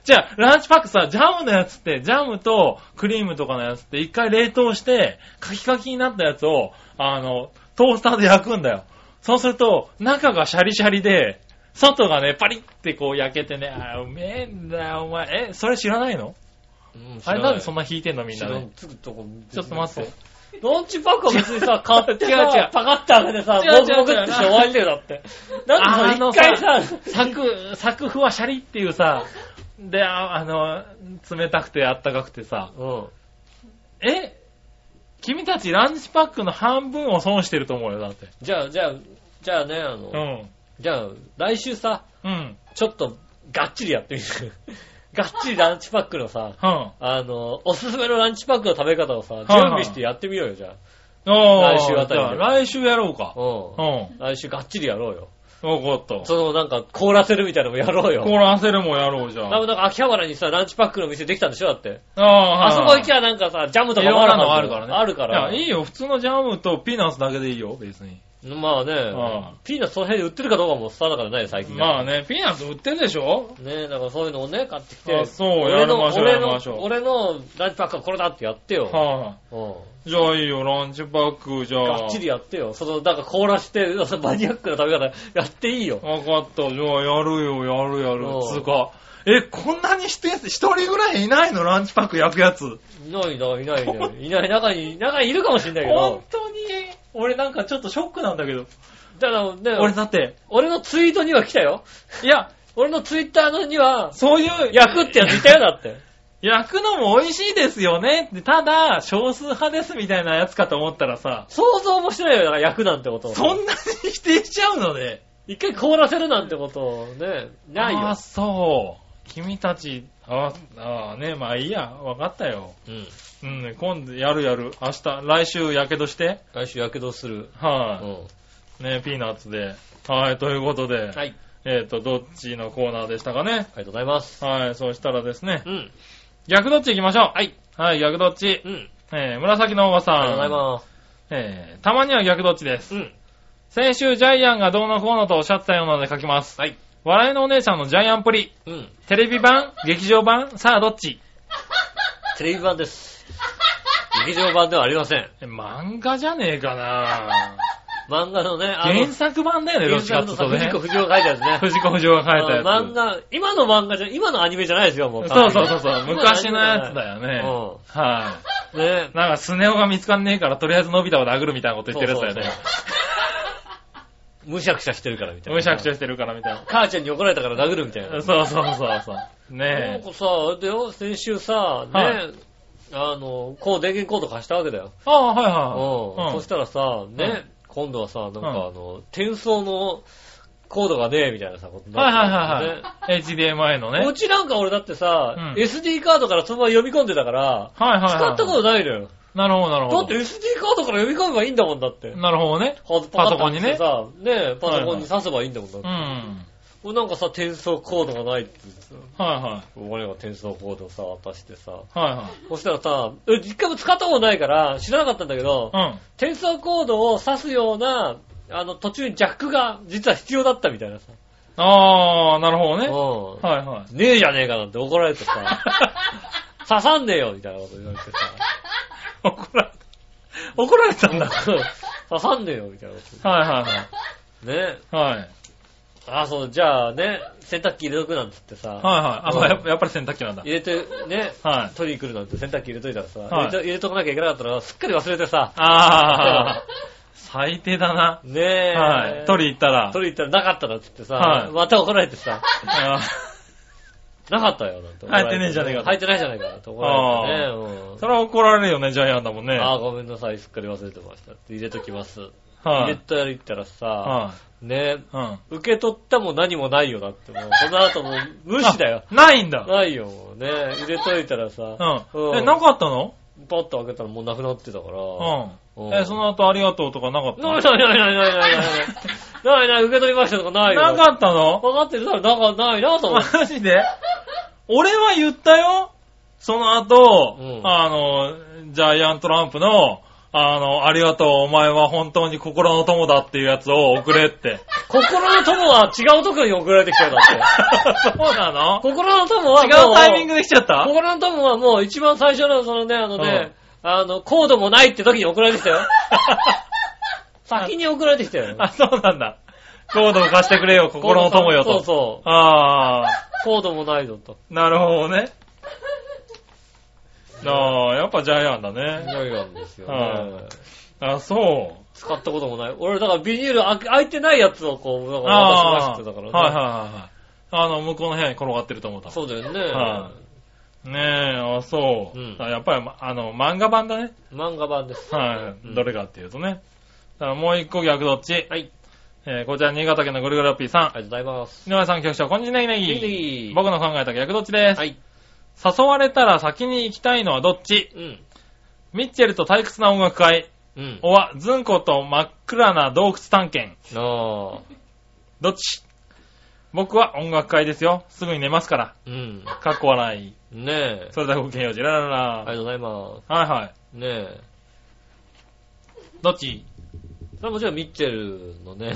Speaker 3: じゃあ、ランチパックさ、ジャムのやつって、ジャムとクリームとかのやつって、一回冷凍して、カキカキになったやつを、あの、トースターで焼くんだよ。そうすると、中がシャリシャリで、外がね、パリってこう焼けてね、あーうめえんだよ、お前。え、それ知らないのあれなんでそん
Speaker 2: な
Speaker 3: な引いてんのみんなね。
Speaker 2: つくとこ
Speaker 3: ちょっと待って。。
Speaker 2: ランチパックは別にさ、買ってさ、
Speaker 3: 違う違う
Speaker 2: パカッて開けてさ、
Speaker 3: 違う違う違う
Speaker 2: ボクボクってして終わりだよ、だって。なんで
Speaker 3: あ
Speaker 2: その一回さ、
Speaker 3: 作、作風はシャリっていうさ、で、ああの、冷たくてあったかくてさ、
Speaker 2: うん。
Speaker 3: え君たちランチパックの半分を損してると思うよ、だって。
Speaker 2: じゃあ、じゃあ、じゃあね、あの、
Speaker 3: うん。
Speaker 2: じゃあ、来週さ、
Speaker 3: うん。
Speaker 2: ちょっと、がっちりやってみる。 がっちりランチパックのさ、
Speaker 3: うん。
Speaker 2: あの、おすすめのランチパックの食べ方をさ、準
Speaker 3: いはい
Speaker 2: 備してやってみようよ、じゃ
Speaker 3: おー
Speaker 2: 来週あたりで
Speaker 3: じゃあ来週やろうか。う
Speaker 2: あ。うん。来週がっちりやろうよ。
Speaker 3: ん。わかった。
Speaker 2: その、なんか、凍らせるみたいなのもやろうよ。
Speaker 3: 凍らせるもやろうじゃ
Speaker 2: 多
Speaker 3: ん。
Speaker 2: 分なんか秋葉原にさ、ランチパックの店できたんでしょだって。
Speaker 3: ああ
Speaker 2: あそこ行き
Speaker 3: ゃ
Speaker 2: ゃなんかさ、ジャムと
Speaker 3: い
Speaker 2: か
Speaker 3: ろ
Speaker 2: も
Speaker 3: ん
Speaker 2: あ
Speaker 3: な
Speaker 2: る
Speaker 3: の
Speaker 2: は
Speaker 3: あ
Speaker 2: ず
Speaker 3: るからね。
Speaker 2: あるから。
Speaker 3: いや、いいよ。普通のジャムとピーナッツだけでいいよ、別に。
Speaker 2: まあね
Speaker 3: う、
Speaker 2: ピーナッツその辺で売ってるかどうかも定かじゃない、最近。
Speaker 3: まあ
Speaker 2: ね。
Speaker 3: ね、ピーナッツ売ってるでしょ
Speaker 2: ねだからそういうのをね、買ってきて。
Speaker 3: あそう
Speaker 2: 俺の
Speaker 3: やりましょう
Speaker 2: 俺の
Speaker 3: やりましょう
Speaker 2: 俺のランチパックはこれだってやってよ。
Speaker 3: はい、
Speaker 2: うん。
Speaker 3: じゃあいいよ、ランチパック、じゃあ。
Speaker 2: がっちりやってよ。その、なんか凍らして、そのマニアックな食べ方やっていいよ。
Speaker 3: わかった、じゃあやるよ、やるやる
Speaker 2: う。ん
Speaker 3: つうか、え、こんなにして、一人ぐらいいないのランチパック焼くやつ。
Speaker 2: いないな、いないいない。いない、中に、中にいるかもしれないけ
Speaker 3: 本
Speaker 2: ど。
Speaker 3: 当に、俺なんかちょっとショックなんだけど。
Speaker 2: だからね、
Speaker 3: 俺だって、
Speaker 2: 俺のツイートには来たよ。
Speaker 3: いや、
Speaker 2: 俺のツイッターのには、
Speaker 3: そういう、
Speaker 2: 焼くってやついたよだって。
Speaker 3: 焼くのも美味しいですよねって、ただ、少数派ですみたいなやつかと思ったらさ、
Speaker 2: 想像もしてないよ、だから焼くなんてことを。
Speaker 3: そんなに否定しちゃうのね。
Speaker 2: 一回凍らせるなんてことをね、ない
Speaker 3: あー
Speaker 2: よ。
Speaker 3: そう。君たち、ああー、ね、まあいいや、わかったよ。
Speaker 2: うん。
Speaker 3: うん、今度やるやる。明日、来週、やけどして。
Speaker 2: 来週火傷する。う
Speaker 3: は
Speaker 2: ん。
Speaker 3: い、ね、ピーナッツで。はい、ということで、
Speaker 2: はい。
Speaker 3: えっ、と、どっちのコーナーでしたかね。
Speaker 2: ありがとうございます。
Speaker 3: はい、そうしたらですね
Speaker 2: う、ん。
Speaker 3: 逆どっち行きましょう。
Speaker 2: はい。
Speaker 3: はい、逆どっち。
Speaker 2: うん。
Speaker 3: えー、紫のおばさん。
Speaker 2: ありがとうございます。
Speaker 3: えー、たまには逆どっちです。
Speaker 2: うん。
Speaker 3: 先週、ジャイアンがどうのこうのとおっしゃってたようなので書きます。
Speaker 2: はい。
Speaker 3: 笑いのお姉さんのジャイアンプリ。
Speaker 2: うん。
Speaker 3: テレビ版劇場版さあ、どっち
Speaker 2: テレビ版 です。劇場版ではありません。
Speaker 3: え漫画じゃねえかな
Speaker 2: 漫画のね、 あの
Speaker 3: 原、作版だよね、どっ
Speaker 2: 原
Speaker 3: ち
Speaker 2: 作
Speaker 3: かってい
Speaker 2: の
Speaker 3: う
Speaker 2: さ、藤
Speaker 3: とね
Speaker 2: 子。不二雄が書いたやつね。
Speaker 3: 藤子不二雄が 書いたやつ。
Speaker 2: あの漫画、今の漫画じゃ、今のアニメじゃないですよ、もう。
Speaker 3: そうそうそうそう、昔のやつだ
Speaker 2: よ。
Speaker 3: よね。
Speaker 2: う
Speaker 3: は
Speaker 2: ね
Speaker 3: い。なんか、スネ夫が見つかんねえから、とりあえず伸びたを殴るみたいなこと言ってるやつだよね。
Speaker 2: むしゃくしゃしてるからみたいな。
Speaker 3: むしゃくしゃしてるからみたいな。
Speaker 2: 母ちゃんに怒られたから殴るみたい
Speaker 3: そ
Speaker 2: な
Speaker 3: う。 そうそうそう。
Speaker 2: なん
Speaker 3: ねえ。
Speaker 2: かさ、あれだよ、先週さ、ね、
Speaker 3: はい
Speaker 2: あの、こう電源コード貸したわけだよ。
Speaker 3: ああ、は
Speaker 2: うん。
Speaker 3: いはいはい。
Speaker 2: そしたらさ、ね、
Speaker 3: うん
Speaker 2: 今度はさ、なんかあ
Speaker 3: ん
Speaker 2: の、転送のコードがねえ、みたいなさ、ことに
Speaker 3: はいはい
Speaker 2: なって
Speaker 3: は
Speaker 2: るんだよ
Speaker 3: い
Speaker 2: ね
Speaker 3: はい。HDMI のね。
Speaker 2: うちなんか俺だってさ、
Speaker 3: うん
Speaker 2: SD カードからそのまま読み込んでたから、
Speaker 3: はいはいはい。
Speaker 2: 使ったことないのよ。
Speaker 3: なるほどな
Speaker 2: だ
Speaker 3: るほ
Speaker 2: って
Speaker 3: ど。
Speaker 2: SD カードから読み込めばいいんだもんだって。
Speaker 3: なるほどね。
Speaker 2: パソ
Speaker 3: パソコンにね
Speaker 2: さ、ねパソコンに挿せばいいんだもんだっ
Speaker 3: う
Speaker 2: て。
Speaker 3: ん。はい
Speaker 2: 俺なんかさ、転送コードがないって言ってさ
Speaker 3: は
Speaker 2: 俺が転送コードさ、渡してさ、
Speaker 3: い。は
Speaker 2: そしたらさ、え実家も使ったことないから知らなかったんだけど
Speaker 3: い、はい。
Speaker 2: 転送コードを挿すような、あの、途中にジャックが実は必要だったみたいなさ。
Speaker 3: うん。ああ、なるほどね。
Speaker 2: う
Speaker 3: はいはい。
Speaker 2: ん。ねえじゃねえかなんて怒られて さ、刺さんねえよみたいなこと言われてさ、
Speaker 3: 怒られた。 怒られたんだ。
Speaker 2: 刺さんねえよみたいなこ
Speaker 3: はいは
Speaker 2: と。ねえ。
Speaker 3: いはい。はい。
Speaker 2: あ、そう、じゃあね、洗濯機入れとくなんつってさ、
Speaker 3: はいはい。あ、やっぱやっぱり洗濯機なんだ。
Speaker 2: 入れて、ね、
Speaker 3: はい。
Speaker 2: 取りに来るなんて洗濯機入れといたらさ、
Speaker 3: は
Speaker 2: 入
Speaker 3: い
Speaker 2: れと入れとかなきゃいけなかったら、すっかり忘れてさ、
Speaker 3: ああ、最低だな。
Speaker 2: ねえ。
Speaker 3: はい。取り行ったら。
Speaker 2: 取り行ったらなかったらっつってさ、
Speaker 3: はい
Speaker 2: また怒られてさ、
Speaker 3: あ
Speaker 2: なかったよ、なんて怒られ。
Speaker 3: 入ってねえじゃねえかと
Speaker 2: 入ってないじゃねえかと怒られてね。うん
Speaker 3: ーそれは怒られるよね、ジャイアンだもんね。
Speaker 2: ああ、
Speaker 3: は
Speaker 2: ごめんなさい、すっかり忘れてました。入れときます。入れ
Speaker 3: い。
Speaker 2: たら行ったらさ、
Speaker 3: は
Speaker 2: ね
Speaker 3: い。うん。
Speaker 2: 受け取ったも何もないよだって、もう、この後もう無視だよ。
Speaker 3: あ。ないんだ。
Speaker 2: ないよ、もうね。入れといたらさ、
Speaker 3: うん。え、なかったの
Speaker 2: パッと開けたらもうなくなってたから、
Speaker 3: うん。
Speaker 2: うん
Speaker 3: え、その後ありがとうとかなかった
Speaker 2: ないないないないないないない ないない、受け取りましたとかないよ。
Speaker 3: なかったの
Speaker 2: 分かってるだろ、なんかないなと思って。
Speaker 3: マジで俺は言ったよその後、
Speaker 2: うん
Speaker 3: あの、ジャイアントランプの、あの、ありがとう、お前は本当に心の友だっていうやつを送 れって。
Speaker 2: 心の友は違うところに送られてきたよ、だっ て。
Speaker 3: そうなの
Speaker 2: 心の友は
Speaker 3: 違
Speaker 2: も
Speaker 3: う
Speaker 2: う
Speaker 3: タイミングで来ちゃった
Speaker 2: 心の友はもう一番最初のそのね、あのね、あの、コードもないって時に送られてきたよ。 先に送られてきたよ。
Speaker 3: あ、そうなんだ。コードを貸してくれよ、 心の友よと。
Speaker 2: そうそう。
Speaker 3: ああ、
Speaker 2: コードもないぞと。
Speaker 3: なるほどね。ああ、やっぱジャイアンだ
Speaker 2: い
Speaker 3: ね。
Speaker 2: やいやですよ、
Speaker 3: は
Speaker 2: ね。
Speaker 3: あ、そう。
Speaker 2: 使ったこともない。俺、だからビニール開け開いてないやつをこう、だから
Speaker 3: あ
Speaker 2: 渡しましてたからね。
Speaker 3: はいはいはいはい。あの、向こうの部屋に転がってると思った。
Speaker 2: そうだよね。
Speaker 3: はねえ、あ、そう。
Speaker 2: うん
Speaker 3: あやっぱり、まあの、漫画版だね。
Speaker 2: 漫画版です。
Speaker 3: はい。
Speaker 2: うん
Speaker 3: どれかっていうとね。だからもう一個逆どっち。
Speaker 2: はい。
Speaker 3: えーこちら、新潟県のぐるぐるラッピー
Speaker 2: あ
Speaker 3: さ
Speaker 2: りがとうございます。
Speaker 3: ん。井上さん、局長、こんにちは、ネギネギ。
Speaker 2: い
Speaker 3: 僕の考えた逆どっちです。
Speaker 2: はい。
Speaker 3: 誘われたら先に行きたいのはどっち
Speaker 2: うん。
Speaker 3: ミッチェルと退屈な音楽会。
Speaker 2: うん。
Speaker 3: おは、ズンコと真っ暗な洞窟探検。
Speaker 2: ああ。
Speaker 3: どっち僕は音楽会ですよ。すぐに寝ますから。
Speaker 2: うん。
Speaker 3: かっこ笑い。
Speaker 2: ねえ。
Speaker 3: それではごきげんよう、じららら
Speaker 2: ありがとうございま
Speaker 3: はいはい。
Speaker 2: す。ねえ。
Speaker 3: どっち
Speaker 2: それはもちろんミッチェルの ね。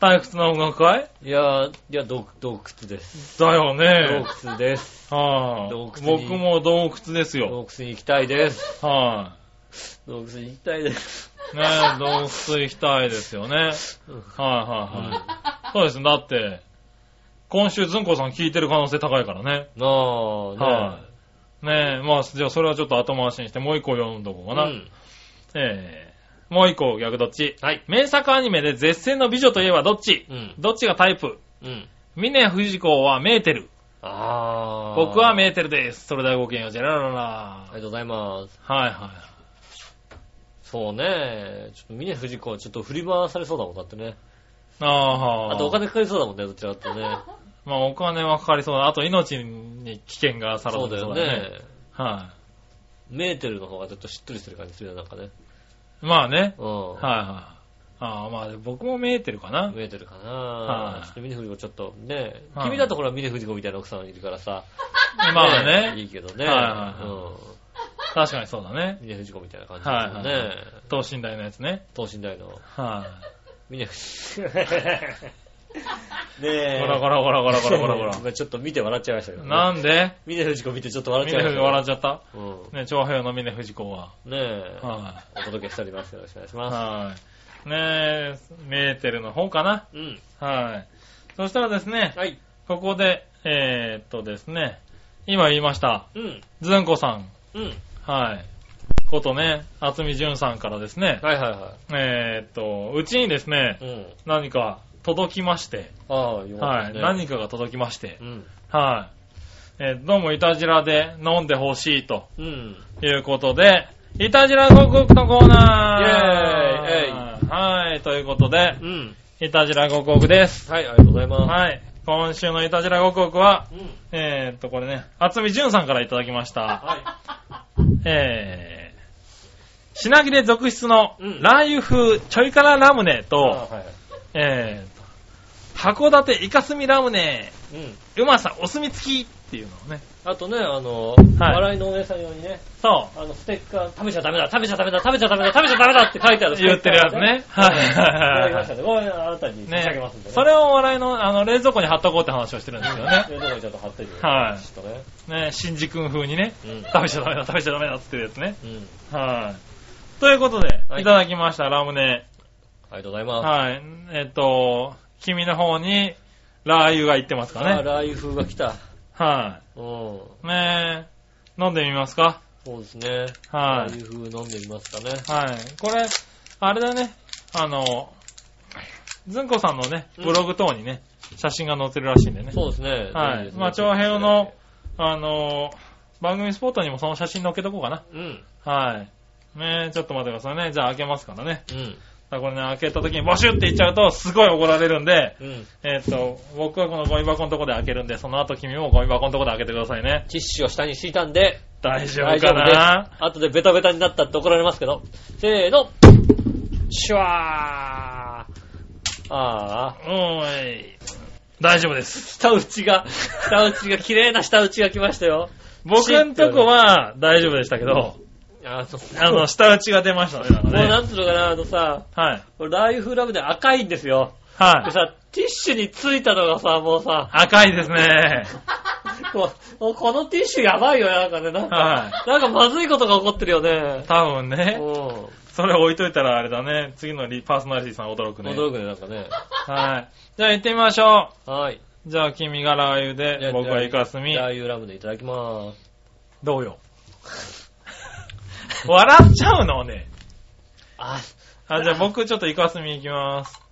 Speaker 3: 退屈な音楽会
Speaker 2: いやー、いや、洞洞窟です。
Speaker 3: だよね
Speaker 2: 洞。窟です。
Speaker 3: はあ、
Speaker 2: 洞窟に
Speaker 3: 僕も洞窟ですよ。
Speaker 2: 洞窟に行きたいです。
Speaker 3: は
Speaker 2: 洞窟に行きたいです。
Speaker 3: い、ね え、洞窟行きたいですよね。はい、
Speaker 2: うん
Speaker 3: はいはい。そうですね。だって、今週ずんこさん聞いてる可能性高いからね。
Speaker 2: なあ、ね
Speaker 3: はいねえ、まあ、じゃあそれはちょっと後回しにしてもう一個読んどこう
Speaker 2: え。
Speaker 3: かな。
Speaker 2: うん
Speaker 3: ええもう一個逆どっち
Speaker 2: はい。
Speaker 3: 名作アニメで絶世の美女といえばどっち
Speaker 2: うん。
Speaker 3: どっちがタイプ
Speaker 2: うん。
Speaker 3: 峰不二子はメーテル。
Speaker 2: ああ。
Speaker 3: 僕はメ
Speaker 2: あ
Speaker 3: ーテルです。それではごきげんよう、ジェラララ
Speaker 2: りがとうございます。
Speaker 3: はいは
Speaker 2: そうね。ちょっと峰藤子はちょっと振り回されそうだもんだってね。
Speaker 3: い。ああ。
Speaker 2: あとお金かかりそうだもんね、どちらかっていうとね。
Speaker 3: まあお金はかかりそうだ。あと命に危険がさら
Speaker 2: そう
Speaker 3: さ
Speaker 2: だ
Speaker 3: れそ
Speaker 2: よ
Speaker 3: う
Speaker 2: ね。
Speaker 3: は
Speaker 2: メーテルの方がちょっとしっとりしてる感じするよね、なんかね。
Speaker 3: い。まあね。
Speaker 2: うん。
Speaker 3: はいはい。ああ、まあ僕もメーテルかな。
Speaker 2: メーテルかな、
Speaker 3: い
Speaker 2: ちょっと峰藤子ちょっとね、
Speaker 3: はい
Speaker 2: 君だとほら峰藤子みたいな奥さんいるからさ。
Speaker 3: まあ
Speaker 2: い
Speaker 3: ね。
Speaker 2: いけどね。
Speaker 3: はいはいは確かにそうだね
Speaker 2: う。ん。峰藤子みたいな感じですよね。
Speaker 3: はいはいは等身大のやつね。
Speaker 2: 等身大の。
Speaker 3: はい。
Speaker 2: 峰 藤子。ねえ。
Speaker 3: ゴラゴラゴラゴラゴラゴラ ゴ
Speaker 2: 今ちょっと見て笑っちゃいましたけど
Speaker 3: ラ。
Speaker 2: ね。
Speaker 3: なんで
Speaker 2: 峰藤子見てちょっと笑っ
Speaker 3: 峰
Speaker 2: ちゃいました
Speaker 3: 藤子
Speaker 2: けど。
Speaker 3: 笑っちゃった
Speaker 2: うん。
Speaker 3: ね、長平の峰藤子は。
Speaker 2: ねえ、
Speaker 3: は
Speaker 2: お届けしております。よろしくお願いし
Speaker 3: い。
Speaker 2: ま
Speaker 3: はい。ねえ、メーテルの方かな。
Speaker 2: す。うん。
Speaker 3: はい。そしたらですね、
Speaker 2: はい。
Speaker 3: ここで、えー、っとですね、今言いました、
Speaker 2: うん。
Speaker 3: ずんこさん。
Speaker 2: うん。
Speaker 3: はい。ことね、厚みじゅんさんからですね、
Speaker 2: はいはいは
Speaker 3: えー、っと、うちにですね
Speaker 2: い。、うん。
Speaker 3: 何か届きまして、
Speaker 2: ああ、よかったで
Speaker 3: はい。
Speaker 2: すね。
Speaker 3: 何かが届きまして
Speaker 2: う、ん。
Speaker 3: はい。えーどうもいたじらで飲んでほしいと
Speaker 2: うん。
Speaker 3: いうことで、いたじらごくごくのコーナー
Speaker 2: イェー
Speaker 3: はい、ということで
Speaker 2: う、ん。
Speaker 3: いたじらごくごくです。
Speaker 2: はい、ありがとうございます。
Speaker 3: はい。今週のいたじらごくごくは、
Speaker 2: うん。
Speaker 3: えーっと、これね、厚みじゅんさんからいただきました。
Speaker 2: は
Speaker 3: えー品切れ続出の
Speaker 2: うん
Speaker 3: ラー油風ちょい辛ラムネ
Speaker 2: い。
Speaker 3: と、
Speaker 2: あはい。
Speaker 3: えー函館イカスミラムネ、
Speaker 2: うん。
Speaker 3: うまさお墨付きっていうのをね。
Speaker 2: あとね、あの、
Speaker 3: はい
Speaker 2: 笑いのお姉さん用にね、
Speaker 3: そ
Speaker 2: あの、ステッカー、食べちゃダメだ、食べちゃダメだ、食べちゃダメだ、食べちゃダメだって書いてある
Speaker 3: う。言ってるやつね。
Speaker 2: は。
Speaker 3: はいい
Speaker 2: いただきま
Speaker 3: は
Speaker 2: し
Speaker 3: い
Speaker 2: た
Speaker 3: は
Speaker 2: ね。ごめん、あなたに
Speaker 3: い。
Speaker 2: 差し上げますんでね。
Speaker 3: それを笑いの、あの、冷蔵庫に貼っとこうって話をしてるんですよ
Speaker 2: そういうとこにちょっと貼っといて。
Speaker 3: はい
Speaker 2: ちょっとね。
Speaker 3: ね。ね、新次君風にね、
Speaker 2: うん
Speaker 3: 食べちゃダメだ、食べちゃダメだっていうやつね。
Speaker 2: うん。
Speaker 3: はい。ということで、
Speaker 2: はい
Speaker 3: いただきました、ラムネ。
Speaker 2: ありがとうございます。
Speaker 3: はい。えっと、君の方に、ラー油がいってますか
Speaker 2: あー
Speaker 3: ね。
Speaker 2: ラー油風が来た。
Speaker 3: は
Speaker 2: うん。
Speaker 3: い。ねえ、飲んでみますか
Speaker 2: そうですね。ラ
Speaker 3: は
Speaker 2: ー
Speaker 3: い。
Speaker 2: 油風飲んでみますかね。
Speaker 3: はい。これ、あれだね、あの、ずんこさんのね、ブログ等にね、写真が載ってるらしいんでね。
Speaker 2: そうですね。
Speaker 3: は
Speaker 2: ぜ
Speaker 3: い
Speaker 2: ひですね
Speaker 3: まあ長編の。あの、番組スポットにもその写真載っけとこうかな。
Speaker 2: うん。
Speaker 3: はい。ねえ、ちょっと待ってくださいね。じゃあ開けますからね。
Speaker 2: うん。
Speaker 3: だからこれね、開けた時にボシュって言っちゃうと、すごい怒られるんで、
Speaker 2: うん。
Speaker 3: えっと、僕はこのゴミ箱のとこで開けるんで、その後君もゴミ箱のとこで開けてくださいね。
Speaker 2: ティッシュを下に敷いたんで、
Speaker 3: 大丈
Speaker 2: 大
Speaker 3: 夫
Speaker 2: 丈
Speaker 3: か
Speaker 2: 夫です
Speaker 3: な。
Speaker 2: あとでベタベタになったって怒られますけど。せーの。シュワー。ああ。
Speaker 3: おーい。大丈夫です。
Speaker 2: 下打ちが、 下打ちが、綺麗な下打ちが来ましたよ。
Speaker 3: 僕んとこは大丈夫でしたけど、
Speaker 2: あそう。
Speaker 3: あ の、下打ちが出ましたね。なんか
Speaker 2: もうな
Speaker 3: ね
Speaker 2: んつうのかな、あのさ、
Speaker 3: はい。
Speaker 2: これラー油風ラムで赤いんですよ。
Speaker 3: は
Speaker 2: で
Speaker 3: い。
Speaker 2: さ、ティッシュについたのがさ、もうさ、
Speaker 3: 赤いですね。
Speaker 2: こうもうこのティッシュやばいよ、なんかね。なんか、
Speaker 3: は
Speaker 2: なんかまずいことが起こってるよね。
Speaker 3: 多分
Speaker 2: うん
Speaker 3: ね、。それ置いといたらあれだね。次のリパーソナリティさん驚くね。
Speaker 2: 驚くね、なんかね。
Speaker 3: はい。じゃあ行ってみましょ
Speaker 2: はい。
Speaker 3: う。じゃあ君がラー油
Speaker 2: じゃあ
Speaker 3: で、僕はイカスミ
Speaker 2: じ。ゃあ、ユーラムでいただきます。
Speaker 3: ど うよ。笑っちゃうのね。
Speaker 2: あ、
Speaker 3: あ、じゃあ僕ちょっとイカスミ行きます。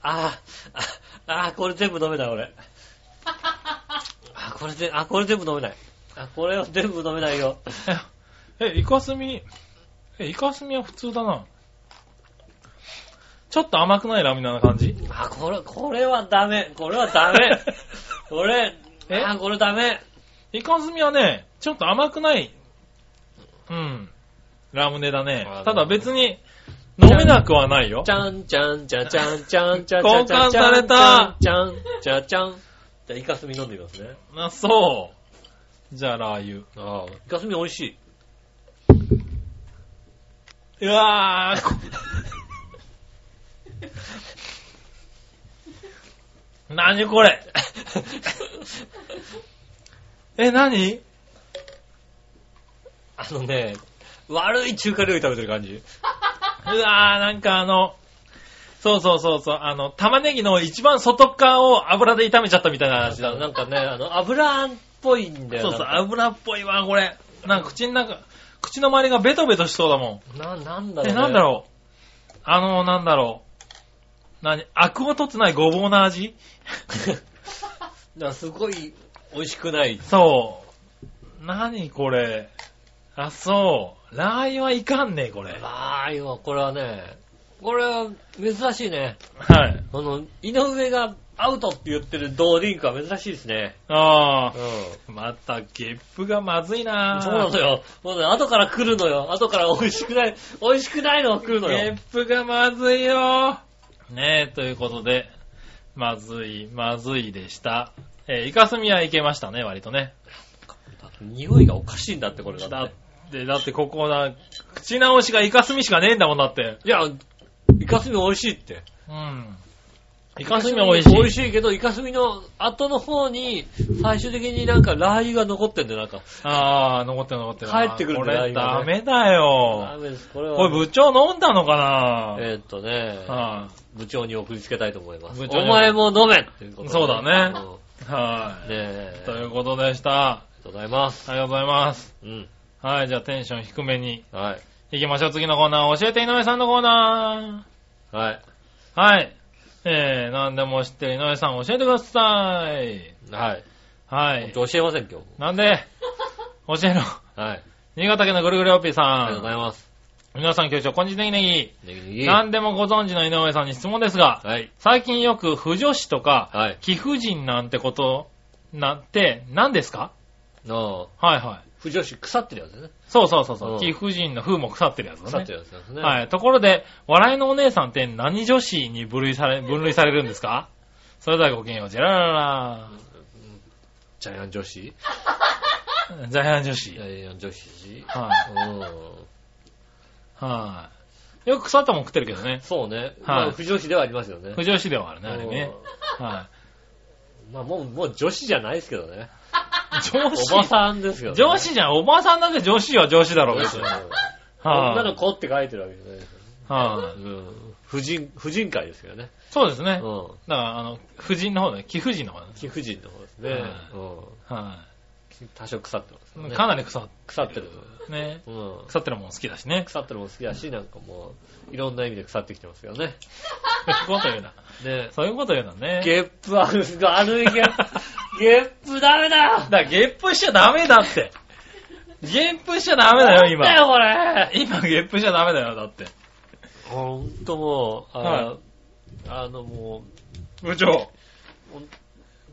Speaker 2: あ、あ、あ、これ全部飲めない、俺。あ、これで、あ、これ全部飲めない。あ、これは全部飲めないよ。
Speaker 3: え、えイカスミ、え、イカスミは普通だな。ちょっと甘くないラミネな感じ
Speaker 2: あ、これ、これはダメ。これはダメ。これ、
Speaker 3: え
Speaker 2: あ、これダメ。
Speaker 3: イカスミはね、ちょっと甘くない、うん、ラムネだね
Speaker 2: あ。
Speaker 3: ただ別に、飲めなくはないよ
Speaker 2: ち。ゃんちゃんちゃちゃんちゃんちゃんちゃん。
Speaker 3: 交換された
Speaker 2: ちゃんちゃんちゃん。じゃあ、イカスミ飲んでみますね。
Speaker 3: あ、そう。じゃあラー油。
Speaker 2: ああ、イカスミ美味しい。
Speaker 3: うわーこ何これ え、何
Speaker 2: あのね、悪い中華料理食べてる感じ。
Speaker 3: うわーなんかあの、そうそうそうそう、あの、玉ねぎの一番外側を油で炒めちゃったみたいな話だ。
Speaker 2: なんかね、あの、油っぽいんだよ。
Speaker 3: そうそう、
Speaker 2: なんか
Speaker 3: 油っぽいわ、これ。なんか口の中、口の周りがベトベトしそうだも
Speaker 2: な、なんだろ
Speaker 3: ん。
Speaker 2: う、
Speaker 3: え、
Speaker 2: ね。
Speaker 3: なんだろう。あの、なんだろ う。何アクを取ってないごぼうの味
Speaker 2: う。なんかすごい、美味しくない。
Speaker 3: そう。何これ。あ、そう。ラー油はいかんね、これ。
Speaker 2: ラー油は、これはね、これは珍しいね。
Speaker 3: はい。
Speaker 2: この、井上がアウトって言ってるドリンクは珍しいですね。
Speaker 3: あ
Speaker 2: うん。
Speaker 3: あ。また、ゲップがまずいな
Speaker 2: そうなのよ。もうね、後から来るのよ。後から美味しくない、美味しくないのが来るの
Speaker 3: ゲ
Speaker 2: よ
Speaker 3: ッ。プがまずいよねえ、ということで、まずい、まずいでした。えーイカスミはいけましたね、割とね。
Speaker 2: 匂いがおかしいんだって、これだ
Speaker 3: だ
Speaker 2: っ。
Speaker 3: ってて、だってここな、口直しがイカスミしかねえんだもんだって。
Speaker 2: いや、イカスミ美味しいって。
Speaker 3: うん。イカスミ美味しい。
Speaker 2: 美味しいけど、イカスミの後の方に、最終的になんかラー油が残ってんだよ、なんか。
Speaker 3: ああ、残ってる残ってる。
Speaker 2: 帰ってくるんだよ
Speaker 3: これ
Speaker 2: 今ね
Speaker 3: ダメだよ
Speaker 2: ダ。メです、これは。
Speaker 3: これ部長飲んだのかな
Speaker 2: えーっとね、
Speaker 3: は
Speaker 2: 部長に送りつけたいと思います。
Speaker 3: 部長に
Speaker 2: お前も飲めっていうことで
Speaker 3: そうだね
Speaker 2: うん
Speaker 3: い。は
Speaker 2: ねえ
Speaker 3: い。。
Speaker 2: あ
Speaker 3: と
Speaker 2: り
Speaker 3: いうことでした。
Speaker 2: がとうございます。
Speaker 3: ありがとうございます。
Speaker 2: うん。
Speaker 3: はい、じゃあテンション低めに
Speaker 2: はい。
Speaker 3: 行きましょう。次のコーナー、教えて井上さんのコーナ
Speaker 2: はい。
Speaker 3: ー。はい。えー、何でも知ってる井上さん教えてください。
Speaker 2: はい。
Speaker 3: は
Speaker 2: 本
Speaker 3: い。
Speaker 2: 当教えません、今日。
Speaker 3: なんで、教えろ。
Speaker 2: はい。
Speaker 3: 新潟県のぐるぐるおっぴー
Speaker 2: ありがとうござい
Speaker 3: さ
Speaker 2: ます。
Speaker 3: ん。皆さん、局長、こんにちは、ネギ
Speaker 2: ネギネ
Speaker 3: ネ
Speaker 2: ギ
Speaker 3: ギ。何でもご存知の井上さんに質問ですが、
Speaker 2: はい。
Speaker 3: 最近よく不女子とか、
Speaker 2: はい。
Speaker 3: 貴婦人なんてこと、なんて、何ですか
Speaker 2: の、
Speaker 3: はいはい。
Speaker 2: 不女子腐ってるやつですね。
Speaker 3: そうそうそうそうう。
Speaker 2: ん
Speaker 3: 貴婦人の風も腐ってるやつだね。
Speaker 2: 腐ってるやつですね。い。
Speaker 3: はい。ところで、笑いのお姉さんって何女子に分類され、分類されるんですかそれではごきげんよう。ジェラララ
Speaker 2: ジャイアン女子ジ
Speaker 3: ラ。ジャイアン女子。はい。
Speaker 2: ャイアン女子
Speaker 3: は
Speaker 2: うん。
Speaker 3: い。よく腐ったもん食ってるけどね。
Speaker 2: そうね。まあ不女子ではありますよね
Speaker 3: 不。女子ではあるね、あれね。は
Speaker 2: まあもう、もう女子じゃないですけどね。
Speaker 3: い。女
Speaker 2: おば
Speaker 3: 子
Speaker 2: さんですけどね。
Speaker 3: 女子じゃん。おばさんなんて女子は女子だろ、別に。はい、
Speaker 2: 女の子って書いてるわけじゃないですよね。
Speaker 3: はい、
Speaker 2: うん。婦人、婦人会ですけどね。
Speaker 3: そうですね。
Speaker 2: うん。
Speaker 3: だから、あの、婦人の方ね、貴婦人の方ね。
Speaker 2: 貴婦人の方ですね。
Speaker 3: は
Speaker 2: うん。多少腐ってますけど
Speaker 3: い。
Speaker 2: ね。
Speaker 3: かなり腐っ
Speaker 2: 腐ってる。
Speaker 3: ね。
Speaker 2: うん。
Speaker 3: 腐ってるもん好きだしね。
Speaker 2: 腐ってるも好きだし、なんかもう、いろんな意味で腐ってきてますよね。
Speaker 3: そういうこと言うな。
Speaker 2: ね
Speaker 3: そういうこと言うなね。
Speaker 2: ゲップある、悪い ゲップ。ゲップダメだ
Speaker 3: だからゲップしちゃダメだって。ゲップしちゃダメだよ、今。
Speaker 2: なんだよ、これ。
Speaker 3: 今ゲップしちゃダメだよ、だって。
Speaker 2: ほんともう、あの、
Speaker 3: は
Speaker 2: あのも
Speaker 3: 部長。
Speaker 2: う、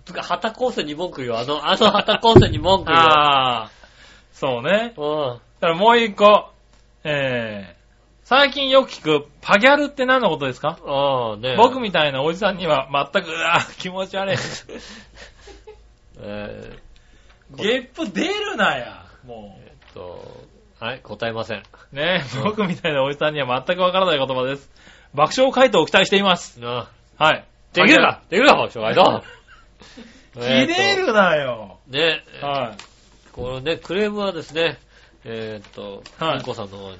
Speaker 2: つか、旗構成に文句言うよ。あの、あの旗構成に文句言うよ。
Speaker 3: ああ。そうね。
Speaker 2: うん。
Speaker 3: だからもう一個。えー、最近よく聞く、パギャルって何のことですか
Speaker 2: ああ、ね
Speaker 3: 僕みたいなおじさんには全く、うわ気持ち悪い。
Speaker 2: え
Speaker 3: ゲップ出るなや。もう。
Speaker 2: ーっと、はい、答えません。
Speaker 3: ねえ、 僕みたいなおじさんには全くわからない言葉です。爆笑回答を期待しています。
Speaker 2: な
Speaker 3: はい。
Speaker 2: できるかできるか 爆笑ガイド
Speaker 3: 切れるなよ
Speaker 2: ね、
Speaker 3: は
Speaker 2: このね、クレームはですね、えーっと、
Speaker 3: はい
Speaker 2: うんこさんの方に、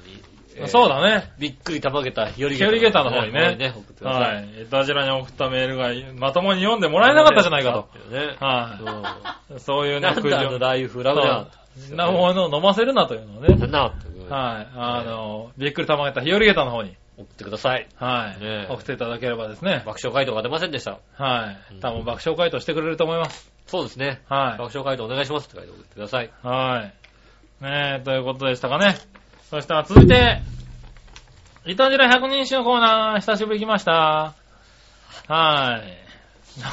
Speaker 2: えー
Speaker 3: い。そうだね。
Speaker 2: びっくりたまげた日和
Speaker 3: 日和下駄の方にね
Speaker 2: ね、送ってくださ。
Speaker 3: はいい。エタジラに送ったメールがまともに読んでもらえなかったじゃないか
Speaker 2: と。ね
Speaker 3: と。。は
Speaker 2: う。
Speaker 3: い。そういうんね、
Speaker 2: なんであの
Speaker 3: 情。
Speaker 2: ライフラブだ
Speaker 3: そうなものを飲ませるなというのをね。はい。
Speaker 2: なって
Speaker 3: あの、びっくりたまげた日和ゲタの方に、
Speaker 2: 送ってください。
Speaker 3: は
Speaker 2: ね
Speaker 3: い。送っていただければですね。
Speaker 2: 爆笑回答が出ませんでした。
Speaker 3: はい
Speaker 2: うん。
Speaker 3: 多分爆笑回答してくれると思います。
Speaker 2: そうですね。
Speaker 3: は
Speaker 2: 爆笑回答お願いしますって書いて送ってください。
Speaker 3: い。はい。ねえ、ということでしたかね。そしたら続いて、イタジラ100人種のコーナー、久しぶり来ました。はい。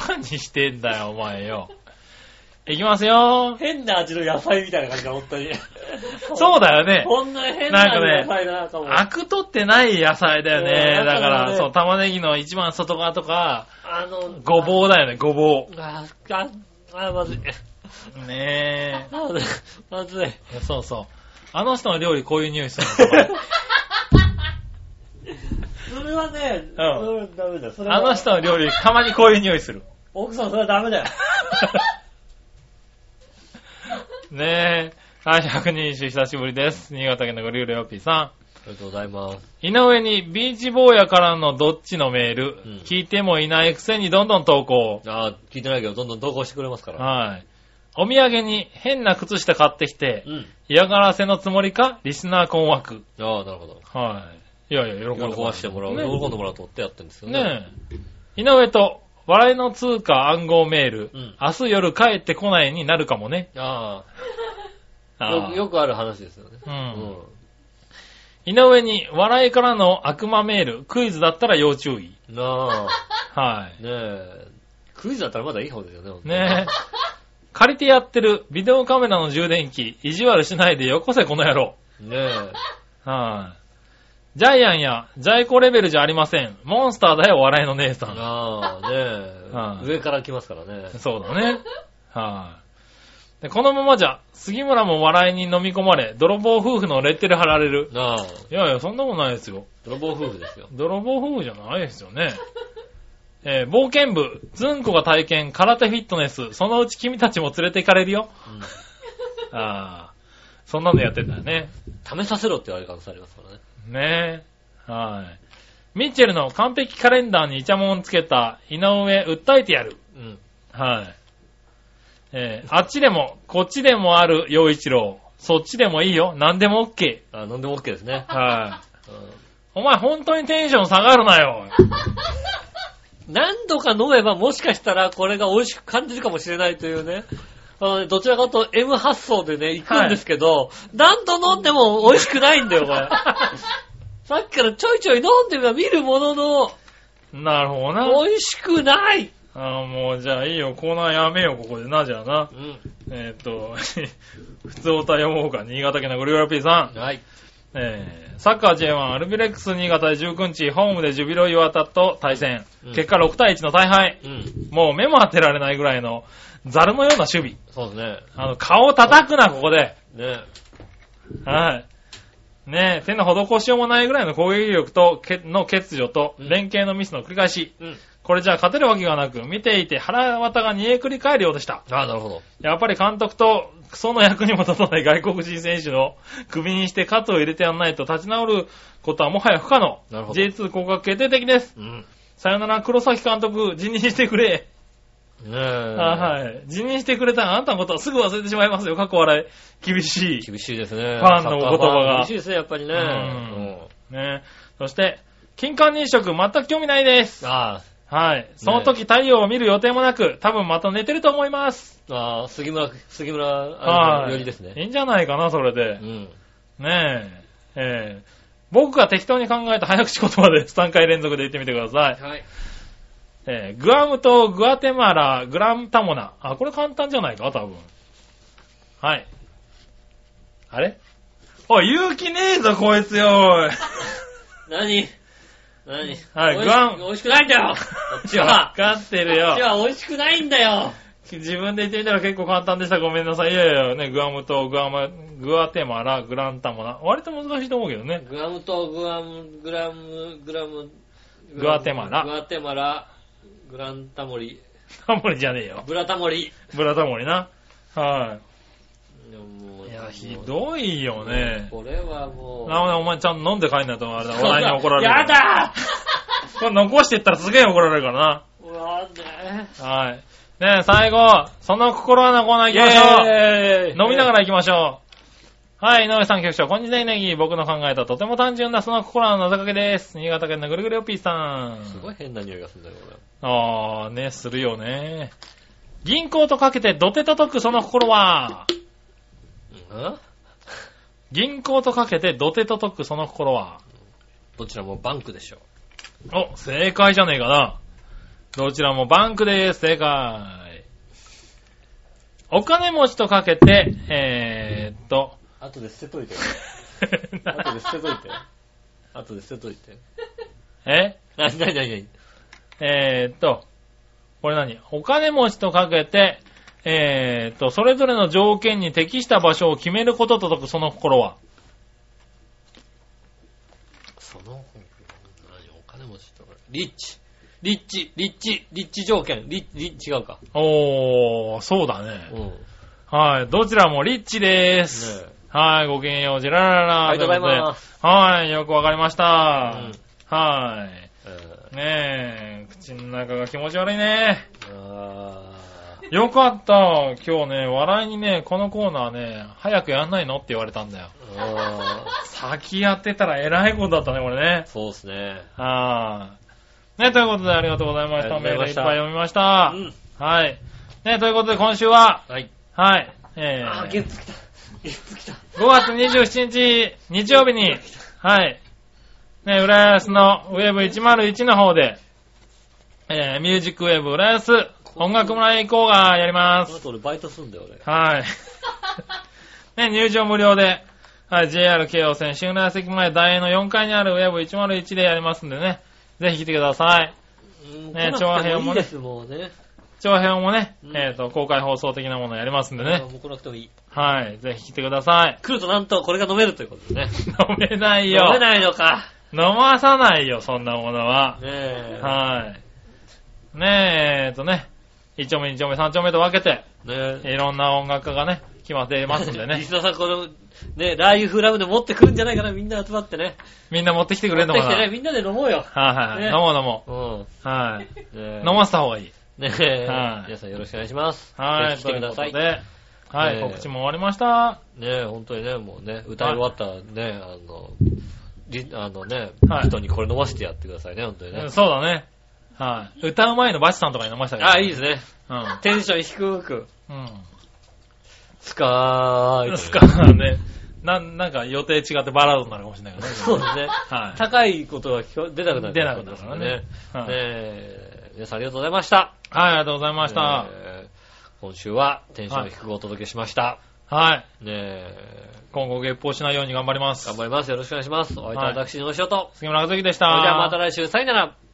Speaker 3: 何してんだよ、お前よ。いきますよ。
Speaker 2: 変な味の野菜みたいな感じだ、本当に。
Speaker 3: そうだよね。
Speaker 2: こんな変
Speaker 3: な
Speaker 2: な
Speaker 3: 味の野
Speaker 2: 野菜だな、かも。
Speaker 3: アク取ってない野菜だよ
Speaker 2: う
Speaker 3: ね。
Speaker 2: んだ
Speaker 3: だから、
Speaker 2: からね
Speaker 3: そう、玉ねぎの一番外側とか、
Speaker 2: あの、
Speaker 3: ごぼうだよね、ごぼ
Speaker 2: う。あ、あ、あ、まずい。
Speaker 3: う。ね
Speaker 2: あまずいまずい。
Speaker 3: え。そうそう。あの人の料理こういう匂いするの
Speaker 2: それはね、
Speaker 3: うん
Speaker 2: ん、ダメだよ。それは
Speaker 3: あの人の料理、たまにこういう匂いする。
Speaker 2: 奥さん、それはダメだよ。
Speaker 3: ねえ。はい、100人一首久しぶりです。新潟県のゴリューレオピー
Speaker 2: あ
Speaker 3: さ
Speaker 2: りがとうございます。
Speaker 3: ん。井上にビーチ坊やからのどっちのメール、
Speaker 2: うん
Speaker 3: 聞いてもいないくせにどんどん投稿。
Speaker 2: ああ、聞いてないけど、どんどん投稿してくれますから。
Speaker 3: はい。お土産に変な靴下買ってきて、
Speaker 2: うん。
Speaker 3: 嫌がらせのつもりかリスナー困惑。
Speaker 2: ああ、なるほど。
Speaker 3: はい。いやいや、喜んで
Speaker 2: 喜ばしてもらう。
Speaker 3: ね
Speaker 2: 喜んでもらおうと思ってやってるんですよね。
Speaker 3: ねえ。井上と笑いの通貨暗号メール、
Speaker 2: うん
Speaker 3: 明日夜帰ってこないになるかもね。
Speaker 2: ああ。
Speaker 3: あ
Speaker 2: よ
Speaker 3: ー
Speaker 2: くよくある話ですよね。
Speaker 3: う。
Speaker 2: うん
Speaker 3: 井上に、笑いからの悪魔メール、クイズだったら要注意。
Speaker 2: ん。なあ。
Speaker 3: は
Speaker 2: ねえ。クイズだったらまだいい方ですよね本当
Speaker 3: い。
Speaker 2: に。
Speaker 3: ねえ。借りてやってるビデオカメラの充電器、意地悪しないでよこせこの野郎。
Speaker 2: ねえ。
Speaker 3: はい。ジャイアンや、ジャイコレベルじゃありません。モンスターだよ、笑いの姉さん。
Speaker 2: ああ、ね
Speaker 3: はい
Speaker 2: え。上から来ますからね。
Speaker 3: そうだね。はい。でこのままじゃ、杉村も笑いに飲み込まれ、泥棒夫婦のレッテル貼られる。
Speaker 2: なあ。
Speaker 3: いやいや、そんなことないですよ。
Speaker 2: 泥棒夫婦ですよ。
Speaker 3: 泥棒夫婦じゃないですよね。えー冒険部、ズンコが体験、空手フィットネス、そのうち君たちも連れて行かれるよ。ああ、そんなのやってんだよね。
Speaker 2: うん試させろって言われる可能性ありますからね。
Speaker 3: ねえ。はい。ミッチェルの完璧カレンダーにイチャモンつけた、井上、訴えてやる。
Speaker 2: うん。
Speaker 3: はい。えーあっちでも、こっちでもある、洋一郎。そっちでもいいよ。何でも OK。
Speaker 2: あ飲んでも OK ですね。
Speaker 3: は
Speaker 2: うん
Speaker 3: い。 お前、本当にテンション下がるなよ。
Speaker 2: 何度か飲めばもしかしたらこれが美味しく感じるかもしれないというね。あのねどちらかというと M 発想でね、行くんですけど、何度飲んでも美味しくないんだよ、 これ。さっきからちょいちょい飲んでは見るものの、
Speaker 3: なるほどな。
Speaker 2: 美味しくない。
Speaker 3: あーもう、じゃあいいよ。コーナーやめよう、ここでな、じゃあな
Speaker 2: う。ん。
Speaker 3: えーっと、 普通おた読もうか。新潟県のグリグラピーさん。
Speaker 2: はい。
Speaker 3: えーサッカー J1 アルビレックス新潟で19日、ホームでジュビロ磐田と対戦。
Speaker 2: うん
Speaker 3: 結果6対1の大敗。
Speaker 2: うん。
Speaker 3: もう目も当てられないぐらいの、ザルのような守備。
Speaker 2: そうですね。
Speaker 3: あの、顔を叩くな、ここで。
Speaker 2: ね
Speaker 3: はい。ねえ、手の施しようもないぐらいの攻撃力と、けの欠如と、
Speaker 2: うん
Speaker 3: 連携のミスの繰り返し。
Speaker 2: うん。
Speaker 3: これじゃ勝てるわけがなく、見ていて腹渡が煮えくり返るようでした。
Speaker 2: ああ、なるほど。
Speaker 3: やっぱり監督と、クソの役にも立たない外国人選手の首にして喝を入れてやんないと立ち直ることはもはや不可能。
Speaker 2: なるほど
Speaker 3: J2 降格決定的です。
Speaker 2: うん。
Speaker 3: さよなら黒崎監督、辞任してくれ。
Speaker 2: ねえ。
Speaker 3: あはい。辞任してくれたらあなたのことはすぐ忘れてしまいますよ。過去笑い。厳しい。
Speaker 2: 厳しいですね。
Speaker 3: ファンのお言葉
Speaker 2: サ
Speaker 3: が
Speaker 2: ッカーファン厳しいですね、やっぱりね。
Speaker 3: うんねそして、金環認食全く興味ないです
Speaker 2: うん。あ
Speaker 3: はい。その時太陽を見る予定もなく、多分また寝てると思います。
Speaker 2: あ、ああ、杉村、杉村、あ
Speaker 3: は
Speaker 2: れ
Speaker 3: い。
Speaker 2: よりですね。
Speaker 3: いいんじゃないかな、それ
Speaker 2: う
Speaker 3: で。
Speaker 2: ん。
Speaker 3: ねえ。ええ僕が適当に考えた早口言葉です。3回連続で言ってみてください。
Speaker 2: はい。
Speaker 3: えーグアムとグアテマラ、グランタモナ。あ、これ簡単じゃないか、多分。はい。あれおい、勇気ねえぞ、こいつよ、おい。
Speaker 2: 何何
Speaker 3: はい
Speaker 2: 美味し
Speaker 3: グアン
Speaker 2: 美味しくないんだよこっちは
Speaker 3: わかってる
Speaker 2: こ
Speaker 3: よ
Speaker 2: っち。は美味しくないんだよ
Speaker 3: 自分で言ってみたら結構簡単でした。ごめんなさい。いやいや、ね、グアムとグアマ、グアテマラ、グランタモナ。割と難しいと思うけどね。
Speaker 2: グアムとグアム、グラム、グラム、
Speaker 3: グアテマラ
Speaker 2: グアテマラ、グランタモリ、
Speaker 3: タモリじゃねえよ。
Speaker 2: ブラタモリ。
Speaker 3: ブラタモリな。は
Speaker 2: でももう
Speaker 3: い。い
Speaker 2: も
Speaker 3: や、
Speaker 2: う
Speaker 3: ひどいよね。
Speaker 2: これはもう。
Speaker 3: なおね、お前ちゃんと飲んで帰んないとあれだ。笑いに怒られる。
Speaker 2: やだ
Speaker 3: これ残してったらすげえ怒られるから
Speaker 2: うわね
Speaker 3: な。はい。ねえ、最後、その心はのコーナー行きましょ
Speaker 2: え
Speaker 3: う。飲みな
Speaker 2: ら。
Speaker 3: がら行きましょう。はい、井上さん局長、こんにちは、ネギ。僕の考えたとても単純なその心はの謎かけです。新潟県のぐるぐるおっぴーさん。
Speaker 2: すごい変な匂いがするんだよ、これ。
Speaker 3: あーね、するよね。銀行とかけてドテ叩くその心は、
Speaker 2: うん
Speaker 3: 銀行とかけてドテ叩くその心は、
Speaker 2: どちらもバンクでしょ
Speaker 3: お、正解じゃねえかな。どちらもバンクです。正解。お金持ちとかけて、えー、っと、
Speaker 2: 後で捨てといて。後で捨てとい て。後で捨てといて。
Speaker 3: え
Speaker 2: なになになに
Speaker 3: えー、っと、これ何お金持ちとかけて、えー、っと、それぞれの条件に適した場所を決めることと解くその心は、
Speaker 2: その、何お金持ちとか。リッチ。リッチ、リッチ、リッチ条件。リッリッチ、違うか。
Speaker 3: おー、そうだ
Speaker 2: うん。
Speaker 3: ね。
Speaker 2: ね
Speaker 3: はい、どちらもリッチでーす。
Speaker 2: え。
Speaker 3: はい、ごきげんよう、ジェララララ。。
Speaker 2: ありがとうございます
Speaker 3: はい、よくわかりました。
Speaker 2: うん
Speaker 3: はい。
Speaker 2: えー
Speaker 3: ねえ、口の中が気持ち悪いね。
Speaker 2: あー
Speaker 3: よかった。今日ね、笑いにね、このコーナーね、早くやんないのって言われたんだよ。
Speaker 2: あー
Speaker 3: 先やってたら偉いことだったね、これね。
Speaker 2: そうですね。
Speaker 3: はーね、ということでありがとうございました。
Speaker 2: ありがと
Speaker 3: メー
Speaker 2: う
Speaker 3: ル
Speaker 2: ご
Speaker 3: い
Speaker 2: ざ
Speaker 3: っ
Speaker 2: いまし
Speaker 3: ぱ
Speaker 2: た
Speaker 3: い読みました
Speaker 2: う。ん。
Speaker 3: はい。ね、ということで今週は、
Speaker 2: はい。
Speaker 3: はい。え
Speaker 2: あー、
Speaker 3: ー、
Speaker 2: 月来た。月来た。
Speaker 3: 5月27日、日曜日に、はい。ね、浦安のウェブ101の方で、えー、ミュージックウェブ浦安音楽村へ行こうがやり
Speaker 2: こ
Speaker 3: ます
Speaker 2: の。後俺バイトすんだよ、俺。
Speaker 3: はい。 ね、入場無料で、はい、JR 京王線新浦安駅前大英の4階にあるウェブ101でやりますんでね、ぜひ来てください。
Speaker 2: うん来な
Speaker 3: ね
Speaker 2: くても
Speaker 3: 長編もね
Speaker 2: いいです、もうね。
Speaker 3: 長編もね、
Speaker 2: うん
Speaker 3: えっ、と、公開放送的なものやりますんで
Speaker 2: あ
Speaker 3: ね、
Speaker 2: もう来なくてもいい。
Speaker 3: はい、ぜひ来てください。
Speaker 2: 来るとなんとこれが飲めるということでね。
Speaker 3: 飲めない
Speaker 2: 飲
Speaker 3: よ。
Speaker 2: めないのか。
Speaker 3: 飲まさないよ、そんなものは。
Speaker 2: ねえ。
Speaker 3: はい。ねえ、えっとね、1丁目、2丁目、3丁目と分けて、
Speaker 2: ねえ。
Speaker 3: いろんな音楽家がね、決まってますん で
Speaker 2: リ
Speaker 3: ね
Speaker 2: ス、ナーさん、この、ね、ラー油フラムで持ってくるんじゃないかな、みんな集まってね。
Speaker 3: みんな持ってきてく
Speaker 2: 持
Speaker 3: れ
Speaker 2: っ
Speaker 3: んの
Speaker 2: て
Speaker 3: か
Speaker 2: き
Speaker 3: な。
Speaker 2: て
Speaker 3: は
Speaker 2: ね、
Speaker 3: い
Speaker 2: みんなで飲もうよ。
Speaker 3: はいはい。
Speaker 2: ね
Speaker 3: 飲もう飲も
Speaker 2: うん。
Speaker 3: う。はい。
Speaker 2: ねえ
Speaker 3: 飲ませた方がいい。
Speaker 2: ねえ、
Speaker 3: はい
Speaker 2: 皆さんよろしくお願いします。
Speaker 3: はい、
Speaker 2: ぜひ来てく
Speaker 3: という
Speaker 2: だ
Speaker 3: こと
Speaker 2: さい。
Speaker 3: で、はい、
Speaker 2: ええ
Speaker 3: 告知も終わりました。
Speaker 2: ねえ、本当にね、もうね、歌い終わったらね、あの、りあのね、
Speaker 3: はい
Speaker 2: 人にこれ飲ませてやってくださいね、本当にね。
Speaker 3: そうだね。はい。歌う前のバチさんとかに飲ましたけど。
Speaker 2: あ、いいですね。
Speaker 3: う
Speaker 2: テンション低く。
Speaker 3: ん。
Speaker 2: スカ
Speaker 3: う
Speaker 2: ー
Speaker 3: ん。
Speaker 2: イ。
Speaker 3: すからね。なん、なんか予定違ってバラードになるかもしれないけどね。
Speaker 2: そう ですね。
Speaker 3: はい。
Speaker 2: 高いことが聞こ出なくなる。
Speaker 3: 出なくなるからね
Speaker 2: ね
Speaker 3: はい
Speaker 2: え皆さんありがとうございました。
Speaker 3: はい、ありがとうございました。
Speaker 2: えー今週はテンション低くお届けしました。
Speaker 3: はい。
Speaker 2: ねえ、
Speaker 3: 今後月報しないように頑張ります
Speaker 2: 頑。張ります。よろしくお願いします。お相手は私、の仕事。
Speaker 3: 杉村和之でした。
Speaker 2: それではまた来週、さよなら。